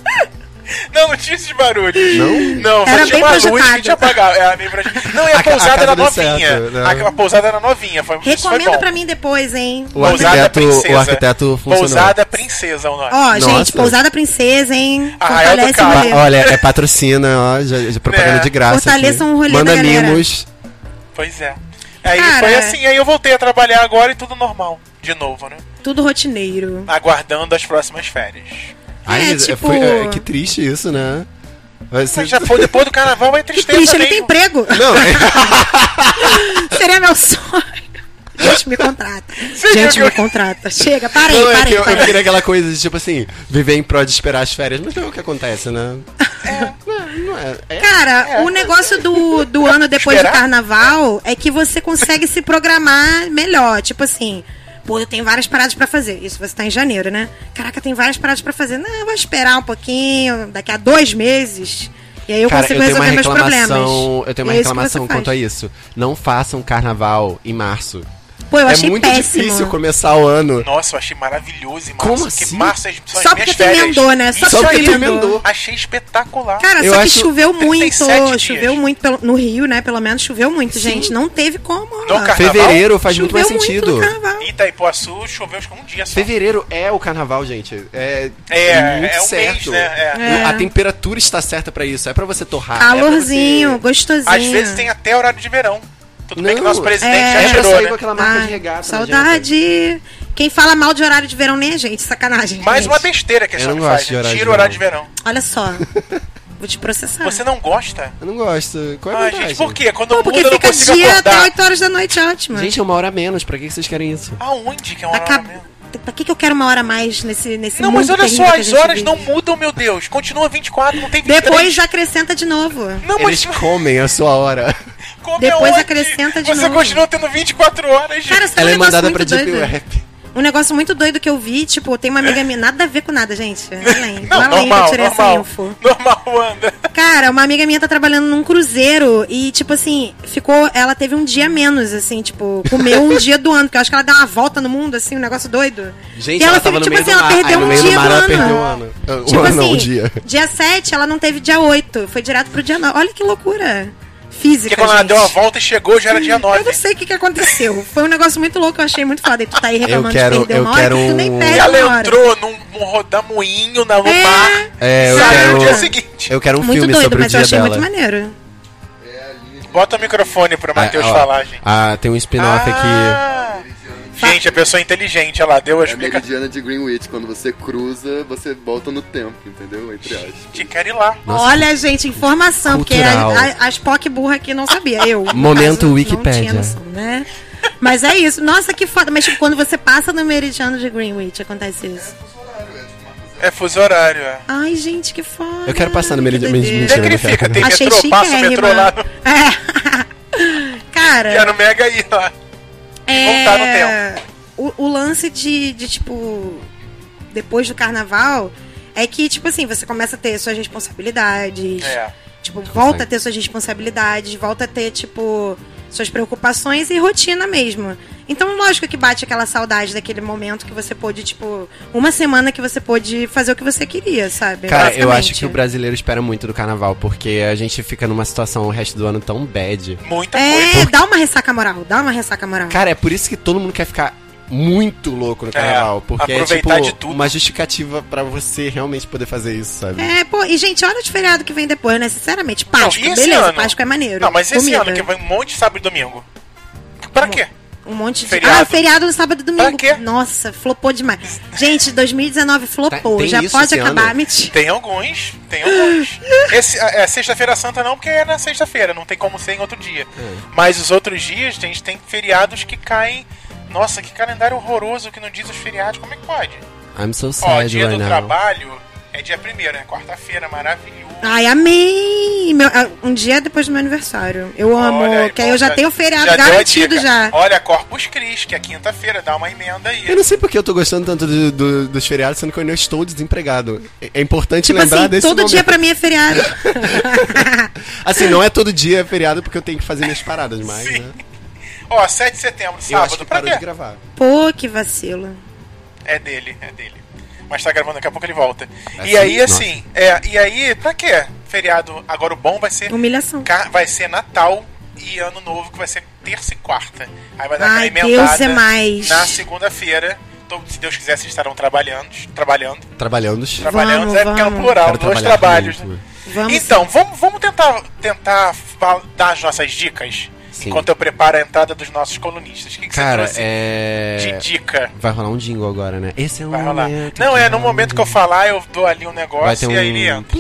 C: Não, não tinha esses barulhos.
A: Não?
C: Não, só
E: Era
C: tinha
E: bem
C: uma luz que
E: projetado.
C: tinha apagado. É, meio projetado. Não,
A: A
C: e a,
A: ca- a
C: pousada
A: casa
C: era
A: deu
C: novinha.
A: certo, né?
C: a, a pousada era novinha, foi, isso foi
E: Recomenda
C: bom.
E: pra mim depois, hein?
A: O arquiteto, o arquiteto funcionou.
C: Pousada Princesa, o nome.
E: Ó,
A: Nossa.
E: gente, Pousada Princesa, hein?
C: Ah, é do
E: Fortalece o
C: carro.
A: Pa-
E: rolê.
A: Olha, é patrocina, ó, já, já propaganda
C: É.
A: de graça.
E: Fortaleça
A: aqui.
E: um rolê
A: Manda
E: da galera.
A: mimos.
C: Pois é. Aí
E: Cara.
C: foi assim, aí eu voltei a trabalhar agora e tudo normal. De novo, né?
E: Tudo rotineiro.
C: Aguardando as próximas férias.
A: Ai,
E: É, tipo-
A: foi- é, que triste isso, né? Vai ser-
C: Mas já foi depois do carnaval, é
E: Que
C: tristeza
E: triste, ele
C: mesmo.
E: tem emprego.
A: Não, é-
E: Seria meu sonho. Gente, me contrata.
C: viu que
E: Gente, me
C: eu-
E: contrata. Chega, parei,
A: não é que
E: parei.
A: eu, eu
E: parei.
A: queria aquela coisa de, tipo assim, viver em prol de esperar as férias. Mas não é o que acontece, né? Não, não é. É-
E: Cara, o negócio do, do ano depois do
C: Esperar?
E: carnaval é que você consegue se programar melhor. Tipo assim, pô, eu tenho várias paradas pra fazer. Isso você tá em janeiro, né? Caraca, tem várias paradas pra fazer. Não, eu vou esperar um pouquinho, daqui a dois meses. E aí eu
D: Cara,
E: consigo
D: eu tenho uma
E: resolver meus problemas.
D: reclamação, eu tenho uma
E: E é isso que
D: reclamação
E: você faz.
D: quanto a isso. Não façam carnaval em março.
E: Pô, eu
A: é
E: achei
A: muito
E: péssimo.
A: difícil começar o ano.
C: Nossa, eu achei maravilhoso em março.
D: Como
C: porque
D: assim?
C: março é- são
E: Só
C: as
E: porque
C: minhas
E: tu
C: férias.
E: emendou, né? Só
C: Isso
A: porque
C: aí,
A: tu emendou.
C: Achei espetacular.
E: Cara,
A: Eu
E: só que
A: acho
E: choveu muito.
C: 37 dias.
E: Choveu muito pelo- no Rio, né? Pelo menos choveu muito, gente. Não teve como.
C: No
E: ó.
C: carnaval?
D: Fevereiro faz muito mais
E: Choveu
D: sentido.
E: no
C: Ah,
E: carnaval.
C: é, Itaipuaçu choveu acho que um dia só.
D: Fevereiro é o carnaval, gente. É,
C: É,
D: é muito
C: é um
D: certo.
C: mês, né?
E: É.
D: A temperatura está certa pra isso. É pra você torrar.
E: Calorzinho, gostosinho.
C: Às vezes tem até horário de verão. Tudo bem que
D: Não,
C: nosso presidente
E: é-
D: É,
C: já
D: é pra
C: tirou,
D: sair
C: né?
D: com aquela marca
E: Ai,
D: de regata. na janta.
E: Saudade. Quem fala mal de horário de verão nem é gente, sacanagem.
C: Mais
E: gente.
C: uma besteira que a
D: Eu
C: Sony
D: não gosto
C: faz,
D: de
C: né?
D: horário de
C: Tira o horário de verão.
E: Olha só. Vou te processar.
C: Você não gosta?
D: Eu não gosto. Qual é a
C: Ah,
D: vantagem?
C: gente, por quê? Quando
E: Pô,
C: eu muda,
E: porque
C: eu não
E: fica
C: consigo
E: dia até
C: acordar.
E: 8 horas da noite, é ótimo.
D: Gente, é uma hora a menos. Pra que que vocês querem isso?
C: Aonde que é um horário
E: Acab...
C: mesmo?
E: Pra que, que eu quero uma hora a mais nesse, nesse
C: Não,
E: mundo
C: mas olha
E: terrível
C: só,
E: que a
C: as
E: gente
C: horas
E: vive?
C: não mudam, meu Deus. Continua 24, não tem 23.
E: Depois acrescenta de novo.
C: Não, mas
D: Eles comem a sua
E: É
D: hora.
E: um
C: como
E: depois
C: aonde?
E: acrescenta de
C: Você
E: novo.
C: continua tendo 24 horas, gente.
E: Cara, sabe
D: Ela
E: um
D: é
E: negócio
D: mandada
E: muito
D: pra Deep
E: doido?
D: Web.
E: Um negócio muito doido que eu vi, tipo, tem uma amiga minha, nada a ver com nada, gente. Além,
C: Não,
E: além que eu
C: normal,
E: tirei essa
C: normal.
E: info.
C: Normal, Wanda.
E: Cara, uma amiga minha tá trabalhando num cruzeiro e, tipo assim, ficou. Ela teve um dia menos, assim, tipo, comeu um dia do ano, porque eu acho que ela dá uma volta no mundo, assim, um negócio doido.
D: Gente,
E: e
D: ela,
E: ela,
D: tava
E: teve,
D: no
E: tipo
D: meio
E: assim,
D: do
E: ela
D: mar. Ai,
E: perdeu
D: no
E: um
D: meio
E: dia
D: do mar,
E: do
D: ela
E: ano.
D: perdeu um ano. Ah, Um
E: Tipo
D: ano, não,
E: assim,
D: um dia.
E: dia 7, ela não teve dia 8, foi direto pro dia 9. Olha que loucura. Física.
C: Porque quando ela
E: gente. Hum,
C: deu a volta e chegou, já era dia
E: Eu não
C: 9.
E: sei o que, que aconteceu. Foi um negócio muito louco, eu achei muito foda. E tu tá aí reclamando
D: quero-
E: de perder
D: eu
E: uma hora,
D: quero
E: que tu nem
D: um-
E: perde
C: Ela
E: uma hora.
C: entrou num, num rodamoinho na, no
E: É.
C: mar.
D: É, eu
C: saiu no dia
D: quero,
C: seguinte.
D: eu quero um
E: muito
D: filme
E: doido,
D: sobre o
E: mas eu
D: dia
E: achei
D: dela.
E: muito maneiro.
C: Bota o microfone pro Matheus
D: Ah, ó,
C: falar, gente.
D: Ah, tem um spin-off aqui.
C: Ah. Gente, a pessoa é inteligente, olha lá, deu a
F: É a
C: explicação.
F: meridiana de Greenwich. Quando você cruza, você volta no tempo, entendeu? Entre aspas.
C: Te quero ir lá.
E: Olha, gente, informação,
D: Cultural.
E: porque a- a- as POC burra aqui não sabia. Eu. no
D: Momento
E: não
D: Wikipédia.
E: tinha noção, né? Mas é isso. Nossa, que foda. Mas tipo, quando você passa no meridiano de Greenwich, acontece isso.
C: É fuso horário, é.
E: Ai, gente, que foda.
D: Eu quero passar no
E: Que
D: meridiano-
E: doideira.
D: Mentira, eu não
C: Sacrifica,
D: quero.
C: tem
E: Achei
C: metrô, passa o metrô lá.
E: chiquérrima. É. Cara. é,
C: Já no Mega aí, lá. voltar no
E: O, o lance de, de, tipo, depois do carnaval é que, tipo assim, você começa a ter suas responsabilidades.
C: É.
E: Tipo, volta a ter suas responsabilidades, volta a ter, tipo, suas preocupações e rotina mesmo. Então, lógico que bate aquela saudade daquele momento que você pôde, tipo, uma semana que você pôde fazer o que você queria, sabe?
D: Cara, eu acho
E: Basicamente.
D: que o brasileiro espera muito do carnaval, porque a gente fica numa situação o resto do ano tão bad.
C: Muita coisa.
E: É, dá uma ressaca moral, dá uma ressaca moral.
D: Cara, é por isso que todo mundo quer ficar muito louco no carnaval, porque é tipo
C: aproveitar de tudo.
D: uma justificativa pra você realmente poder fazer isso, sabe?
E: É, pô, e gente, olha de feriado que vem depois, né? Sinceramente, Páscoa,
C: e esse
E: beleza,
C: ano?
E: Páscoa é maneiro.
C: Não, mas esse
E: Comida.
C: ano que vai um monte de sábado e domingo. Pra quê?
E: Um monte de.
C: Feriado.
E: Ah, feriado no sábado e domingo.
C: Pra quê?
E: Nossa, flopou demais. Gente, 2019 flopou.
C: Tá,
D: Tem
E: Já
D: isso
E: pode
D: esse
E: acabar,
D: ano?
E: mentira.
C: Tem alguns, tem alguns. Esse, é é sexta-feira santa não, porque é na sexta-feira, não tem como ser em outro dia. Mas os outros dias, a gente tem feriados que caem. Nossa, que calendário horroroso que não diz os feriados, como é que pode?
D: I'm so
C: Ó,
D: sad
C: dia
D: right
C: do
D: now.
C: trabalho é dia primeiro, é quarta-feira, maravilhoso.
E: Ai, amei! Meu- ah, um dia depois do meu aniversário. Eu amo,
C: Olha aí,
E: que aí
C: bom,
E: eu já, tenho o feriado
C: já deu a
E: garantido
C: dica.
E: já.
C: Olha, Corpus Christi, que é quinta-feira, dá uma emenda aí.
D: Eu não sei porque eu tô gostando tanto do- do- dos feriados, sendo que eu ainda estou desempregado. É- É importante
E: Tipo
D: lembrar
E: assim,
D: desse
E: todo
D: momento.
E: dia pra mim é feriado.
D: Assim, não é todo dia feriado porque eu tenho que fazer minhas paradas, mas,
C: Sim.
D: né?
C: Ó, 7 de setembro,
D: Eu acho
C: sábado,
D: que
C: pra
D: parou de
C: quê?
D: gravar.
E: Pô, que vacilo.
C: É dele, é dele. Mas tá gravando, daqui a pouco ele volta.
D: Assim,
C: e aí,
D: nossa.
C: assim, é, e aí, pra quê? Feriado, agora o bom vai ser
D: Um-
E: Humilhação.
C: ca- vai ser Natal e Ano Novo, que vai ser terça e quarta. Aí vai dar aquela
E: Ai,
C: emendada
E: Deus é mais.
C: na segunda-feira. Então, Se Deus quiser, vocês estarão trabalhando. Trabalhando.
D: Trabalhando.
C: Trabalhando
E: Vamos,
C: é porque é no
E: vamos.
C: plural,
D: Quero
C: dois
D: trabalhar
C: trabalhos.
D: muito.
C: né?
E: Vamos.
C: Então, vamos, vamos tentar, tentar fa- dar as nossas dicas
D: Sim.
C: enquanto eu preparo a entrada dos nossos colunistas. O que, que
D: Cara,
C: você trouxe de
D: é.
C: dica?
D: Vai rolar um jingle agora, né? Esse é o
C: Vai rolar.
D: momento
C: Não, é
D: que
C: no
D: rola um
C: momento que eu falar, eu dou ali um
D: Vai
C: negócio
D: ter
C: e
D: um.
C: aí ele entra.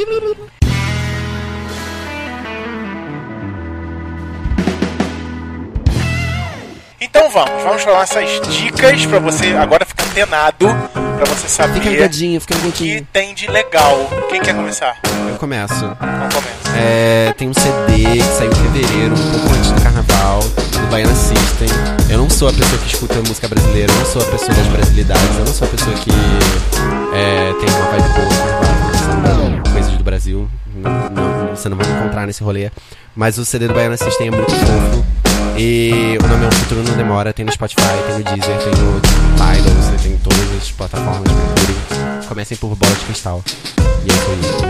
C: Então vamos, vamos falar essas dicas pra você agora ficar antenado, pra você
D: Fica
C: saber
D: ligadinho, fica
C: o que
D: ligadinho.
C: tem de legal. Quem quer começar?
D: Eu começo.
C: Não começa.
D: É, tem um CD que saiu em fevereiro, um pouco antes do carnaval, do Baiana System. Eu não sou a pessoa que escuta música brasileira, eu não sou a pessoa das brasilidades, eu não sou a pessoa que é, tem uma vibe boa no carnaval, pensando em coisas do Brasil. Não- não- você não vai me encontrar nesse rolê. Mas o CD do Baiana System é muito fofo. E o nome é O Futuro Não Demora, tem no Spotify, tem no Deezer, tem no Tidal, você tem em todas as plataformas de cultura. Comecem por Bola de Cristal. E é isso aí,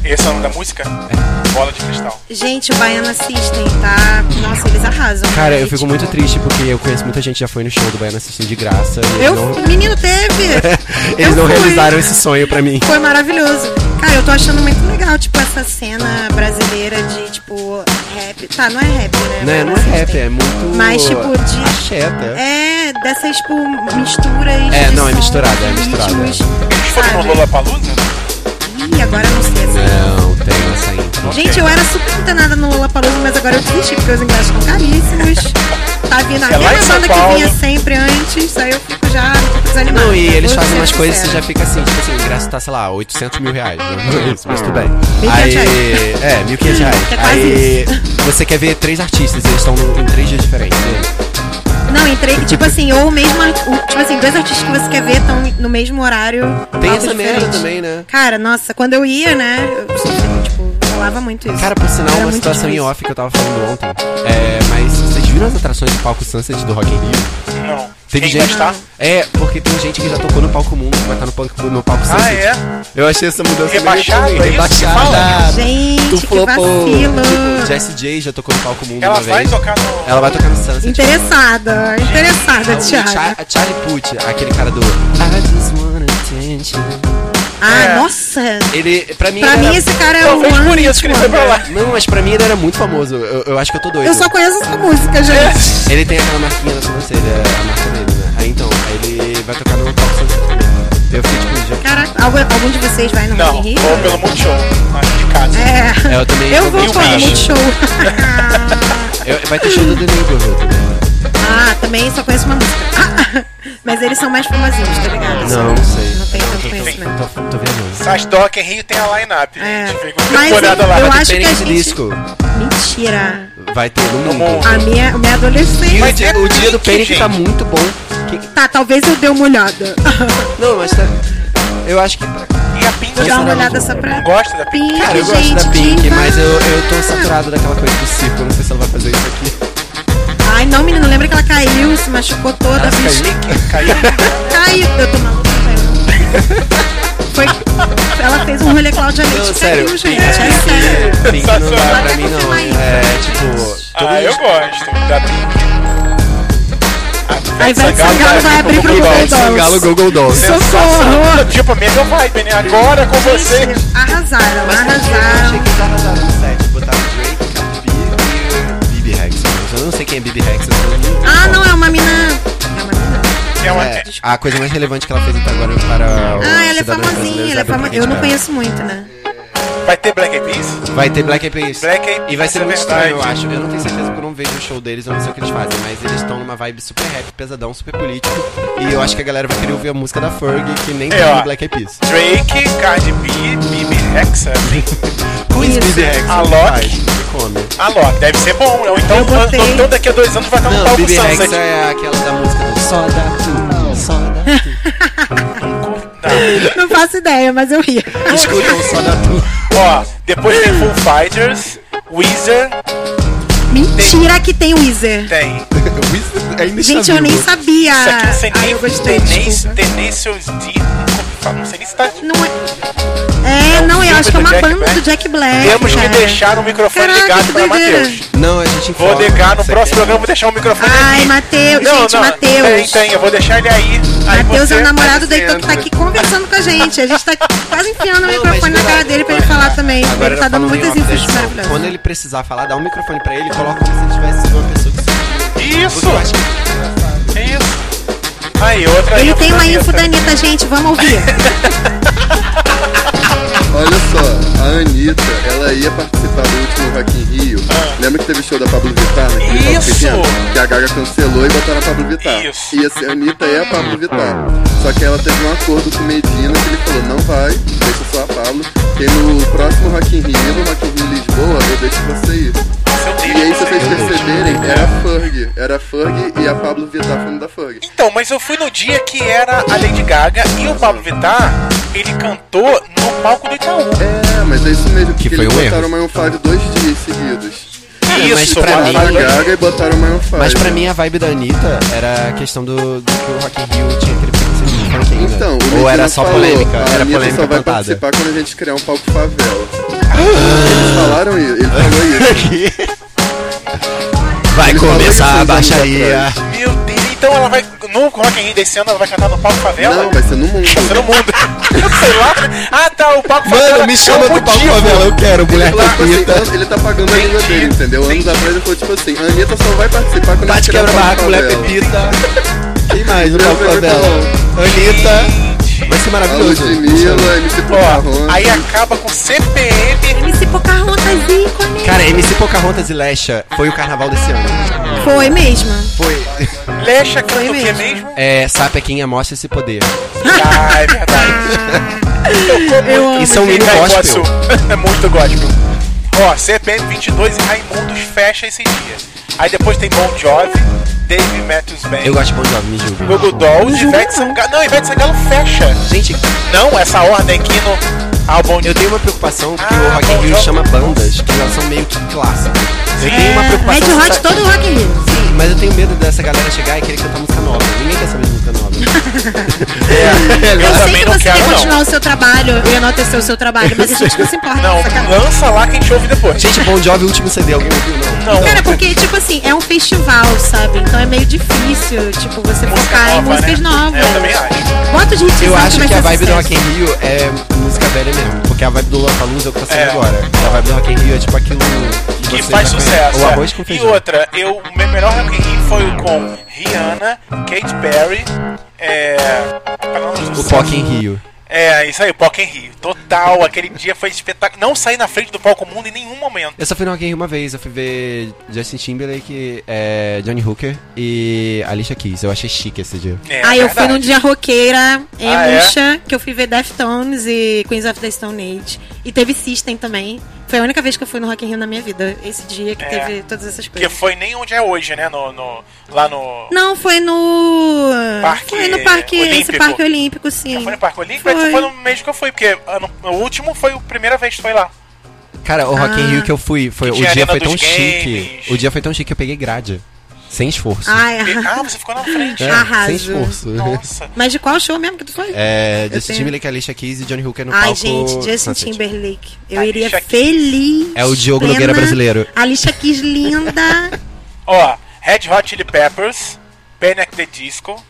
D: beijo.
C: Esse é o nome da música?
D: É.
C: Bola de cristal.
E: Gente, o Baiana assistem, tá? Nossa, eles arrasam.
D: Cara, eu
E: Gente,
D: fico muito triste porque eu conheço muita gente que já foi no show do Baiana assistindo de graça e
E: Eu,
D: eles não, É.
E: menino, teve!
D: eles
E: eu
D: não
E: fui.
D: realizaram esse sonho pra mim.
E: Foi maravilhoso. Cara, eu tô achando muito legal, tipo, essa cena brasileira de, tipo, rap. Tá, não é rap, né?
D: Não, é- não é rap, é muito.
E: Mas, tipo, de-
D: Axé, até.
E: É, dessas, tipo, misturas.
D: É,
E: de
D: não, é
E: sons,
D: misturado, é
E: de
D: misturado,
E: ritmos,
C: Eles foram no
E: sabe?
C: Lollapalooza?
E: Ih, agora eu não sei. Assim.
D: Não, tem essa aí.
E: Gente, eu era super antenada no Lollapalooza, mas agora eu desisti, porque os ingressos estão caríssimos. Tá vindo a
C: É lá em
E: mesma
C: São
E: banda
C: Paulo.
E: que vinha sempre antes, aí eu fico já um desanimada.
D: Não, e eles
E: Vou
D: fazem
E: ser
D: umas coisas e você
E: sincera.
D: já fica assim, tipo assim, o ingresso tá, sei lá, 800 mil reais. né? Não é
E: Uhum.
D: isso, mas tudo bem.
E: 1.500
D: Aí. É, 1.500 reais.
E: É quase
D: Aí. Você quer ver três artistas e eles estão em três dias diferentes. né?
E: Não, entrei, tipo assim, ou mesmo, art- o- tipo assim, dois artistas que você quer ver estão no mesmo horário.
D: Tem
E: algo
D: essa merda
E: diferente.
D: também, né?
E: Cara, nossa, quando eu ia, né, eu sofri, tipo, rolava muito isso.
D: Cara, por sinal,
E: Era
D: uma
E: muito
D: situação em
E: difícil.
D: off que eu tava falando ontem. É, mas vocês viram as atrações do palco Sunset do Rock in Rio?
C: Não.
D: Teve
C: Quem
D: gente.
C: gostar?
D: É, porque tem gente que já tocou no palco mundo, que vai estar no palco, no palco Sunset.
C: Ah, é?
D: Eu achei essa mudança meio
C: Rebaixado,
D: ruim.
C: é isso que fala?
D: Rebaixada.
E: Gente,
D: Tu
E: que
D: flopou. Tipo,
E: vacilo.
D: Jessie J já tocou no palco mundo
C: Ela
D: uma
C: vai
D: vez.
C: tocar no.
D: Ela vai tocar no Sunset.
E: Interessada, interessada,
D: O
E: Thiago.
D: Cha- Charlie Puth, aquele cara do I just want attention.
E: Ah,
C: É.
E: nossa.
D: Ele, pra mim,
E: Pra
D: ele
E: mim,
D: era...
E: esse cara é um
C: Talvez por
E: one
C: isso que ele foi pra lá.
D: Não, mas pra mim ele era muito famoso. Eu, eu acho que eu tô doido.
E: Eu só conheço essa música, gente.
D: Ele tem aquela marquinha na sobrancelha, a marca dele, né? Aí então, aí ele vai tocar no palco Sunset. Eu fiquei tipo, já...
E: Caraca, algum, algum de vocês vai no
C: Não,
E: Rock in Rio?
C: ou pelo Multishow, acho de casa.
E: É.
D: É, eu também
E: Eu vou
D: eu
E: com o
D: acho.
E: Multishow.
D: Eu- vai ter show do The Neighborhood né? também.
E: Ah, também só conheço uma música. Ah, mas eles são mais famosinhos, tá ligado?
D: Não, não sei.
E: Não tenho tanto
D: Eu
E: conhecimento.
D: Tô, tô vendo.
C: Sas do Rock in Rio tem a line-up.
E: É.
C: gente. Fica uma
E: Mas
C: temporada lá.
E: eu
D: Vai ter
E: acho que a
D: Phoenix
E: gente-
D: Disco.
E: Mentira.
D: Vai ter no mundo.
C: mundo.
E: A minha, a minha
C: Mas
E: adolescência.
C: é
D: O dia do
C: Pink,
D: Panic tá
C: gente.
D: muito bom. Que-
E: Tá, talvez eu dê uma olhada.
D: Não, mas tá... Eu acho que...
C: E a Pink
E: Vou dar uma
D: Não,
E: olhada
D: não.
E: só pra.
C: não gosta da Pink.
E: Pink,
D: Cara, eu gosto
E: gente,
D: da Pink,
E: diva.
D: mas eu, eu tô saturado daquela coisa do circo. Eu não sei se ela vai fazer isso aqui.
E: Ai, Ai, não, menino, lembra que ela caiu, se machucou toda, fez
C: Caiu.
E: Caiu, eu tô maluca, caiu não. Foi, ela fez um rolê Cláudia Leite,
D: Não,
E: caiu,
D: sério.
E: gente, é sério.
D: Pink não dá
C: Sensacional.
D: pra mim, não. É, tipo. todo
C: Ah, eu
D: mundo-
C: gosto. Da Pink. Ah, A
E: A
C: Ivete
E: Ivete Sangalo vai abrir pro Google
D: Ivete Sangalo
E: Dolls.
D: Google Dolls.
E: Socorro!
C: Tipo, a minha vibe, né? Agora com você.
E: Gente, Arrasaram,
D: achei
E: arrasaram.
D: que eles arrasaram no set. Botaram Drake, Cardi B e Bibi Rex. Mas Eu não sei quem é Bibi Rex. eu não-
E: Ah, não, é uma mina... É uma mina.
C: É uma-
D: É, a coisa mais relevante que ela fez até agora para o
E: Ah, ela é
D: cidadãos brasileiros
E: famosinha, ela é
D: abrir pra
E: famo...
D: quem
E: Eu não
D: tiver.
E: conheço muito, né?
C: Vai ter Black Eyed Peas?
D: Vai ter Black Eyed Peas.
C: Black Eyed Peas,
D: E vai ser
C: é
D: muito
C: verdade.
D: estranho, eu acho. Eu não tenho certeza porque eu não vejo o show deles, eu não sei o que eles fazem, mas eles estão numa vibe super rap, pesadão, super político. E eu acho que a galera vai querer ouvir a música da Ferg, que nem
C: É,
D: tem
C: ó.
D: no Black Eyed Peas.
C: Drake, Cardi B, Bibi Rexa.
D: Queens
E: Isso.
D: Bibi Rex.
C: A Loki.
D: Ai, me come.
C: Ah, Alô, deve ser bom. Ou então,
E: Eu botei.
C: ou então daqui a dois anos vai estar um
D: Não,
C: palco
D: Bibi
C: Sunset.
D: Rex é aquela da música do Só dá tu, só dá tu.
E: Não faço ideia, mas eu ria.
D: Escuta o Só dá tu.
C: Ó, depois tem Full Fighters, Weezer,
E: Mentira que tem Weezer.
C: tem.
D: Isso Ainda está
E: Gente, eu nem
D: vivo.
E: sabia.
C: é Isso aqui não sei
E: Ai,
C: nem.
E: Ah, eu gostei,
C: Tenacious
E: desculpa.
C: Tenacious D. como fala? Não sei nem se tá.
E: Não é... É, não, eu
C: filme
E: acho que
C: do
E: é uma
C: Jack
E: banda
C: Black.
E: do Jack Black.
C: Temos que
E: cara.
C: deixar o microfone
E: Caraca,
C: ligado
E: que
C: para
E: doideira.
C: Matheus.
D: Não, a
C: Vou
D: gente informa,
C: ligar no
D: você
F: é
C: próximo
D: quer-
C: programa, vou deixar o microfone
E: Ai,
C: aqui.
E: Mateus, Ah, gente, Mateus.
C: Tem, tem, eu vou deixar ele aí. aí
E: Matheus
C: você-
E: é o namorado do
C: aí você
E: Heitor que tá
C: entra.
E: aqui conversando com a gente. A gente tá quase enfiando o
D: Não,
E: microfone
D: mas
E: na cara
D: verdade,
E: dele pra ele
D: agora-
E: falar também.
D: Agora
E: Ele tá dando
D: falando em
E: muitas
D: off da
E: infos
D: edição, Quando
E: maravilhosas.
D: ele precisar falar, dá um microfone pra ele e coloca como se ele tivesse sido uma pessoa que surgiu.
C: Isso,
D: Eu acho que-
C: isso. Aí, outra
E: Ele
D: é
C: info
E: tem uma
C: da
E: info
C: Anitta.
E: da Anitta, gente, vamos ouvir.
F: Olha só, a Anitta, ela ia participar do último Rock in Rio. Lembra que teve show da Pablo Vittar naquele palco
C: Ah. Isso!
F: pequeno? Que a Gaga cancelou e botaram a Pablo Vittar.
C: Isso.
F: E assim, a Anitta é a Pablo Vittar. Só que ela teve um acordo com o Medina que ele falou, não vai, deixa só a Pablo. Que no próximo Rock in Rio, no Rock in Rio Lisboa, eu deixo você ir.
C: Seu
F: E
C: Deus,
F: aí, se vocês É.
C: meu Deus.
F: perceberem, era a Ferg. Era a Ferg e a Pablo Vittar falando da Ferg.
C: Então, mas eu fui no dia que era a Lady Gaga e o Pablo Vittar, ele cantou no palco do Itaú.
F: É, mas é isso mesmo, porque
D: Que foi
F: eles
D: um
F: botaram o Maroon 5 dois dias seguidos.
D: É, mas
C: Isso,
D: pra
C: cara.
D: mim-
F: Botaram a Gaga e botaram o Maroon 5.
D: Mas pra mim a vibe da Anitta era a questão do, do que o Rock in Rio tinha aquele preconceito de funk ainda.
F: Então, o
D: Ou
F: Medina
D: era só
F: falou,
D: polêmica,
F: a
D: era
F: Anitta
D: polêmica
F: só vai
D: plantada.
F: participar quando a gente criar um palco favela. Eles falaram isso, ele falou isso.
D: Vai
F: Ele falou isso uns
D: começar a
F: anos
D: baixaria.
F: atrás.
C: Meu Deus, então ela vai. No Rock in Rio desse ano, ela vai cantar no palco favela?
F: Não, vai ser no
C: Vai ser no
F: mundo.
C: mundo. Sei lá. Ah, tá, o palco favela.
D: Mano, me
C: é
D: chama
C: o
D: do palco
C: motivo.
D: favela, eu quero, mulher
F: Lá, tipo assim,
D: capita.
F: ele- ele tá pagando a língua
C: Entendi,
F: dele, entendeu? Anos
C: entendi.
F: atrás ele falou tipo assim, a Anitta só vai participar quando a gente
D: Bate
F: criar um
D: quebra
F: palco
D: barraco, mulher
F: favela.
D: pepita. Quem mais? O
F: Eu
D: palco
F: vejo
D: favela. Anitta. Vai ser
F: A
D: maravilhoso.
F: Ludmilla, MC Pocahontas.
C: Ó, aí acaba com CPM.
E: MC Pocahontas, ícone.
D: Cara, MC Pocahontas e Lesha foi o carnaval desse ano.
E: Foi mesmo.
D: Foi.
C: Lecha canta
E: Foi
C: o que
E: mesmo.
C: mesmo?
D: É, Sapequinha mostra esse poder.
C: Ah, é verdade.
E: Eu amo.
D: Isso é um
C: Em
D: mini
C: Caipuaçu.
D: gospel.
C: É muito gospel. Ó, CPM 22 e Raimundos fecha esse dia. Aí depois tem Bon Jovi, Dave Matthews Band,
D: Eu gosto de Bon Jovi, me julguem.
C: Google Dolls, Ivete Sangalo. Não, Ivete Sangalo fecha.
D: Gente,
C: Não, essa ordem aqui no álbum de
D: eu tenho uma preocupação porque
C: Ah,
D: o Rock in
C: Bon
D: Rio
C: Jovi.
D: chama bandas que elas são meio que clássicas. Eu tenho uma
E: É, Red
D: preocupação...
E: Hot todo o Rock in Rio.
D: Sim, mas eu tenho medo dessa galera chegar e querer cantar música nova. Ninguém quer saber de música nova.
C: Eu,
E: Eu sei
C: também
E: que
C: não
E: você
C: quero,
E: quer
C: não.
E: continuar o seu trabalho e enaltecer o seu trabalho, mas a gente não se importa.
C: Não,
E: sacanagem.
C: lança lá que a gente ouve depois.
D: Gente, Bon Jovi, o último CD, alguém ouviu? Não.
C: Não,
E: Cara, porque, tipo assim, é um festival, sabe? Então é meio difícil, tipo, você focar em músicas
C: né?
E: novas.
C: Eu também acho.
E: Quantos hits
D: Eu
E: você acha
D: acho
E: vai
D: que a
E: fazer
D: vibe do
E: sucesso?
D: Rock in Rio é música velha mesmo. Porque a vibe do Lollapalooza é o que tá saindo
C: É.
D: agora. A vibe do Rock in Rio é tipo aquilo
C: Que
D: você
C: faz
D: já conhece.
C: sucesso.
D: O
C: é.
D: arroz com
C: e
D: feijão.
C: outra, eu, o meu melhor Rock in Rio foi o com Rihanna, Kate Perry, é.
D: O Rock in Rio.
C: É, isso aí, o Pock in Rio. Total, aquele dia foi espetáculo. Não saí na frente do palco mundo em nenhum momento.
D: Eu só fui no Rock in Rio uma vez, eu fui ver Justin Timberlake, é, Johnny Hooker e Alicia Keys. Eu achei chique esse dia.
C: É,
E: Ah, eu fui
C: verdade.
E: num dia roqueira em
C: Ah, é?
E: Bucha, que eu fui ver Deftones e Queens of the Stone Age. E teve System também. Foi a única vez que eu fui no Rock in Rio na minha vida, esse dia que
C: É.
E: teve todas essas
C: Que
E: coisas.
C: foi nem onde é hoje, né? No, no- lá no.
E: Não, foi no.
C: Parque
E: foi no parque. Esse
C: Olímpico.
E: parque olímpico, sim.
C: Foi no Parque Olímpico? Foi.
E: Foi.
C: no mês que eu fui, porque ano- o último foi a primeira vez que foi lá.
D: Cara, o Rock in
E: Ah.
D: Rio que eu fui, foi,
C: Que
D: o
C: tinha
D: dia
C: Arena
D: foi tão
C: dos
D: chique.
C: Games.
D: O dia foi tão chique que eu peguei grade. Sem esforço.
E: Ai, arra-
C: Ah, você ficou na frente.
D: É,
E: arraso.
D: sem esforço.
C: Nossa.
E: Mas de qual show mesmo que tu foi?
D: É, Justin
E: tenho-
D: Timberlake, Alicia Keys e Johnny Hooker no
E: Ai,
D: palco.
E: gente, Justin
D: Sunset.
E: Timberlake. Eu
C: Alicia
E: iria
C: Keys.
E: feliz.
D: É o Diogo
E: plena.
D: Nogueira brasileiro.
E: Alicia Keys linda.
C: Ó, Red Hot Chili Peppers, Panic! The Disco,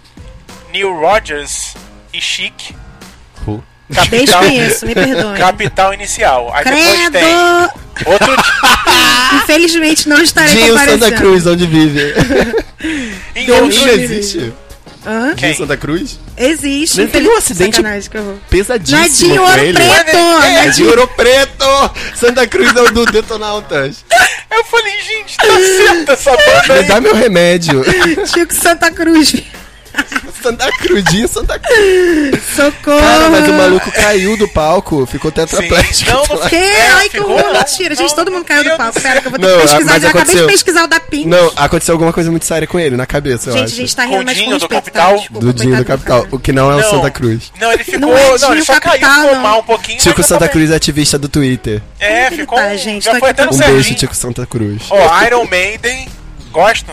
C: Neil Rogers e Chic,
D: Who?
C: Capital,
E: Desconheço, me perdoe.
C: capital Inicial. Aí depois tem
E: Credo!
C: outro Ah!
E: Infelizmente não estarei
D: Dinho Santa
E: comparecendo.
D: Cruz, onde vive?
C: em
D: Deus
C: outro-
D: não existe.
E: Hã?
C: Quem?
D: Dinho Santa Cruz?
E: Existe.
D: Ele teve um
E: infeliz-
D: acidente
E: Sacanagem, que horror. Não
D: Pesadíssimo
E: é Dinho
D: com
E: Ouro
D: ele.
E: Preto! não
D: É,
E: é
D: de Ouro Preto! Santa Cruz é o do Detonautas.
C: Eu falei, gente, tá certa essa banda
D: Me
C: aí.
D: dá meu remédio.
E: Dinho Chico Santa Cruz.
D: Santa Cruz, Dinho Santa Cruz.
E: Socorro!
D: Cara, mas o maluco caiu do palco, ficou
C: Sim.
D: tetraplégico.
C: Não, não
E: Que?
C: É,
E: Ai, que
C: ficou,
E: horror,
C: não,
E: mentira. Gente,
C: não,
E: todo mundo caiu do
C: meu
E: palco.
D: É
C: Deus.
E: Pera, que eu vou ter
D: Não,
E: que
D: a-
E: pesquisar.
D: mas
E: Já acabei de
D: aconteceu.
E: pesquisar o da Pink.
D: Não, aconteceu alguma coisa muito séria com ele, na cabeça, eu
E: gente, a
D: acho.
E: gente tá rindo, mas com
C: Dinho do
E: respeito,
C: Capital?
E: tá? Desculpa,
D: Do Dinho do
E: coitado
D: Capital,
E: cara.
D: o que não é o
C: Não.
D: Santa Cruz.
C: Não, ele ficou. Não,
E: Não é
C: ele
E: Dinho
C: só
E: Capital,
C: caiu ficou
E: não.
C: mal um pouquinho. mas
D: Tico
C: já tá
D: Santa
C: bem.
D: Cruz é ativista do Twitter.
C: É,
E: Não
C: ficou.
E: acreditar, tá, gente,
C: já
E: tô
C: foi
E: aqui
C: até no
D: Um beijo,
C: Serginho.
D: Tico Santa Cruz.
C: Ó, Iron Maiden, gosto.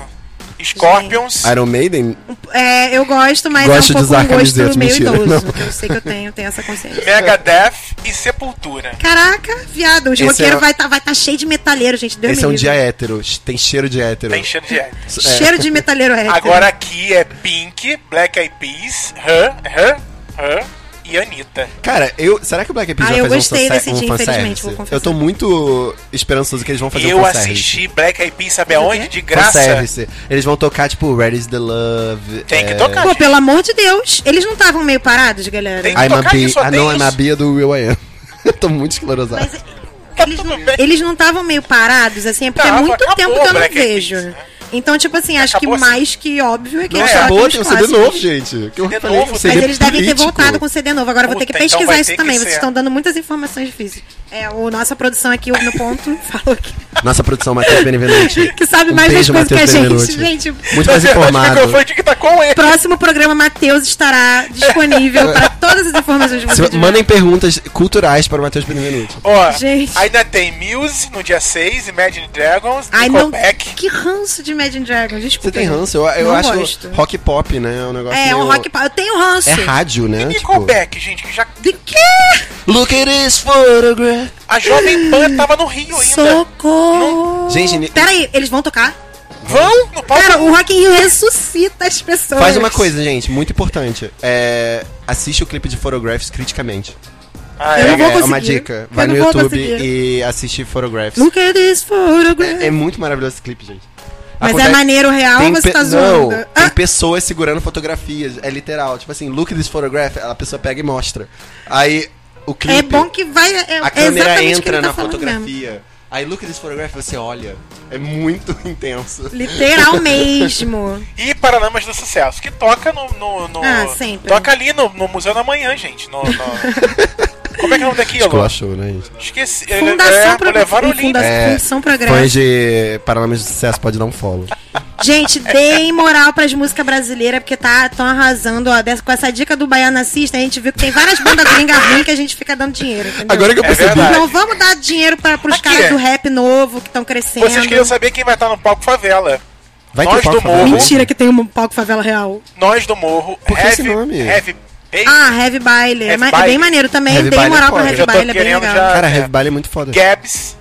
C: Scorpions.
D: Iron Maiden?
E: É, eu gosto, mas
D: Gosto de
E: é um pouco
D: usar
E: um gosto
D: camisetas,
E: meio
D: mentira,
E: idoso.
D: não.
E: Que eu sei que eu tenho, tenho essa consciência.
C: Megadeth e Sepultura.
E: Caraca, viado, os
D: Esse
E: roqueiros
D: é-
E: vai estar vai tá cheio de metalheiro, gente. Deus
D: Esse
E: me
D: é um
E: livre.
D: dia hétero, tem cheiro de hétero.
C: Tem cheiro Tá de hétero.
D: é.
E: Cheiro de metalheiro hétero.
C: Agora aqui é Pink, Black Eyed Peas, Her, Her, Her e Anitta.
D: Cara, eu, será que o Black Eyed Peas
E: Ah,
D: vai
E: eu
D: fazer
E: gostei
D: um,
E: desse
D: fansa- um
E: dia,
D: fanservice?
E: infelizmente, vou confessar.
D: Eu tô muito esperançoso que eles vão fazer um
C: eu
D: fanservice.
C: assisti Black Eyed Peas, sabe aonde? De graça.
D: Fanservice. Eles vão tocar, tipo, Where is the Love?
C: Tem que
D: é,
C: tocar.
E: Pô, pelo amor de Deus, eles não estavam meio parados, galera.
C: Tem-
D: I'm a
C: Tocar que
D: Bee.
C: só
D: Ah,
C: tem
D: não, I'm a
C: isso.
D: Bee é do Will I Am. tô muito esclerosado.
E: Mas
C: Tá tudo bem.
E: eles não estavam meio parados, assim, é porque
C: Tava,
E: é muito
C: acabou
E: tempo que eu não
C: Black Eyed
E: vejo.
C: Peas, né?
E: Então, tipo assim, acho
C: Acabou
E: que
C: assim.
E: mais que óbvio é que
D: Não,
E: eles
D: acabou,
E: tocam
D: tem um
E: os
D: CD
E: clássicos.
D: novo, gente. Que eu
C: CD
D: falei,
C: novo,
D: um
C: mas
E: Mas
D: CD
E: eles devem ter
D: político.
E: voltado com o CD novo. Agora eu vou ter que
C: Puta, então
E: pesquisar
C: vai
E: isso
C: ter
E: também.
C: que
E: Vocês
C: ser.
E: estão dando muitas informações difíceis. É, o nossa produção aqui, o no ponto, falou que,
D: Nossa produção, Matheus Benevenuti.
E: que sabe
D: Um
E: mais das
D: beijo,
E: coisas que a
D: Matheus
E: gente.
D: Benevenuti.
E: Gente,
D: Muito mais
C: Acho que
D: informado.
C: o microfone que tá com ele.
E: próximo programa Matheus estará disponível para todas as informações de vocês.
D: Se- Mandem perguntas culturais para o Matheus Benevenuti.
C: Ó,
E: Gente.
C: ainda tem Muse no dia 6, Imagine Dragons,
E: Ai, não.
C: Nickelback.
E: Que ranço de Imagine Dragons, desculpa.
D: um Você tem
E: gente.
D: ranço? Eu, eu
E: Não
D: acho
E: gosto.
D: rock pop, né? É um negócio
E: É, um
D: meio-
E: rock. pa- Eu tenho ranço.
D: É rádio, né? Tipo,
C: Nickelback, gente, que já.
E: De quê?
D: Look at this photograph.
C: A Jovem Pan tava no Rio ainda.
E: Socorro!
D: Gente, ni-
E: Pera aí, eles vão tocar?
C: Vão no palco.
E: Cara, o Rock in Rio ressuscita as pessoas.
D: Faz uma coisa, gente, muito importante. É, assiste o clipe de Photographs criticamente.
C: Ah,
E: Eu não
D: É,
E: vou
D: é uma
E: conseguir.
D: dica.
E: Eu
D: Vai no
E: não vou
D: YouTube
E: conseguir.
D: e assiste Photographs.
E: Look at this photograph.
D: É, é muito maravilhoso esse clipe, gente.
E: Mas
D: Acontece-
E: é maneiro real
D: Tem
E: ou você
D: pe-
E: tá
D: não,
E: zoando?
D: tem
E: Ah,
D: pessoas segurando fotografias, é literal. Tipo assim, look at this photograph, a pessoa pega e mostra. Aí o clipe,
E: é bom que vai. É,
D: a
E: é
D: câmera
E: exatamente o que
D: entra
E: ele tá
D: na
E: falando
D: fotografia.
E: mesmo.
D: Aí look at this photograph, você olha. É muito intenso.
E: Literal mesmo.
C: E Paralamas do Sucesso, que toca no. no, no-
E: Ah, sempre.
C: Toca ali no, no Museu da Manhã, gente. No, no- Como é que é o nome daquilo?
D: achou, né, gente?
C: Esqueci.
E: Fundação
C: é,
E: Pro-
C: Boulevard Olímpico.
E: Funda-
D: É,
E: Fundação Progresso.
D: Fãs de Paralamas do Sucesso pode dar um follow.
E: Gente, deem moral pras músicas brasileiras, porque tá tão arrasando, ó. dessa- com essa dica do Baiana Assista, a gente viu que tem várias bandas gringa ruim que a gente fica dando dinheiro, entendeu?
D: Agora que eu
C: É
D: percebi.
C: verdade.
E: Não vamos dar dinheiro para pros
C: Aqui
E: caras
C: é.
E: do rap novo que estão crescendo.
C: Vocês queriam saber quem vai estar no palco favela.
D: Vai
C: Nós
D: ter palco
C: do
D: favela?
C: morro.
E: Mentira que tem um palco favela real.
C: Nós do Morro,
D: Por que esse nome?
C: Heavy Baby,
E: Ah, Heavy Baile.
C: Heavy
E: Ma- é
C: Baile.
E: bem maneiro também.
D: Heavy
E: Deem
D: Baile é
E: moral pro
D: foda.
E: Heavy
C: Eu já tô
E: Baile, é bem
C: querendo
E: legal.
C: já-
D: Cara, Heavy Baile é muito foda.
C: Gabs,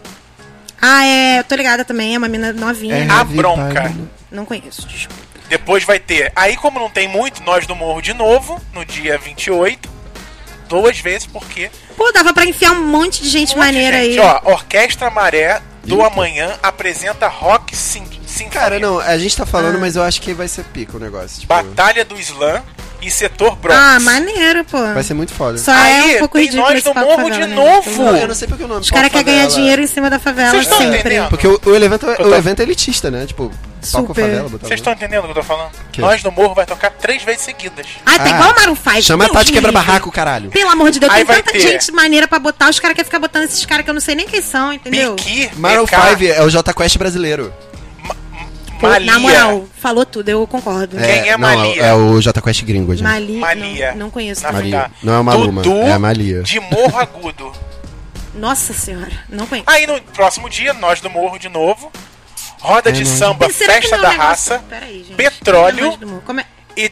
E: Ah, é. Eu tô ligada também. É uma mina novinha.
D: É,
C: A
D: Heavy
C: Bronca.
D: Baile.
E: Não conheço, desculpa.
C: depois vai ter. Aí, como não tem muito, Nós do Morro de novo, no dia 28. Duas vezes, porque.
E: Pô, dava pra enfiar um monte de gente maneira aí.
C: Ó, Orquestra Maré do Amanhã apresenta Rock Sim. Sinfonia.
D: Cara, não, a gente tá falando,
E: Ah.
D: mas eu acho que vai ser pica o negócio. Tipo,
C: Batalha do Slam e Setor Bronx.
E: ah, maneiro, pô.
D: vai ser muito foda.
E: Só
C: Aí,
E: é um pouco
C: tem
E: ridículo
C: nós
E: esse
C: do
E: palco
C: morro
E: favela,
C: de
E: né?
C: novo.
E: Então,
D: Não, eu não sei porque o nome.
E: Os caras querem ganhar dinheiro em cima da favela
C: Vocês tão
E: sempre.
C: entendendo?
D: Porque o, o evento, é- o
C: tô-
D: evento é elitista, né? Tipo, palco
E: Super.
D: favela, botar
C: Vocês estão entendendo o que eu tô falando?
D: Que?
C: Nós do Morro vai tocar três vezes seguidas.
E: Ah, tá
D: Ah,
E: igual o Maroon é 5.
D: Chama a
E: Deus
D: Tati
E: me
D: quebra
E: livre.
D: barraco, caralho.
E: um Pelo amor de Deus,
C: Aí
E: tem
C: vai
E: tanta
C: ter.
E: gente maneira pra botar, os caras querem ficar botando esses caras que eu não sei nem quem são, entendeu?
C: Piqui,
D: Maroon é-
C: BK,
D: 5 é o J Quest brasileiro.
E: Pô,
C: Malia.
E: Na moral, falou tudo, eu concordo.
C: Quem é
D: não,
C: Malia?
D: É o J Quest gringo, gente.
E: Mali,
C: Malia.
E: Não, não conheço.
C: Na
E: não.
D: Malia.
C: ficar.
D: Não é a Maluma,
C: Dudu
D: é a Malia.
C: De Morro Agudo.
E: Nossa senhora, não conheço.
C: Ah, Aí no próximo dia, nós do Morro de novo.
D: É,
C: roda de samba,
E: E será que
C: festa
E: não é
C: da
E: um negócio-
C: raça
E: Peraí, gente.
C: petróleo.
E: Não, mas do mundo. Como é-
C: e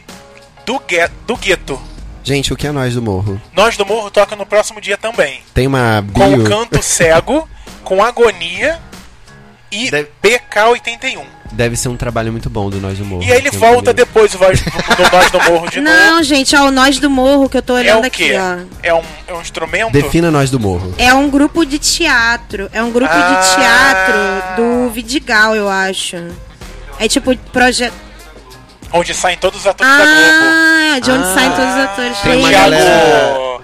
C: do, gue- do gueto.
A: Gente, o que é nós do morro?
C: Nós do Morro toca no próximo dia também.
A: Tem uma
C: Com
A: bio.
C: o canto cego, com agonia e
A: Deve-
C: BK81.
A: Deve ser um trabalho muito bom do nós do morro.
C: E aí ele
A: Tem um
C: volta
A: primeiro.
C: depois do, Voz- do Nós do Morro de novo.
E: Não, gente, ó, o Nós do Morro que eu tô
C: É
E: olhando
C: o
E: aqui,
C: quê?
E: ó.
C: É um, é um instrumento?
A: Defina nós do morro.
E: É um grupo de teatro. É um grupo
C: Ah.
E: de teatro do Vidigal, eu acho. É tipo projeto.
C: Onde saem todos os atores da Globo.
E: Ah, de onde saem todos os atores.
A: Tem uma
E: Foi
C: Tiago.
E: isso.
A: galera-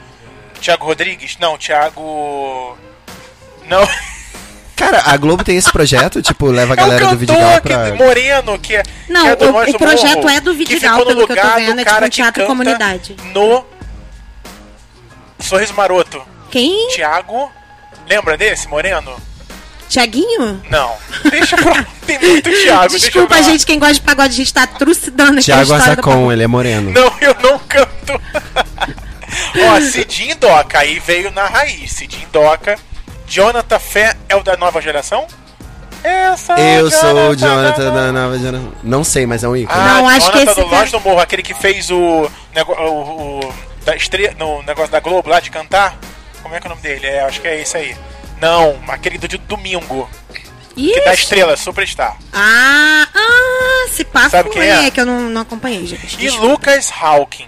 C: Tiago Rodrigues? Não, Tiago. Não, é um
A: Cara, a Globo tem esse projeto, tipo, leva a galera
C: é um
A: do
C: cantor
A: Vidigal
C: que-
A: pra.
C: moreno, que é.
E: Não,
C: que é do
E: o-
C: Nós
E: o
C: do
E: projeto
C: Morro,
E: é do Vidigal,
C: ficou no
E: pelo que eu tô
C: lugar
E: vendo,
C: do
E: é tipo
C: cara
E: um
C: que
E: teatro
C: canta
E: comunidade.
C: No Sorriso Maroto.
E: Quem?
C: Tiago. Lembra desse, Moreno?
E: Tiaguinho?
C: Não. Deixa pra lá. Tem muito Tiago. deixa pra
E: Desculpa,
C: lá.
E: gente, quem gosta de pagode, a gente tá trucidando aqui
A: Tiago
E: a história do
A: Azacon, ele é moreno.
C: Não, eu não canto. Ó, Cidinho Doca, aí veio na raiz. Cidinho Doca. Jonathan Fé é o da nova geração? Eu sou,
A: Eu sou o
C: da
A: Jonathan
C: nova-
A: da nova geração. Não sei, mas é um ícone.
C: Ah,
E: Não, acho que
C: Jonathan
E: esse
C: do
E: cara-
C: Lost do Morro, aquele que fez o. nego- o, o- da estre... no negócio da Globo lá de cantar. Como é que é o nome dele? É, acho que é esse aí. Não, aquele do de domingo. Que tá da
E: Ih,
C: estrela, Superstar.
E: Ah, ah, se pá
C: Sabe
E: foi,
C: quem é?
E: é que eu não, não acompanhei, gente.
C: E Lucas Hawking.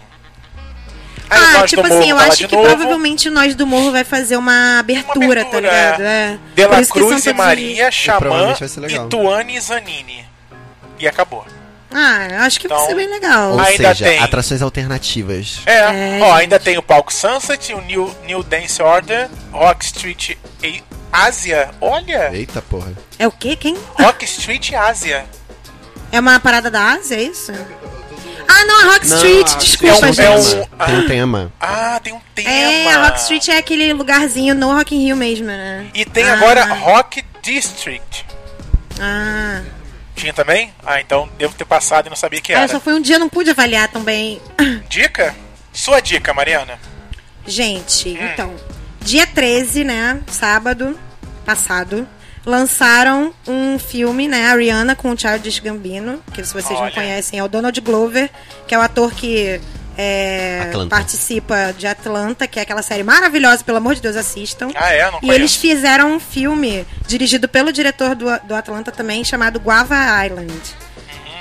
C: Aí o
E: Ah,
C: Nós
E: tipo
C: do Morro
E: assim, eu
C: tá lá
E: acho
C: de
E: que
C: novo.
E: provavelmente o Nós do Morro vai fazer uma abertura,
C: Uma abertura,
E: tá ligado? É.
C: De
E: Por
C: La
E: isso que são
C: Cruz e
E: todos
C: Maria, Xamã
A: provavelmente vai ser legal.
C: e Tuane Zanini. E acabou.
E: de- Ah, eu acho que vai
C: Então-
E: ser bem legal.
A: Ou
C: ainda
A: seja,
C: tem.
A: atrações alternativas.
C: É,
E: É,
C: ó,
E: gente.
C: ainda tem o Palco Sunset, o New, New Dance Order, Rock Street e Ásia. Olha!
A: Eita porra.
E: É o quê? Quem?
C: Rock Street Ásia.
E: É uma parada da Ásia, é isso? Ah, não, a Rock Street,
A: a-
E: desculpa,
A: é um,
E: gente.
A: Tema.
E: É,
A: Tem um tema.
C: Ah, tem um tema.
E: a É, Rock Street é aquele lugarzinho no Rock in Rio mesmo, né?
C: E tem
E: Ah,
C: agora Rock District.
E: Ah,
C: Tinha também? Ah, então devo ter passado e não sabia que
E: cara,
C: era.
E: só foi um dia, não pude avaliar também.
C: Dica? Sua dica, Mariana.
E: Gente,
C: É.
E: então, dia 13, né, sábado passado, lançaram um filme, né, a Rihanna com o Childish Gambino, que se vocês
C: Olha.
E: não conhecem, é o Donald Glover, que é o ator que é,
A: Atlanta.
E: participa de Atlanta, que é aquela série maravilhosa, pelo amor de Deus, assistam.
C: Ah, é? Não
E: E
C: conheço.
E: eles fizeram um filme dirigido pelo diretor do, do Atlanta também, chamado Guava Island.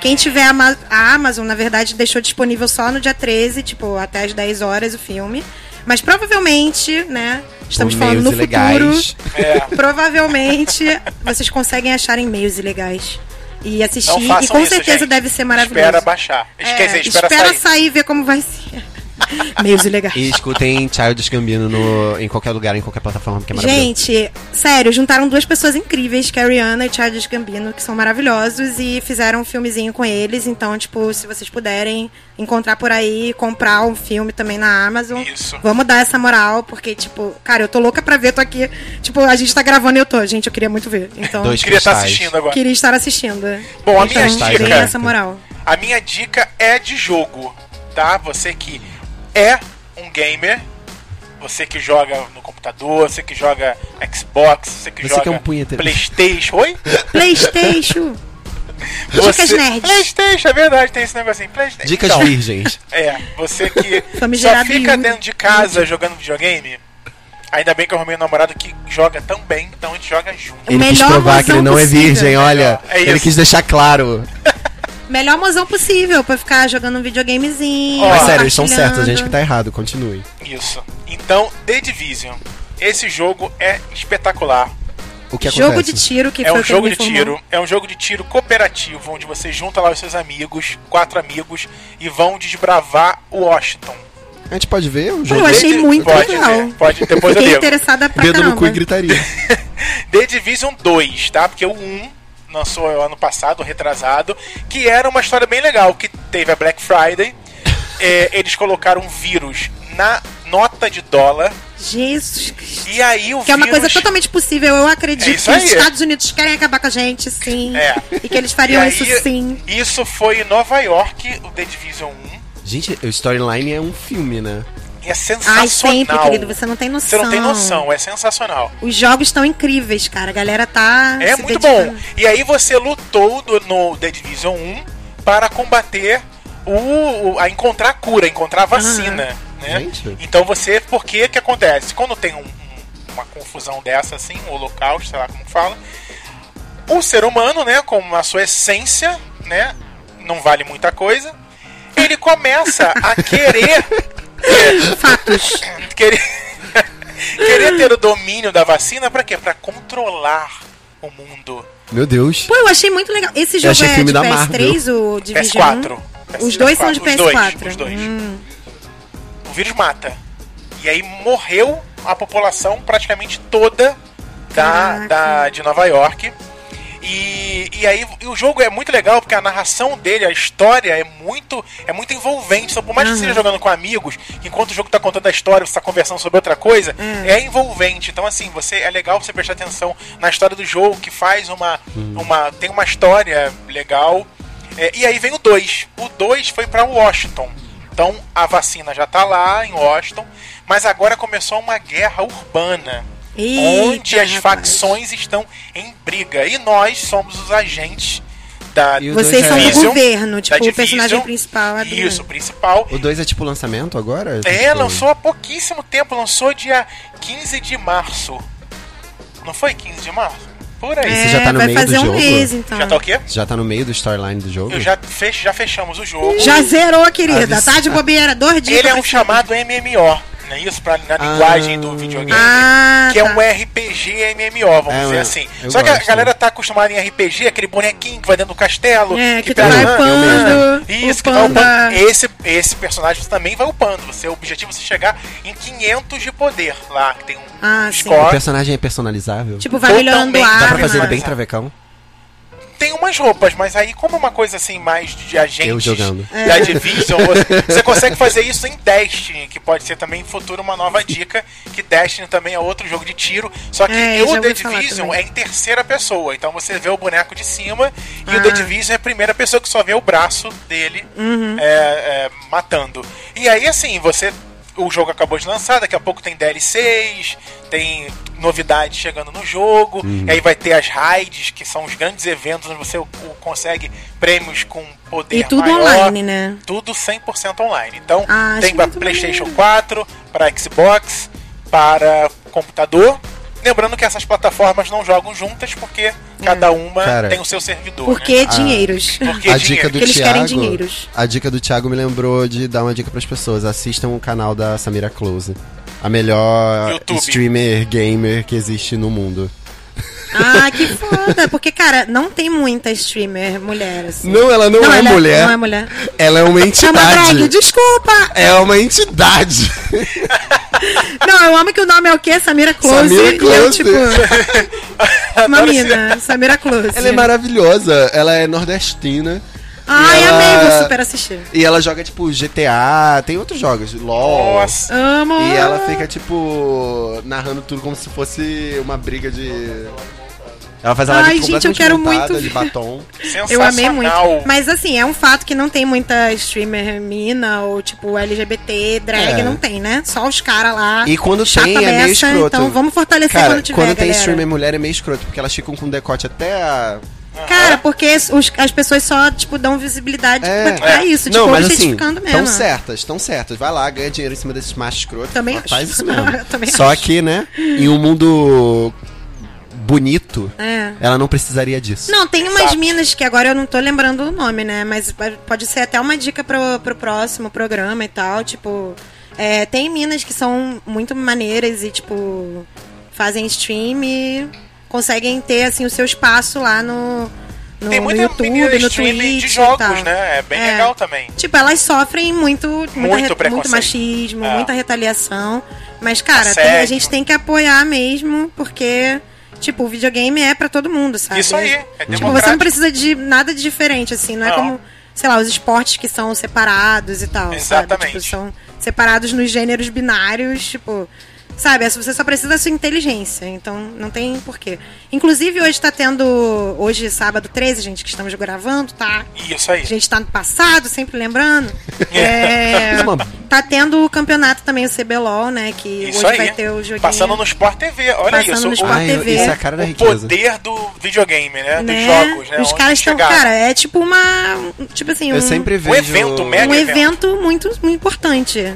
E: Quem tiver a, Ma- a Amazon, na verdade, deixou disponível só no dia 13, tipo, até as 10 horas o filme. Mas provavelmente, né? Estamos
A: Por
E: falando no
A: meios ilegais.
E: futuro.
C: É,
E: Provavelmente vocês conseguem achar em meios ilegais. E
C: não
E: assistir.
C: façam
E: E com
C: isso,
E: certeza
C: gente.
E: deve ser maravilhoso.
C: Espera baixar.
E: É,
C: Esquece, espera, sair.
E: sair e ver como vai ser. meios ilegais.
A: E escutem Childish Gambino no, em qualquer lugar, em qualquer plataforma, que é maravilhoso.
E: Gente, sério, juntaram duas pessoas incríveis, que é a Rihanna e Childish Gambino, que são maravilhosos, e fizeram um filmezinho com eles. Então, tipo, se vocês puderem encontrar por aí, comprar um filme também na Amazon,
C: Isso.
E: vamos dar essa moral, porque, tipo, cara, eu tô louca pra ver, tô aqui. Tipo, a gente tá gravando e eu tô. Gente, eu queria muito ver. Então,
A: Dois
C: Queria estar
A: cristais.
C: assistindo agora.
E: queria estar assistindo.
C: Bom, a
E: então,
C: minha é
A: Cristais,
E: deem
A: né?
C: dica,
E: essa moral.
C: a minha dica é de jogo, tá? Você que é um gamer, você que joga no computador, você que joga Xbox, você que
A: Você
C: joga
A: que é um punheteiro.
C: PlayStation, oi?
E: Playstation! Dicas nerds.
C: PlayStation, é verdade, tem esse negocinho. PlayStation.
A: Dicas
C: Então,
A: virgens.
C: É, você que só
E: Famigerado
C: fica
E: Yuri.
C: dentro de casa jogando videogame. Ainda bem que eu arrumei um namorado que joga tão bem, então a gente joga junto.
A: Ele quis
E: melhor
A: provar que ele
E: mozão
A: não é
E: possível.
A: virgem, olha.
C: É
A: ele
C: isso.
A: quis deixar claro.
E: Melhor mozão possível pra ficar jogando um videogamezinho.
C: Ó.
A: Mas sério, eles estão
E: compartilhando.
A: certos, a gente que tá errado, continue.
C: Isso. Então, The Division. Esse jogo é espetacular.
A: O que
E: Jogo
A: acontece?
E: de tiro que
C: É
E: foi
C: um
E: o que
C: jogo
E: ele
C: de
E: me informou.
C: tiro, é um jogo de tiro cooperativo, onde você junta lá os seus amigos, quatro amigos, e vão desbravar Washington.
A: A gente pode ver o
E: Eu
A: jogo?
E: achei
C: Desde-
E: muito
C: pode
E: legal.
C: ver, pode, depois eu
E: Fiquei
C: digo.
E: interessada pra
A: Dedo no cu
E: caramba.
A: e gritaria.
C: The Division 2, tá? Porque o 1 lançou ano passado, retrasado, que era uma história bem legal, que teve a Black Friday. É, eles colocaram um vírus na nota de dólar,
E: Jesus Cristo.
C: e aí o
E: Que é uma
C: vírus...
E: coisa totalmente possível. Eu
C: É
E: acredito
C: isso
E: que os
C: aí.
E: Estados Unidos querem acabar com a gente, sim.
C: É.
E: E que eles
C: e
E: fariam
C: aí,
E: isso sim.
C: Isso foi em Nova York, o The Division 1.
A: Gente, o Storyline é um filme, né?
C: É sensacional.
E: Ai, sempre, querido, você é não tem noção.
C: Você não tem noção, é sensacional.
E: Os jogos estão incríveis, cara. A galera tá.
C: É
E: se
C: muito
E: dedicando.
C: bom. E aí você lutou do- no The Division 1 para combater o, o- a encontrar a cura, encontrar a vacina, né?
A: Gente.
C: Então você, por que que acontece? Quando tem um- um- uma confusão dessa assim, um holocausto, sei lá como fala, o ser humano, né, com a sua essência, né, não vale muita coisa. Ele começa a querer
E: Fatos.
C: querer, querer ter o domínio da vacina pra quê? Pra controlar o mundo.
A: Meu Deus.
E: Pô, eu achei muito legal. Esse jogo
A: achei
E: é
A: filme
E: de
A: da
E: PS3, o Division
C: PS4.
E: 1? Os dois são de
C: Os dois,
E: PS4.
C: os dois.
E: Hum,
C: O vírus mata. E aí morreu a população praticamente toda da,
E: Caraca.
C: da- de Nova York. E, e aí e o jogo é muito legal porque a narração dele, a história é muito é muito envolvente. Então, por mais
E: Uhum.
C: que você esteja jogando com amigos, enquanto o jogo tá contando a história, você tá conversando sobre outra coisa,
E: Uhum.
C: é envolvente. Então assim, você é legal você prestar atenção na história do jogo que faz uma
E: Uhum.
C: uma tem uma história legal. É, e aí vem o 2. O 2 foi pra Washington. Então a vacina já tá lá em Washington, mas agora começou uma guerra urbana
E: Eita,
C: onde as
E: rapaz.
C: facções estão em briga. E nós somos os agentes da
A: E o dois
E: Vocês
A: é-
E: são do
C: Division,
E: governo,
C: da
E: tipo, o personagem
C: Division.
E: principal é do.
C: Isso, o principal.
A: O 2 é tipo lançamento agora?
C: É,
A: Tipo,
C: lançou há pouquíssimo tempo, lançou dia 15 de março. Não foi 15 de março? Por aí.
A: Esse já tá no
E: vai
A: meio do
E: fazer um
A: jogo?
E: mês, então.
C: Já tá o quê?
A: Já tá no meio do storyline do jogo?
C: Eu já, fech já fechamos o jogo.
E: Já zerou, querida.
A: Ah,
E: Tá de bobeira, dois dias.
C: Ele é
E: pra
C: um chamado MMO, não é isso? Pra,
A: Ah.
C: na linguagem do videogame.
E: Ah,
C: que é
E: tá.
C: um RPG MMO, vamos
A: É,
C: dizer
A: eu-
C: assim.
A: eu
C: Só que a
A: gosto.
C: galera tá acostumada em RPG, aquele bonequinho que vai dentro do castelo.
E: É, que tu
C: pega-
E: vai
C: Ah,
E: upando,
C: Isso, que
E: upando
C: vai
E: a-
C: upando. Esse, esse personagem você também vai upando. Você, o objetivo é você chegar em 500 de poder lá, que tem um
E: Ah, sim.
A: O
C: score.
A: personagem é personalizável?
E: Tipo, vai
C: Totalmente.
E: melhorando a
A: Dá pra
E: arma.
A: fazer ele bem
C: personalizado.
A: travecão?
C: Tem umas roupas, mas aí como é uma coisa assim mais de agentes
A: Eu jogando.
E: É.
C: da Division, você, você consegue fazer isso em Destiny, que pode ser também em futuro uma nova dica, que Destiny também é outro jogo de tiro, só que
E: É, já
C: o The
E: ouvi falar
C: Division
E: também.
C: é em terceira pessoa, então você vê o boneco de cima e o
E: Ah.
C: The Division é a primeira pessoa que só vê o braço dele
E: Uhum.
C: é, é, matando. E aí assim, você o jogo acabou de lançar, daqui a pouco tem DLCs, tem novidades chegando no jogo, e aí vai ter as raids, que são os grandes eventos onde você o- o- consegue prêmios com poder
E: E tudo
C: maior
E: online, né?
C: tudo 100% online. Então,
E: Ah,
C: tem
E: acho
C: para
E: muito
C: PlayStation 4, para Xbox, para computador. Lembrando que essas plataformas não jogam juntas porque cada uma
A: Cara.
C: tem o seu servidor.
E: É. Porque
A: Ah.
E: dinheiros.
C: Né? Porque
A: a
C: dinheiro.
A: dica do
E: Porque eles querem
A: Thiago.
E: dinheiros.
A: A dica do Thiago me lembrou de dar uma dica pras pessoas. Assistam o canal da Samira Close. A melhor
C: YouTube.
A: streamer gamer que existe no mundo.
E: Ah, que foda. Porque, cara, não tem muita streamer mulher, assim.
A: Não, ela não, é,
E: ela
A: mulher.
E: Não é mulher.
A: Ela é uma
E: Chama drag,
A: entidade.
E: desculpa.
A: É uma entidade.
E: Não, eu amo que o nome é o quê? Samira Close.
A: Samira
E: E eu,
A: Close. é
E: tipo, uma mina. Samira Close.
A: Ela é maravilhosa. Ela é nordestina.
E: Ai,
A: E ela-
E: amei, vou super assistir.
A: E ela joga, tipo, GTA. Tem outros jogos. LOL.
C: Nossa.
E: Amo.
A: E ela fica, tipo, narrando tudo como se fosse uma briga de. Ela faz a live
E: Ai, gente,
A: completamente
E: eu quero
A: montada,
E: muito
A: de
E: ver.
A: batom.
C: Sensacional.
E: Eu amei muito. Mas assim, é um fato que não tem muita streamer mina ou tipo LGBT, drag,
A: É.
E: não tem, né? Só os caras lá.
A: E quando
E: chata
A: tem, é meio
E: beça,
A: escroto.
E: Então vamos fortalecer
A: Cara,
E: quando tiver,
A: tem
E: galera.
A: streamer mulher é meio escroto, porque elas ficam com decote até a.
E: Cara, porque os- as pessoas só, tipo, dão visibilidade
A: É.
E: pra, pra isso.
A: não,
E: tipo,
A: mas assim,
E: objetificando
A: estão
E: mesmo.
A: certas, estão certas. Vai lá, ganha dinheiro em cima desses machos escroto.
E: Também acho.
A: faz isso mesmo.
E: Eu também
A: Só
E: acho.
A: que, né, em um mundo bonito,
E: É.
A: ela não precisaria disso.
E: Não, tem umas
C: Exato.
E: minas que agora eu não tô lembrando o nome, né? Mas p- pode ser até uma dica pro, pro próximo programa e tal. Tipo, é, tem minas que são muito maneiras e, tipo, fazem stream e conseguem ter, assim, o seu espaço lá no, no,
C: Tem
E: no
C: muita menina
E: YouTube, no
C: streaming
E: Twitch
C: de
E: e
C: jogos,
E: tal.
C: né? É bem
E: É.
C: legal também.
E: Tipo, elas sofrem muito,
C: Muito
E: muita re-
C: preconceito.
E: muito machismo,
C: É.
E: muita retaliação. Mas, cara, tem- a
C: Assédio.
E: gente tem que apoiar mesmo, porque, tipo, o videogame é pra todo mundo, sabe?
C: Isso aí, é
E: Tipo, você não
C: democrático.
E: precisa de nada de diferente, assim, não é
C: Não.
E: como, sei lá, os esportes que são separados e tal.
C: Exatamente.
E: Sabe? Tipo, são separados nos gêneros binários, tipo. Sabe, você só precisa da sua inteligência, então não tem porquê. Inclusive, hoje tá tendo. Hoje, sábado 13, gente, que estamos gravando, tá?
C: Isso aí.
E: A gente tá no passado, sempre lembrando. É.
A: É uma
E: tá tendo o campeonato também, o CBLOL, né? Que
C: Isso
E: hoje
C: aí.
E: vai ter o joguinho.
C: Passando no Sport TV, olha
E: Passando
C: isso.
E: no
C: o-
E: Sport
D: Ai,
E: TV.
D: isso é a cara da
C: o
D: riqueza.
C: poder do videogame, né? Dos
E: né?
C: jogos, né?
E: Os
C: onde
E: caras estão,
C: chegaram.
E: cara, é tipo uma. um- Tipo assim, um,
D: Eu sempre vejo.
C: evento mega-
E: um
C: evento.
E: evento muito, muito importante.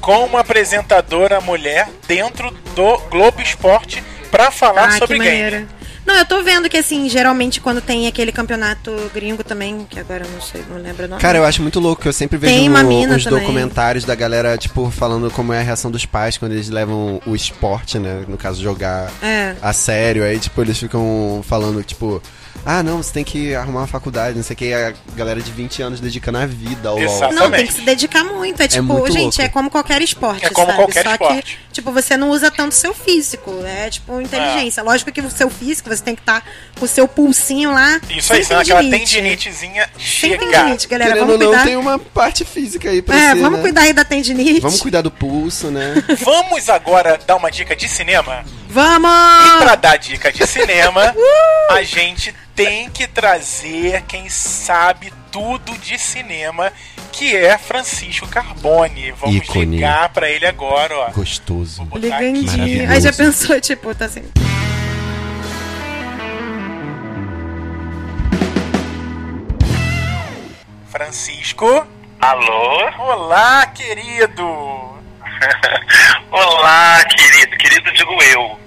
C: Com uma apresentadora mulher dentro do Globo Esporte pra falar
E: ah, que
C: sobre game.
E: maneiro. Não, eu tô vendo que assim, geralmente quando tem aquele campeonato gringo também, que agora eu não sei, não lembro o nome.
D: Cara, eu acho muito louco. Eu sempre vejo
E: Tem uma mina
D: uns
E: também.
D: documentários da galera, tipo, falando como é a reação dos pais quando eles levam o esporte, né? No caso, jogar
E: É.
D: a sério. Aí, tipo, eles ficam falando, tipo, ah, não, você tem que arrumar uma faculdade, não sei o que. A galera de 20 anos dedicando a vida ao LOL.
C: Exato.
E: Não,
C: Exatamente.
E: tem que se dedicar muito. É tipo,
D: muito
E: gente,
D: louco.
E: é como qualquer esporte,
C: É como
E: sabe?
C: qualquer
E: Só
C: esporte.
E: que, tipo, você não usa tanto seu físico, é tipo inteligência. Lógico que o seu físico, você tem que estar com o seu pulsinho lá.
C: Isso aí,
E: Sem
C: senão aquela
E: tendinite.
C: tendinitezinha
E: Sem
C: chega.
E: tendinite, galera.
D: Querendo ou
E: vamos
D: não,
E: cuidar.
D: tem uma parte física aí pra
E: É,
D: ser,
E: vamos
D: né?
E: cuidar aí da tendinite.
D: Vamos cuidar do pulso, né?
C: Vamos agora dar uma dica de cinema? E
E: Vamos!
C: pra dar dica de cinema,
E: Uh!
C: a gente tem que trazer quem sabe tudo de cinema, que é Francisco Carbone. Vamos
D: Ícone.
C: ligar pra ele agora, ó.
D: Gostoso.
C: Vou botar aqui.
E: Ligandinho.
D: Maravilhoso.
E: Aí já pensou, tipo, tá assim.
C: Francisco.
G: Alô?
C: Olá, querido.
G: Olá, querido. Querido, digo eu.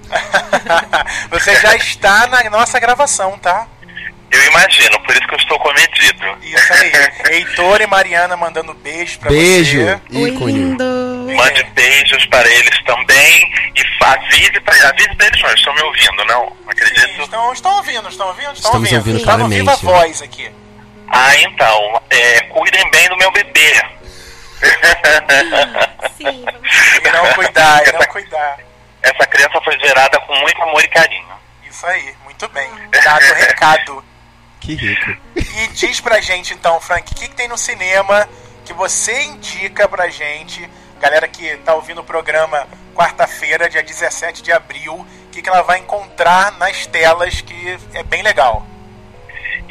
C: Você já está na nossa gravação, tá?
G: Eu imagino, por isso que eu estou comedido.
C: Isso aí. Heitor e Mariana mandando beijo pra
D: Beijo,
C: você. é?
E: Oi,
D: ícone.
E: lindo.
G: Mande beijos para eles também. E avise para, avise para eles, mas estão me ouvindo, não? Não
C: Sim,
G: acredito.
C: Estão, estão ouvindo, estão ouvindo, estão
D: Estamos
C: ouvindo.
D: ouvindo
C: Está no Viva
D: claramente.
C: Voz aqui.
G: Ah, então. é, cuidem bem do meu bebê.
E: Sim,
C: E não cuidar, e não cuidar.
G: Essa criança foi gerada com muito amor e carinho.
C: Isso aí, muito bem. Dado o recado.
D: Que rico.
C: E diz pra gente então, Frank, o que, que tem no cinema que você indica pra gente, galera que tá ouvindo o programa quarta-feira, dia 17 de abril, o que, que ela vai encontrar nas telas que é bem legal.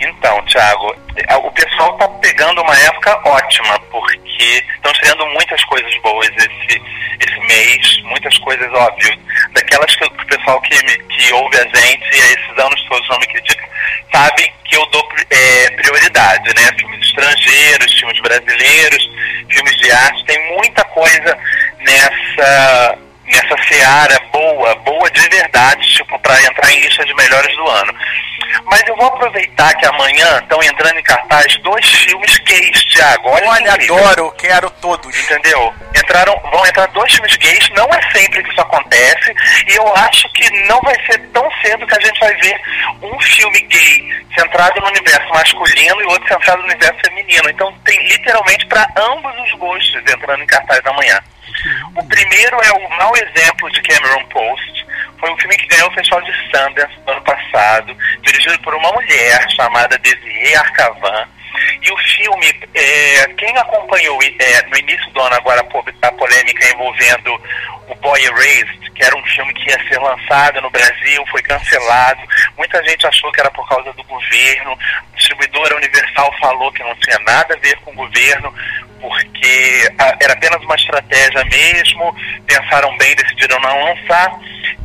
G: Então, Thiago, eh, o pessoal tá pegando uma época ótima, porque estão chegando muitas coisas boas esse, esse mês, muitas coisas, óbvio. Daquelas que o pessoal que, me- que ouve a gente, eh, esses anos todos não me critica, sabe que eu dou pri- eh, prioridade, né? Filmes estrangeiros, filmes brasileiros, filmes de arte, tem muita coisa nessa nessa seara é boa, boa de verdade, tipo, para entrar em lista de melhores do ano. Mas eu vou aproveitar que amanhã estão entrando em cartaz dois filmes gays, Thiago. Olha, que
C: Olha,
G: incrível.
C: adoro, quero todos.
G: Entendeu? Entraram, vão entrar dois filmes gays, não é sempre que isso acontece, e eu acho que não vai ser tão cedo que a gente vai ver um filme gay centrado no universo masculino e outro centrado no universo feminino. Então tem literalmente para ambos os gostos entrando em cartaz amanhã. O primeiro é o mau exemplo de Cameron Post. Foi um filme que ganhou o Festival de Sundance no ano passado, dirigido por uma mulher chamada Desiree Arcavan. E o filme, é, quem acompanhou é, no início do ano agora a po- a polêmica envolvendo o Boy Erased, que era um filme que ia ser lançado no Brasil, foi cancelado. Muita gente achou que era por causa do governo. A distribuidora Universal falou que não tinha nada a ver com o governo, porque ah, era apenas uma estratégia mesmo. Pensaram bem, decidiram não lançar.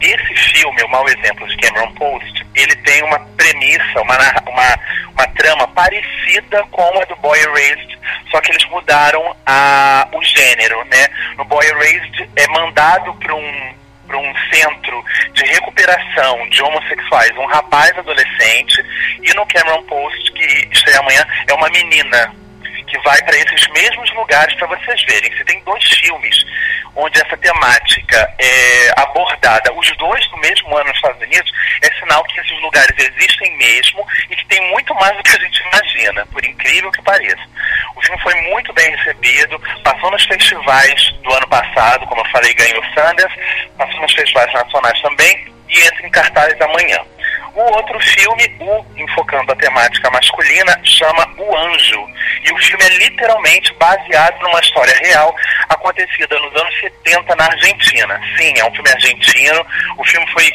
G: Esse filme, o mau exemplo de Cameron Post, ele tem uma premissa, uma, narra- uma, uma trama parecida com a do Boy Erased, só que eles mudaram a, o gênero, né? No Boy Erased é mandado para um para um centro de recuperação de homossexuais, um rapaz adolescente, e no Cameron Post, que estreia amanhã, é uma menina que vai para esses mesmos lugares para vocês verem. Você tem dois filmes onde essa temática é abordada, os dois no mesmo ano nos Estados Unidos, é sinal que esses lugares existem mesmo e que tem muito mais do que a gente imagina, por incrível que pareça. O filme foi muito bem recebido, passou nos festivais do ano passado, como eu falei, ganhou Sundance, passou nos festivais nacionais também e entra em cartaz amanhã. O outro filme, o enfocando a temática masculina, chama O Anjo. E o filme é literalmente baseado numa história real acontecida nos anos 70 na Argentina. Sim, é um filme argentino. O filme foi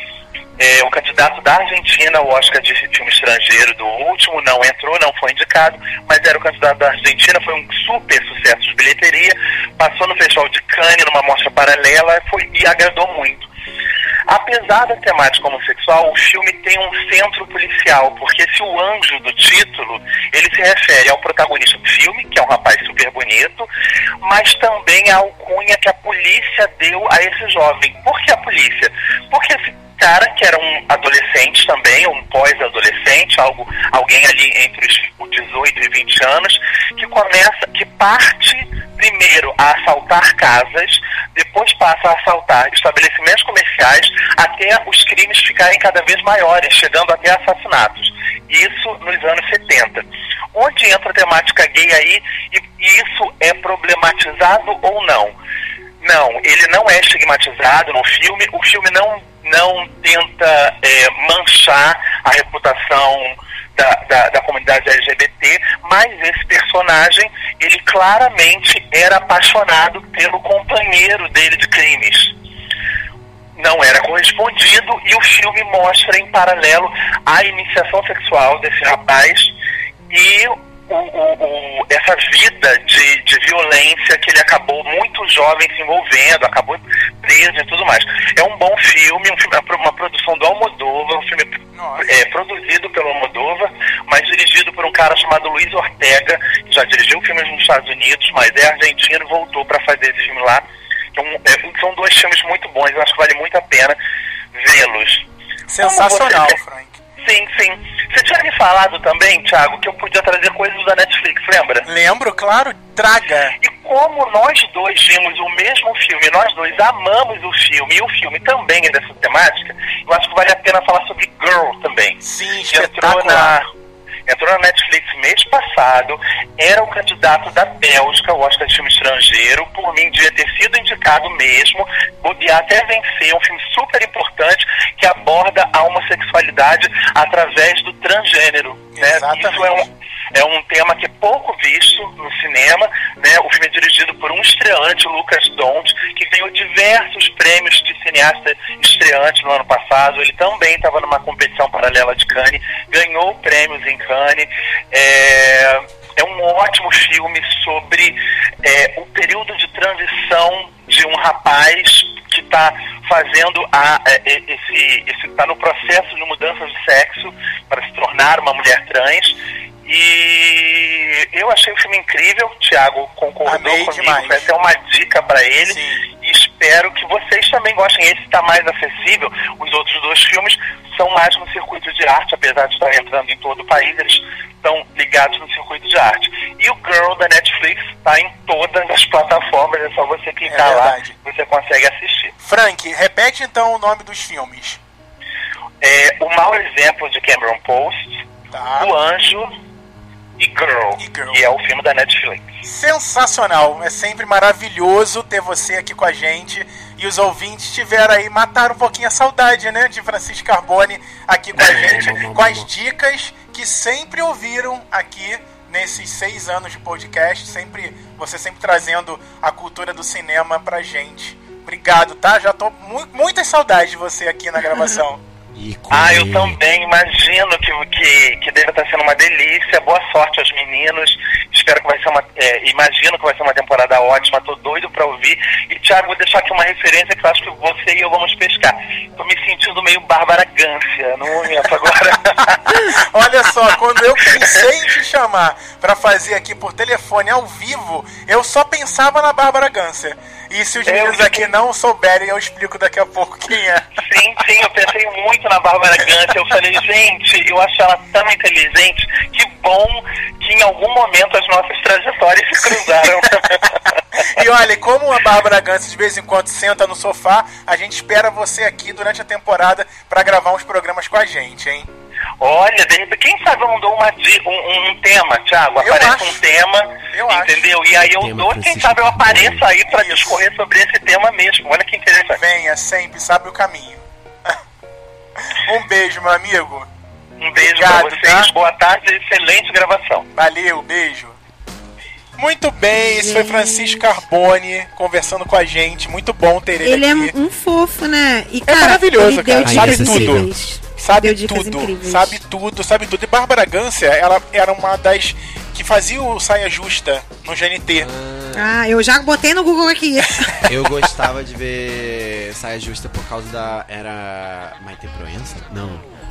G: é, um candidato da Argentina ao Oscar de filme estrangeiro, do último, não entrou, não foi indicado, mas era o candidato da Argentina, foi um super sucesso de bilheteria, passou no Festival de Cannes, numa mostra paralela, foi, e agradou muito. Apesar da temática homossexual, o filme tem um centro policial, porque se o anjo do título, ele se refere ao protagonista do filme, que é um rapaz super bonito, mas também à alcunha que a polícia deu a esse jovem. Por que a polícia? Porque esse cara, que era um adolescente também, um pós-adolescente, algo, alguém ali entre os 18 e 20 anos, que começa, que parte primeiro a assaltar casas, depois passa a assaltar estabelecimentos comerciais, até os crimes ficarem cada vez maiores, chegando até assassinatos. Isso nos anos 70. Onde entra a temática gay aí e isso é problematizado ou não? Não, ele não é estigmatizado no filme, o filme não, não tenta é, manchar a reputação da, da, da, comunidade LGBT, mas esse personagem, ele claramente era apaixonado pelo companheiro dele de crimes. Não era correspondido e o filme mostra em paralelo a iniciação sexual desse rapaz e o, o, o, essa vida de, de violência que ele acabou muito jovem se envolvendo, acabou preso e tudo mais. É um bom filme, um filme uma produção do Almodóvar, um filme é, produzido pelo Almodóvar, mas dirigido por um cara chamado Luiz Ortega, que já dirigiu filmes nos Estados Unidos, mas é argentino e voltou para fazer esse filme lá. Então, é, são dois filmes muito bons, eu acho que vale muito a pena vê-los.
C: Sensacional, você... Frank.
G: Sim, sim. Você tinha me falado também, Thiago, que eu podia trazer coisas da Netflix, lembra?
C: Lembro, claro, traga.
G: E como nós dois vimos o mesmo filme, nós dois amamos o filme, e o filme também é dessa temática, eu acho que vale a pena falar sobre Girl também.
C: Sim, entrou na
G: Entrou na Netflix mês passado, era o candidato da Bélgica, o Oscar de filme estrangeiro, por mim devia ter sido indicado mesmo, podia até vencer, um filme super importante que aborda a homossexualidade através do transgênero. Né? Isso é um, é um tema que é pouco visto no cinema. Né? O filme é dirigido por um estreante, Lucas Dont, que ganhou diversos prêmios de cineasta estreante no ano passado. Ele também estava numa competição paralela de Cannes, ganhou prêmios em Cannes. É, é um ótimo filme sobre é, o período de transição de um rapaz que está fazendo a, é, esse está no processo de mudança de sexo para se tornar uma mulher trans e eu achei o filme incrível, o Thiago concordou Amei comigo, demais. foi até uma dica para ele. Sim. E espero que vocês também gostem. Esse está mais acessível. Os outros dois filmes são mais no circuito de arte, apesar de estar entrando em todo o país, eles estão ligados no circuito de arte. E o Girl da Netflix está em todas as plataformas, é só você clicar é lá, você consegue assistir.
C: Frank, repete então o nome dos filmes.
G: É, o Mau Exemplo de Cameron Post, tá. O Anjo e Girl, e Girl, que é o filme da Netflix.
C: Sensacional, é sempre maravilhoso ter você aqui com a gente. E os ouvintes tiveram aí, mataram um pouquinho a saudade, né, de Francisco Carbone aqui com a gente, com as dicas que sempre ouviram aqui nesses seis anos de podcast, sempre você sempre trazendo a cultura do cinema pra gente. Obrigado, tá? Já tô mu muitas saudades de você aqui na gravação.
G: Ah, eu também imagino que, que, que deve estar sendo uma delícia. Boa sorte aos meninos. Espero que vai ser uma. É, imagino que vai ser uma temporada ótima. Tô doido para ouvir. E, Thiago, vou deixar aqui uma referência que eu acho que você e eu vamos pescar. Tô me sentindo meio Bárbara Gância no momento agora.
C: Olha só, quando eu pensei em te chamar para fazer aqui por telefone ao vivo, eu só pensava na Bárbara Gância. E se os meninos aqui não souberem, eu explico daqui a pouco quem é.
G: Sim, sim, eu pensei muito na Bárbara Gantz. Eu falei, gente, eu acho ela tão inteligente. Que bom que em algum momento as nossas trajetórias se cruzaram.
C: e olha, como a Bárbara Gantz de vez em quando senta no sofá, a gente espera você aqui durante a temporada para gravar uns programas com a gente, hein?
G: Olha, de repente, quem sabe eu não dou uma, um, um tema, Thiago? Aparece um tema, eu entendeu? Acho. E aí eu tema, dou, quem sabe eu apareço aí para discorrer sobre esse tema mesmo. Olha que interessante.
C: Venha sempre, sabe o caminho. um beijo, meu amigo.
G: Um beijo Obrigado, pra vocês, tá? boa tarde, excelente gravação.
C: Valeu, beijo. Muito bem, esse foi Francisco Carbone conversando com a gente. Muito bom ter ele,
E: Ele é
C: aqui.
E: um fofo, né? E,
C: É
E: cara,
C: maravilhoso,
E: ele
C: cara.
E: Deu
C: Sabe
E: dicas
C: tudo.
E: incríveis.
C: Sabe
E: Deu dicas
C: tudo,
E: incríveis.
C: sabe tudo, sabe tudo. E Bárbara Gância, ela era uma das que fazia o saia justa no GNT.
E: Ah, eu já botei no Google aqui.
D: Eu gostava de ver Saia Justa por causa da. Era. Maite Proença? Não.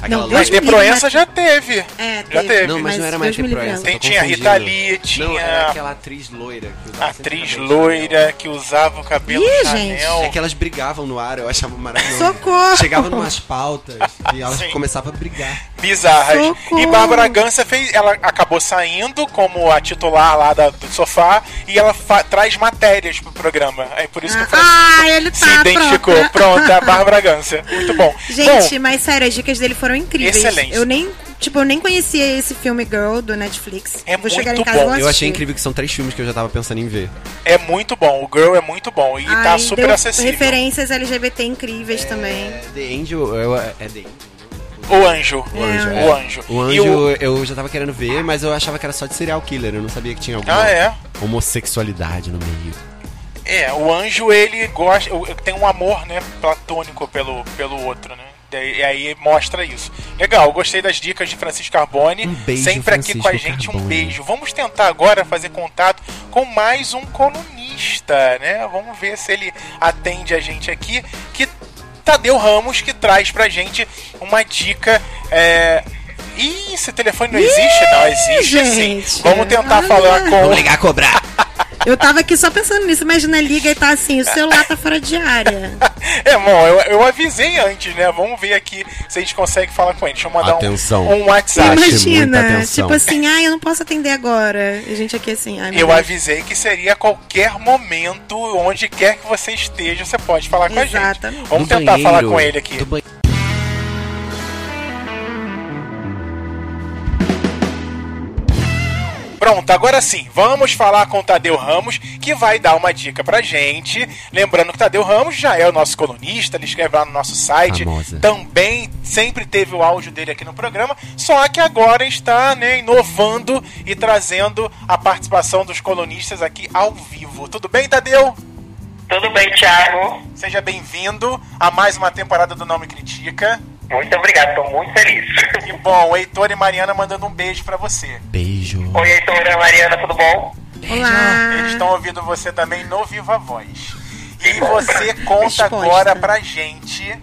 E: Não,
C: Mas
D: loira-
E: Deus me
C: de
E: livre,
C: Proença
E: mas-
C: já teve.
E: É,
C: Já teve.
D: Não, mas, não era
E: Deus
D: Maite
E: me livre.
D: Proença.
C: Tem-
D: tô
C: tinha
D: confundindo.
C: Rita Lee, tinha-
D: Não, é, era aquela atriz loira. Que usava sempre
C: Atriz
D: cabelo
C: loira
D: é Chanel.
C: que usava o cabelo
E: Ih,
C: Chanel.
D: É que elas brigavam no ar, eu achava maravilhoso.
E: Socorro!
D: Chegavam numas pautas e elas
C: Sim.
D: começavam a brigar.
C: bizarras.
E: Socorro.
C: E Bárbara Gança fez, ela acabou saindo como a titular lá da- do sofá e ela fa- traz matérias pro programa. É por isso que eu falei.
E: Ah, ele tá
C: se identificou.
E: pronto.
C: Pronto, é a Bárbara Gança. Muito bom.
E: Gente, mas sério, as dicas dele foram incríveis.
C: Excelente.
E: Eu nem, tipo, eu nem conhecia esse filme Girl do Netflix.
C: É
E: Vou chegar
C: muito
E: em casa e
C: bom.
E: vou
D: Eu achei
E: assistir.
D: incrível que são três filmes que eu já tava pensando em ver.
C: bom, é muito bom. O Girl é muito bom e tá
E: Ai,
C: super
E: deu
C: acessível.
E: Referências LGBT incríveis também.
D: É, The Angel. eu- é The Angel.
C: O Anjo.
E: O Anjo,
D: é.
C: O Anjo.
D: O
C: E
D: Anjo eu já tava querendo ver, mas eu achava que era só de serial killer. Eu não sabia que tinha alguma
C: Ah, é?
D: homossexualidade no meio.
C: É, o anjo ele gosta, o- tem um amor, né, platônico pelo, pelo outro, né? Daí- E aí mostra isso. Legal, gostei das dicas de Francisco Carbone.
D: Um beijo,
C: Sempre aqui com a
D: Francisco
C: gente, um
D: Carbone.
C: beijo. Vamos tentar agora fazer contato com mais um colunista, né? Vamos ver se ele atende a gente aqui. Que Tadeu Ramos que traz pra gente uma dica. É... Ih, esse telefone não existe? Não, existe sim.
E: gente.
C: Vamos tentar
E: Ah.
C: falar com.
D: Vamos ligar a cobrar!
E: Eu tava aqui só pensando nisso. Imagina, liga e tá assim, o celular tá fora de área.
C: É, bom, eu, eu avisei antes, né? Vamos ver aqui se a gente consegue falar com ele. Deixa eu mandar um-
D: Atenção.
C: um WhatsApp.
D: Preste muita
E: Imagina,
D: atenção.
E: tipo assim, ai, eu não posso atender agora. E a gente aqui assim, ai, meu
C: Eu
E: Deus.
C: avisei que seria a qualquer momento, onde quer que você esteja, você pode falar com a gente.
E: Exatamente.
C: Vamos
D: Do
C: tentar
D: banheiro,
C: falar com ele aqui.
D: do banhe-
C: Pronto, agora sim, vamos falar com o Tadeu Ramos, que vai dar uma dica pra gente. Lembrando que o Tadeu Ramos já é o nosso colunista, ele escreve lá no nosso site.
D: Famosa.
C: Também sempre teve o áudio dele aqui no programa, só que agora está né, inovando e trazendo a participação dos colunistas aqui ao vivo. Tudo bem, Tadeu?
G: Tudo bem, Thiago?
C: Seja bem-vindo a mais uma temporada do Não Me Critica.
G: Muito obrigado, estou muito feliz.
C: E bom, o Heitor e Mariana mandando um beijo pra você.
D: Beijo.
G: Oi, Heitora, Mariana, tudo bom?
C: Eles
E: Olá.
C: estão ouvindo você também no Viva Voz. E você conta
E: Resposta.
C: agora pra gente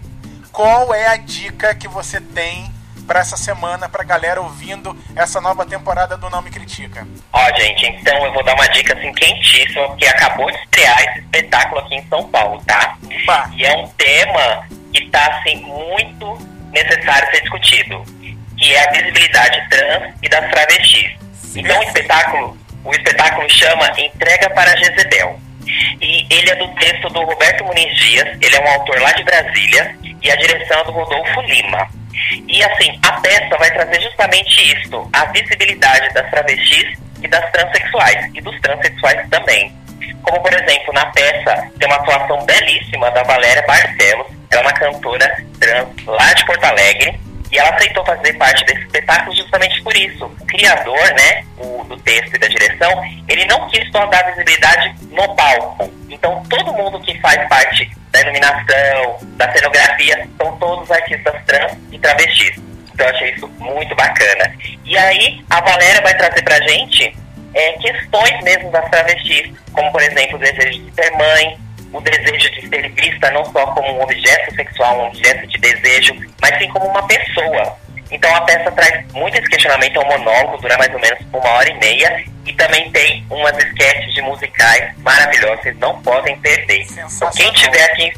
C: qual é a dica que você tem pra essa semana pra galera ouvindo essa nova temporada do Não Me Critica.
G: Ó, gente, então eu vou dar uma dica assim quentíssima, porque acabou de estrear esse espetáculo aqui em São Paulo, tá?
C: Opa.
G: E é um tema que tá assim muito necessário ser discutido, que é a visibilidade trans e das travestis. Então o espetáculo, o espetáculo chama Entrega para Jezebel. E ele é do texto do Roberto Muniz Dias, ele é um autor lá de Brasília, e a direção é do Rodolfo Lima. E assim, a peça vai trazer justamente isso, a visibilidade das travestis e das transexuais, e dos transexuais também. Como, por exemplo, na peça tem uma atuação belíssima da Valéria Barcelos, ela é uma cantora trans lá de Porto Alegre, e ela aceitou fazer parte desse espetáculo justamente por isso. O criador, né, o, do texto e da direção, ele não quis só dar visibilidade no palco. Então, todo mundo que faz parte da iluminação, da cenografia, são todos artistas trans e travestis. Então, eu achei isso muito bacana. E aí, a Valéria vai trazer pra gente é, questões mesmo das travestis, como, por exemplo, o desejo de ser mãe, o desejo de ser vista não só como um objeto sexual, um objeto de desejo, mas sim como uma pessoa. Então a peça traz muito esse questionamento, é um monólogo, dura mais ou menos uma hora e meia, e também tem umas esquetes de musicais maravilhosas, vocês não podem perder. Então, quem
C: Sensacional.
G: tiver aqui, em-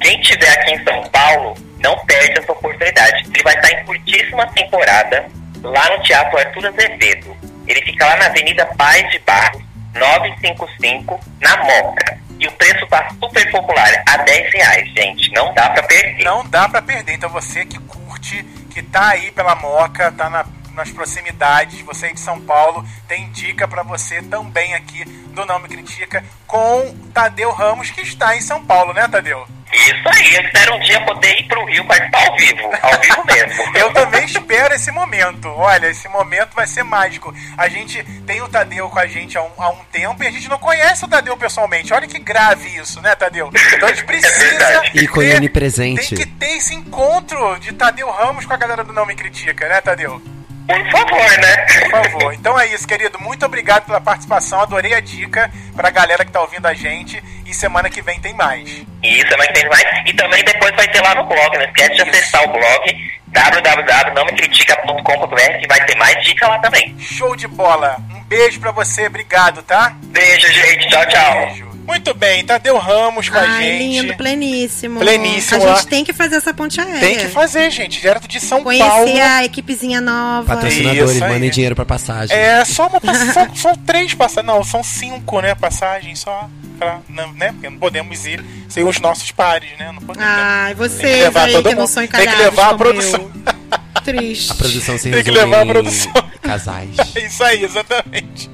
G: quem tiver aqui em São Paulo, não perde essa oportunidade. Ele vai estar em curtíssima temporada lá no Teatro Arthur Azevedo. Ele fica lá na Avenida Paz de Barros, 955, na Moca. E o preço tá super popular, a 10 reais, gente. Não dá pra perder.
C: Não dá pra perder, então você que curte, que tá aí pela Moca, tá na- nas proximidades, você aí de São Paulo, tem dica pra você também aqui do Não Me Critica com Tadeu Ramos, que está em São Paulo, né, Tadeu?
G: Isso aí, eu espero um dia poder ir pro Rio participar ao vivo, ao vivo mesmo.
C: Eu também espero esse momento. Olha, esse momento vai ser mágico. A gente tem o Tadeu com a gente há um, há um tempo e a gente não conhece o Tadeu pessoalmente. Olha que grave isso, né, Tadeu? Então a gente precisa.
G: verdade.
D: Ícone
C: ter-
D: onipresente.
C: Tem que ter esse encontro de Tadeu Ramos com a galera do Não Me Critica, né, Tadeu?
G: Por favor,
C: Por
G: né?
C: favor. Então é isso, querido. Muito obrigado pela participação. Adorei a dica pra galera que tá ouvindo a gente. E semana que vem tem mais.
G: Isso, mas tem mais. E também depois vai ter lá no blog, não esquece de acessar o blog www.nomecritica.com.br que vai ter mais dica lá também.
C: Show de bola. Um beijo pra você. Obrigado, tá?
G: Beijo, gente. Tchau, tchau.
C: Beijo. Muito bem. Tadeu Ramos com a
E: Ai,
C: gente.
E: lindo, pleníssimo.
C: Pleníssimo,
E: A
C: ó.
E: gente tem que fazer essa ponte aérea.
C: Tem que fazer, gente. Direto de São
E: Conhecer
C: Paulo.
E: a equipezinha nova.
D: Patrocinadores,
C: Isso aí.
D: mandem dinheiro pra passagem.
C: É, só uma passagem. são, são três passagens. Não, são cinco, né? Passagens só. Pra, não, né? Porque não podemos ir sem os nossos pares, né? Não podemos.
E: Ai,
C: Tem que
E: Ah, vocês
C: levar
E: aí
C: todo
E: que é não
C: mundo.
E: são
C: Tem
E: encalhados
C: que levar a
E: como
C: produção.
E: eu. Triste.
D: A produção se
C: Tem que
D: resume
C: levar a
D: em
C: produção.
D: casais.
C: É isso aí, exatamente.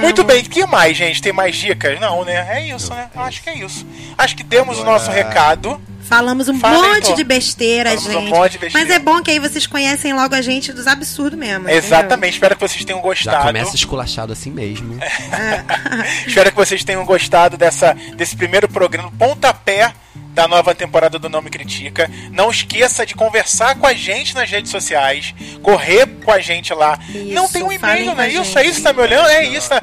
C: Muito bem, o que mais, gente? Tem mais dicas? Não, né? É isso, né? Acho que é isso. Acho que demos o nosso recado.
E: Falamos um
C: Fala,
E: monte
C: então.
E: de besteira,
C: Falamos um
E: gente.
C: monte de besteira.
E: Mas é bom que aí vocês conhecem logo a gente dos absurdos mesmo. entendeu?
C: Exatamente, espero que vocês tenham
D: Já
C: gostado.
D: começa esculachado assim mesmo.
C: É, Espero que vocês tenham gostado dessa, desse primeiro programa, pontapé da nova temporada do Não Me Critica. Não esqueça de conversar com a gente nas redes sociais, correr com a gente lá.
E: Isso,
C: não tem um
E: falem
C: e-mail,
E: com
C: não é
E: a
C: isso?
E: gente.
C: É isso, tá me olhando? É isso. tá-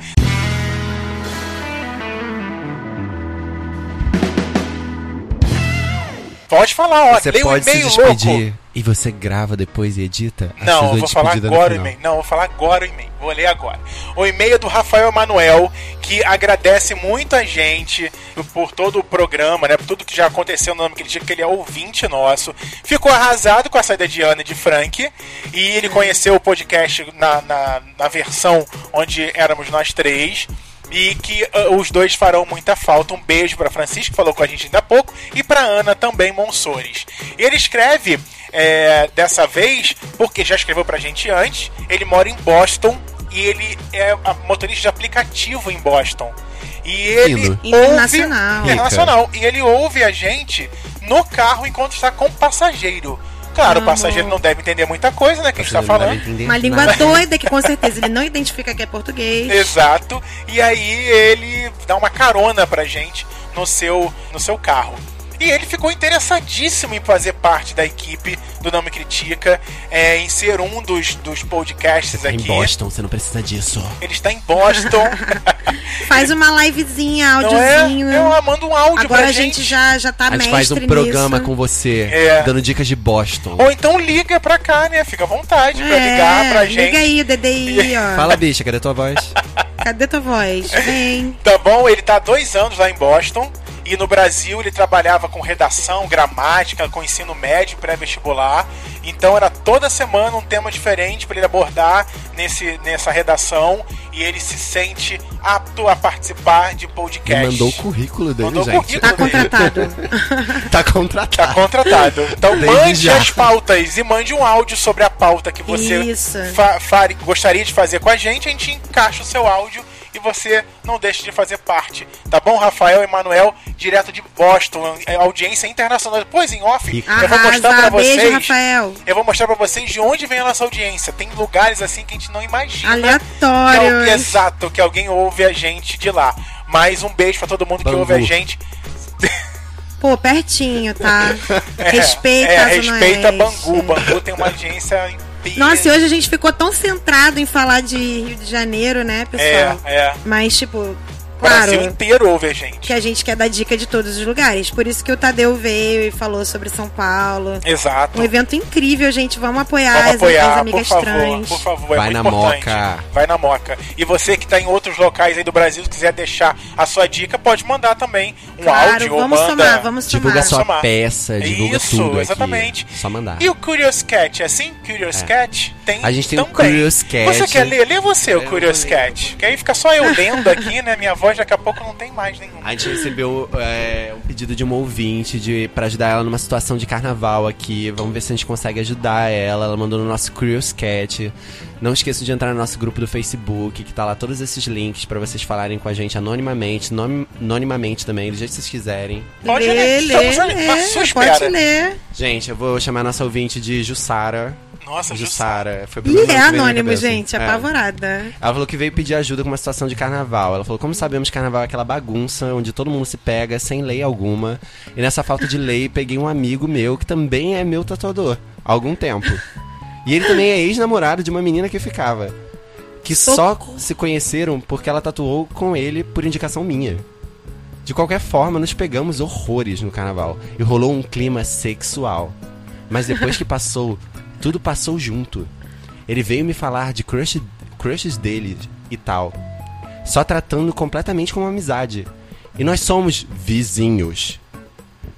C: Pode falar, ó.
D: Você
C: Leia o
D: pode se
C: um e-mail
D: despedir
C: louco.
D: e você grava depois e edita? Acho que
C: Não, eu
D: eu
C: vou falar
D: despedida no
C: agora o
D: final.
C: e-mail. Não, eu vou falar agora o e-mail. Vou ler agora. O e-mail é do Rafael Manuel, que agradece muito a gente por todo o programa, né? Por tudo que já aconteceu no nome que ele que ele é ouvinte nosso. Ficou arrasado com a saída de Ana e de Frank. E ele conheceu o podcast na, na, na versão onde éramos nós três. E que ah, os dois farão muita falta. Um beijo para Francisco, que falou com a gente ainda há pouco, e para Ana também, Monsores. Ele escreve é, dessa vez, porque já escreveu pra gente antes, ele mora em Boston e ele é a- motorista de aplicativo em Boston. E ele
D: Fino.
C: ouve-
E: Internacional.
C: internacional. E ele ouve a gente no carro enquanto está com o passageiro. Claro, o
E: Amo.
C: passageiro não deve entender muita coisa, né? Que a gente
D: Você
C: tá
D: não vai
C: falando.
D: entender
E: Uma língua
D: nada.
E: doida que com certeza ele não identifica que é português.
C: Exato. E aí ele dá uma carona pra gente no seu, no seu carro. E ele ficou interessadíssimo em fazer parte da equipe do Não Me Critica, é, em ser um dos, dos podcasts
D: Tá em
C: aqui.
D: Boston, você não precisa disso.
C: Ele está em Boston.
E: Faz uma livezinha,
C: não é?
E: áudiozinho.
C: Eu mando um áudio
E: Agora
C: pra
E: a gente, já, já tá
D: A gente
E: mestre
D: faz um
E: nisso.
D: programa com você,
C: É.
D: dando dicas de Boston.
C: Ou então liga pra cá, né? Fica à vontade pra ligar pra gente.
E: É, Liga aí, DDI,
C: Ah.
E: ó.
D: Fala, bicha, cadê tua voz?
E: Cadê tua voz? Vem.
C: Tá bom? Ele tá há dois anos lá em Boston. E no Brasil ele trabalhava com redação, gramática, com ensino médio, pré-vestibular. Então era toda semana um tema diferente para ele abordar nesse, nessa redação. E ele se sente apto a participar de podcast.
D: Ele mandou o currículo dele,
C: Mandou o
D: gente.
C: currículo.
E: Tá contratado.
D: Tá
C: Tá
D: contratado.
C: contratado. Então
D: Desde
C: mande
D: já.
C: as pautas e mande um áudio sobre a pauta que você
E: Isso.
C: fa- fare- gostaria de fazer com a gente. A gente encaixa o seu áudio e você não deixa de fazer parte. Tá bom, Rafael Emanuel, direto de Boston, é, audiência internacional. Pois em off, eu vou mostrar pra
E: Arrasa.
C: vocês. É
E: Beijo, Rafael.
C: Eu vou mostrar pra vocês de onde vem a nossa audiência. Tem lugares assim que a gente não imagina. Que
E: Aleatório.
C: alguém- exato, que alguém ouve a gente de lá. Mas um beijo pra todo mundo que
D: Bangu.
C: ouve a gente.
E: Pô, pertinho, tá?
C: É,
E: respeita,
C: é,
E: a Zona
C: respeita
E: Oeste.
C: Bangu. Bangu tem uma audiência inteira.
E: Nossa, e hoje a gente ficou tão centrado em falar de Rio de Janeiro, né,
C: É,
E: pessoal?
C: é.
E: Mas, tipo,
C: O
E: claro
C: Brasil inteiro ouve a gente.
E: que a gente quer dar dica de todos os lugares. Por isso que o Tadeu veio e falou sobre São Paulo.
C: Exato.
E: Um evento incrível, gente. Vamos apoiar,
C: Vamos
E: as- as,
C: apoiar, por
E: amigas
C: favor,
E: trans.
C: por favor, é
D: Vai
C: muito
D: na
C: importante.
D: Moca.
C: Vai na Moca. E você que tá em outros locais aí do Brasil, se quiser deixar a sua dica, pode mandar também um
E: Claro,
C: áudio ou
E: vamos
C: manda...
E: somar, vamos
D: Divulga
E: somar.
D: sua
C: Somar.
D: peça, divulga
C: Tá Isso,
D: tudo aqui.
C: exatamente.
D: Só mandar.
C: E o Curious Cat, é assim? Curious Cat? Tem
D: Tá. A gente tem o
C: também.
D: Curious Cat.
C: Você quer ler? Lê você o
D: Eu
C: Curious
D: vou ler.
C: Cat. Que aí fica só eu lendo aqui, né? Minha voz depois, daqui a pouco não tem mais nenhum.
D: A gente recebeu é, um pedido de uma ouvinte de, pra ajudar ela numa situação de carnaval aqui. Vamos ver se a gente consegue ajudar ela. Ela mandou no nosso Curious Cat. Não esqueçam de entrar no nosso grupo do Facebook, que tá lá todos esses links pra vocês falarem com a gente anonimamente, nome- anonimamente também, do jeito que vocês quiserem.
C: Pode
E: lê,
C: ler,
E: lê,
C: estamos ali,
E: lê,
C: na sua
E: pode
C: espera.
E: ler.
D: Gente, eu vou chamar a nossa ouvinte de Jussara.
C: Nossa, Jussara.
D: Jussara. Foi o
E: Ih,
D: primeiro nome que
E: é
D: veio na
E: anônimo,
D: cabeça.
E: gente,
D: É.
E: apavorada.
D: Ela falou que veio pedir ajuda com uma situação de carnaval. Ela falou: como sabemos, carnaval é aquela bagunça onde todo mundo se pega sem lei alguma. E nessa falta de lei, peguei um amigo meu que também é meu tatuador há algum tempo. E ele também é ex-namorado de uma menina que ficava. Que só se conheceram porque ela tatuou com ele por indicação minha. De qualquer forma, nos pegamos horrores no carnaval e rolou um clima sexual. Mas depois que passou, tudo passou junto. Ele veio me falar de crush, crushes dele e tal. Só tratando completamente como amizade. E nós somos vizinhos.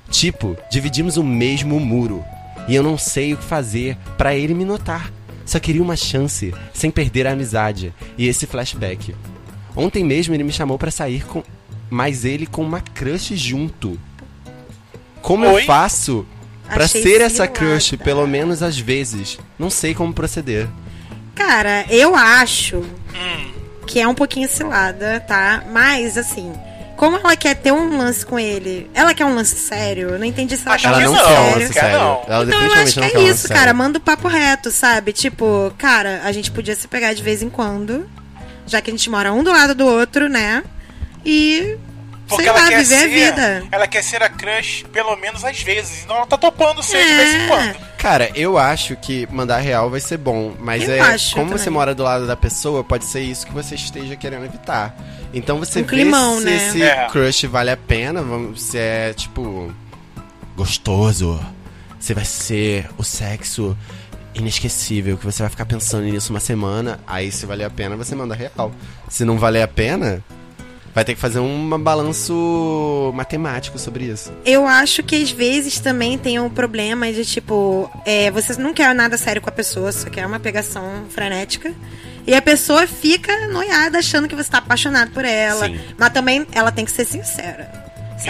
D: Tipo, dividimos o mesmo muro. E eu não sei o que fazer pra ele me notar. Só queria uma chance, sem perder a amizade. E esse flashback. Ontem mesmo ele me chamou pra sair com. Mas ele com uma crush junto. Como
C: Oi?
D: eu faço pra
E: Achei
D: ser essa
E: cilada.
D: crush, pelo menos às vezes? Não sei como proceder.
E: Cara, eu acho que é um pouquinho cilada, tá? Mas, assim, como ela quer ter um lance com ele, ela quer um lance sério? Eu não entendi se ela
C: Acho
E: quer um
D: Ela
C: que
E: lance
D: não
C: não,
D: quer um
E: sério.
D: lance
C: quer
D: sério.
C: não.
D: Ela
E: Então eu acho
D: definitivamente
E: que
D: não
E: é
D: quer um lance
E: isso,
D: sério.
E: cara. Manda o papo reto, sabe? Tipo, cara, a gente podia se pegar de vez em quando, já que a gente mora um do lado do outro, né? E.
C: Porque
E: sei
C: ela
E: lá,
C: quer
E: viver
C: ser,
E: a vida.
C: Ela quer ser a crush, pelo menos às vezes. Então ela tá topando ser de vez em
E: É.
C: quando.
D: Cara, eu acho que mandar real vai ser bom, mas
E: Eu
D: é
E: acho
D: como
E: também.
D: você mora do lado da pessoa, pode ser isso que você esteja querendo evitar. Então você
E: Um
D: vê
E: climão,
D: se
E: né?
D: esse
C: É.
D: crush vale a pena, vamos- se é tipo gostoso, se vai ser o sexo inesquecível, que você vai ficar pensando nisso uma semana, aí se valer a pena você manda real. Se não valer a pena, vai ter que fazer um balanço matemático sobre isso.
E: Eu acho que às vezes também tem um problema de tipo, é, você não quer nada sério com a pessoa, só quer uma pegação frenética. E a pessoa fica noiada achando que você tá apaixonado por ela.
D: Sim.
E: Mas também ela tem que ser sincera. Se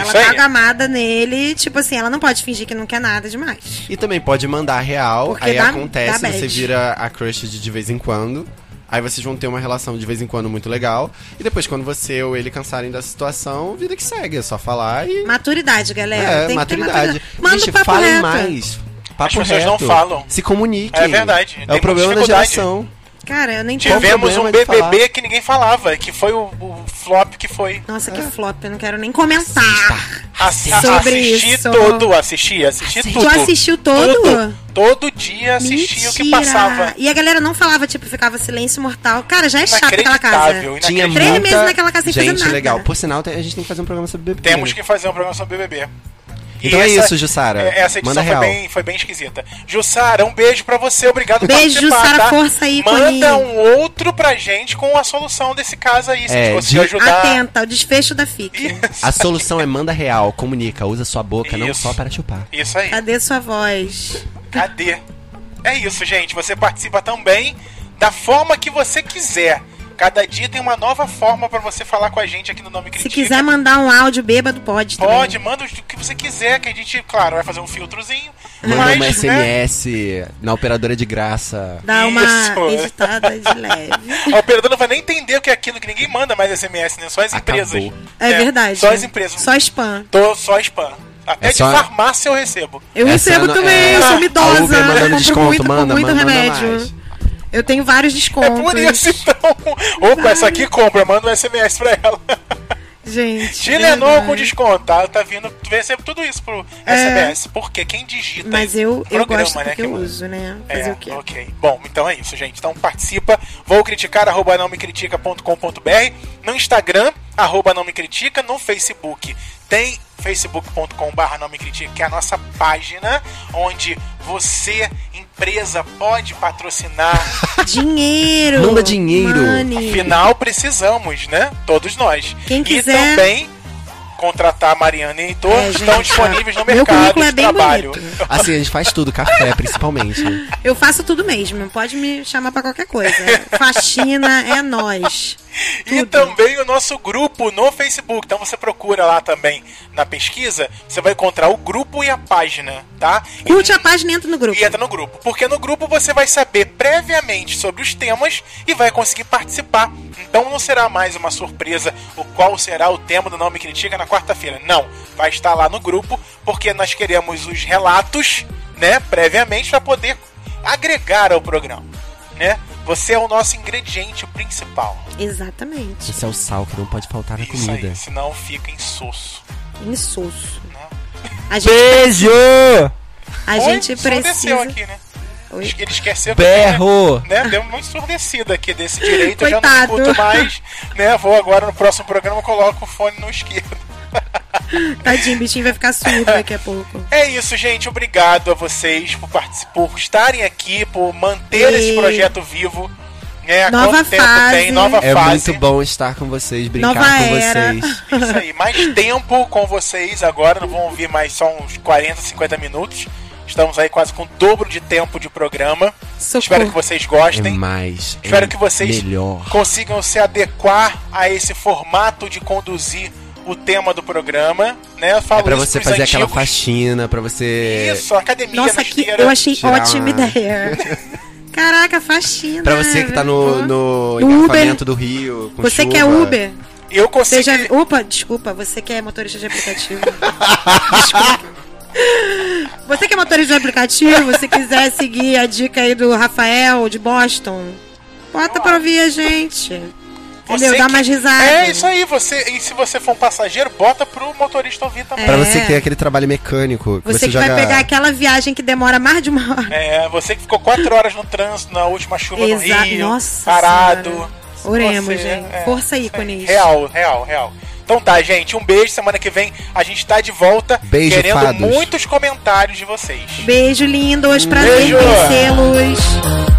C: Isso
E: ela tá
C: aí.
E: agamada nele, tipo assim, ela não pode fingir que não quer nada demais.
D: E também pode mandar real,
E: Porque
D: aí
E: dá-
D: acontece,
E: dá bad.
D: você vira a crush de, de vez em quando. Aí vocês vão ter uma relação de vez em quando muito legal. E depois, quando você ou ele cansarem da situação, vida que segue. É só falar e.
E: Maturidade, galera.
D: é,
E: tem
D: maturidade.
E: que ter maturidade. Manda
D: Gente,
E: o papo
D: falem
E: reto.
D: mais. Papo
C: As pessoas
D: reto.
C: não falam.
D: Se comuniquem.
C: É verdade, tem
D: É o
C: muita
D: problema da
C: dificuldade.
D: geração.
E: Cara, eu não entendo.
C: Tivemos um
D: problema de
C: BBB que ninguém falava, que foi o, o flop que foi.
E: Nossa,
D: É.
E: que flop, eu não quero nem comentar.
C: Assi
E: Sobre
C: assisti
E: isso.
C: todo, assisti, assisti tudo.
E: Tu assistiu todo?
C: Tudo. Todo dia assistia o que passava.
E: E a galera não falava, tipo, ficava silêncio mortal. Cara, já é chato aquela
C: Inacreditável,
D: Tinha
E: casa.
D: muita
E: Três
C: inacreditável.
E: meses naquela casa sem fazer
D: gente
E: nada.
D: legal. Por sinal, tem- a gente tem que fazer um programa sobre BBB.
C: Temos
D: né?
C: que fazer um programa sobre BBB.
D: Então é isso, Jussara.
C: é- Essa edição
D: Manda
C: foi
D: real.
C: bem, foi bem esquisita. Jussara, um beijo pra você, obrigado por
E: Beijo,
C: participar,
E: Jussara,
C: tá?
E: força aí,
C: Manda
E: Colinho.
C: um outro pra gente com a solução desse caso aí, se a gente
D: É,
C: conseguir
D: de-
C: ajudar.
E: Atenta ao desfecho da FIC.
C: Isso,
D: A solução é manda real. Comunica. Usa sua boca, não
C: Isso.
D: só para chupar.
C: isso aí.
E: Cadê sua voz?
C: Cadê? É isso, gente. Você participa também da forma que você quiser. Cada dia tem uma nova forma pra você falar com a gente aqui no Nome
E: Se
C: Critica.
E: quiser mandar um áudio bêbado, pode. também.
C: Pode, manda o que você quiser, que a gente, claro, vai fazer um filtrozinho.
D: Manda
C: mas,
D: uma
C: né,
D: SMS na operadora de graça.
E: Dá uma
C: Isso.
E: editada de leve.
C: A operadora não vai nem entender o que é aquilo, que ninguém manda mais SMS, né? Só as
D: Acabou.
C: empresas.
E: É, verdade.
C: Só as empresas.
E: Só spam.
C: Tô só spam. Até
D: É
C: de
D: só-
C: farmácia eu recebo.
E: Eu
D: Essa
E: recebo
D: não-
E: também,
D: é,
E: eu sou uma
D: a
E: idosa.
D: Uber
E: eu
D: manda
E: compro
D: desconto,
E: muito, compro
D: manda,
E: muito
D: manda
E: remédio.
D: mais.
E: Eu tenho vários
C: É
E: descontos.
C: por isso, então. Opa, essa aqui compra, manda um SMS pra ela.
E: Gente.
C: Tilenol é com
E: verdade.
C: desconto, tá? Tá vindo, tu recebe tudo isso pro
E: É.
C: SMS. Porque quem digita.
E: Mas eu, eu
C: programa,
E: gosto
C: né,
E: porque
C: que
E: eu
C: manda.
E: uso, né? Fazer
C: É,
E: o quê?
C: ok. Bom, então é isso, gente. Então participa. Vou criticar, arroba não me critica.com.br. No Instagram, arroba não me critica. No Facebook, tem facebook.com.br não me critica, que é a nossa página, onde você, empresa, pode patrocinar
E: Dinheiro!
D: Manda dinheiro.
E: Money.
C: Afinal, precisamos, né? Todos nós.
E: Quem
C: e
E: quiser-
C: também contratar a Mariana e Heitor
E: É,
C: estão
E: gente,
C: disponíveis no
E: meu
C: mercado
E: currículo
C: de
E: é bem
C: trabalho.
E: bonito.
D: Assim, a gente faz tudo, café principalmente. né?
E: Eu faço tudo mesmo, pode me chamar pra qualquer coisa. Faxina é nós.
C: E também o nosso grupo no Facebook. Então você procura lá também na pesquisa, você vai encontrar o grupo e a página, tá?
E: Curte a página e entra no grupo.
C: E é- entra no grupo. Porque no grupo você vai saber previamente sobre os temas e vai conseguir participar. Então não será mais uma surpresa o qual será o tema do Não Me Critica na quarta-feira. Não. Vai estar lá no grupo, porque nós queremos os relatos, né? Previamente, para poder agregar ao programa. Né? Você é o nosso ingrediente principal.
E: Exatamente.
D: Esse é o sal que não pode faltar na
C: Isso
D: É comida.
C: aí, senão fica insosso.
E: Insosso. A gente,
H: Beijo!
E: a
C: Oi,
E: gente
C: ensurdeceu
E: precisa.
C: aqui, né?
E: Oi.
C: Acho que ele esqueceu que-
H: Berro!
C: né? Deu uma ensurdecida aqui desse direito, eu já não
E: Coitado.
C: escuto mais, né? Vou agora no próximo programa coloco o fone no esquerdo.
E: Tadinho, o bichinho vai ficar surdo daqui a pouco.
C: É isso, gente. Obrigado a vocês por participar, por estarem aqui, por manter
E: E-
C: esse projeto vivo. Né? Há
E: Nova
C: quanto tempo
E: fase.
C: tem? Nova
H: É
C: fase.
H: muito bom estar com vocês, brincar
E: Nova
H: com
E: era.
H: vocês.
C: Isso aí, mais tempo com vocês agora, não vão ouvir mais só uns 40, 50 minutos. Estamos aí quase com o dobro de tempo de programa. Espero que
E: Socorro.
C: vocês
H: É
C: gostem.
H: mais. é
C: Espero que vocês
H: Melhor.
C: consigam se adequar a esse formato de conduzir o tema do programa, né? Eu falo
H: É pra
C: isso
H: você
C: pros
H: fazer aquela
C: antigos.
H: faxina, pra você.
C: Isso, academia na
E: Nossa, que
C: esteira.
E: eu achei
H: tirar
E: ótima
H: uma-
E: ideia. Caraca, faxina.
D: Pra você que tá no,
C: Uhum.
E: Pô.
D: no
E: No
D: engarrafamento do Rio. com
E: Você que é
D: chuva.
E: Uber?
C: Eu
E: Você
C: consegui.
E: já... Opa, desculpa, você que é motorista de aplicativo. desculpa. Você que é motorista de aplicativo, se quiser seguir a dica aí do Rafael de Boston, bota pra ouvir a gente.
C: Você
E: Entendeu? Dá
C: que-
E: umas risadas.
C: É isso aí, você. E se você for um passageiro, bota pro motorista ouvir também.
D: Pra
E: É.
D: você que tem aquele trabalho mecânico. Que
E: Você,
D: você,
E: que
D: joga...
E: vai pegar aquela viagem que demora mais de uma hora.
C: É, você que ficou quatro horas no trânsito na última chuva no
E: Exa-
C: Rio,
E: Nossa
C: parado.
E: Senhora. Oremos,
C: Você-
E: gente.
C: é,
E: Força
C: isso
E: ícones.
C: Real, real, real. Então tá, gente, um beijo. Semana que vem a gente tá de volta.
D: Beijo,
C: querendo
D: fados.
C: muitos comentários de vocês.
E: Beijo, lindos. Prazer
C: Beijo.
E: conhecê-los.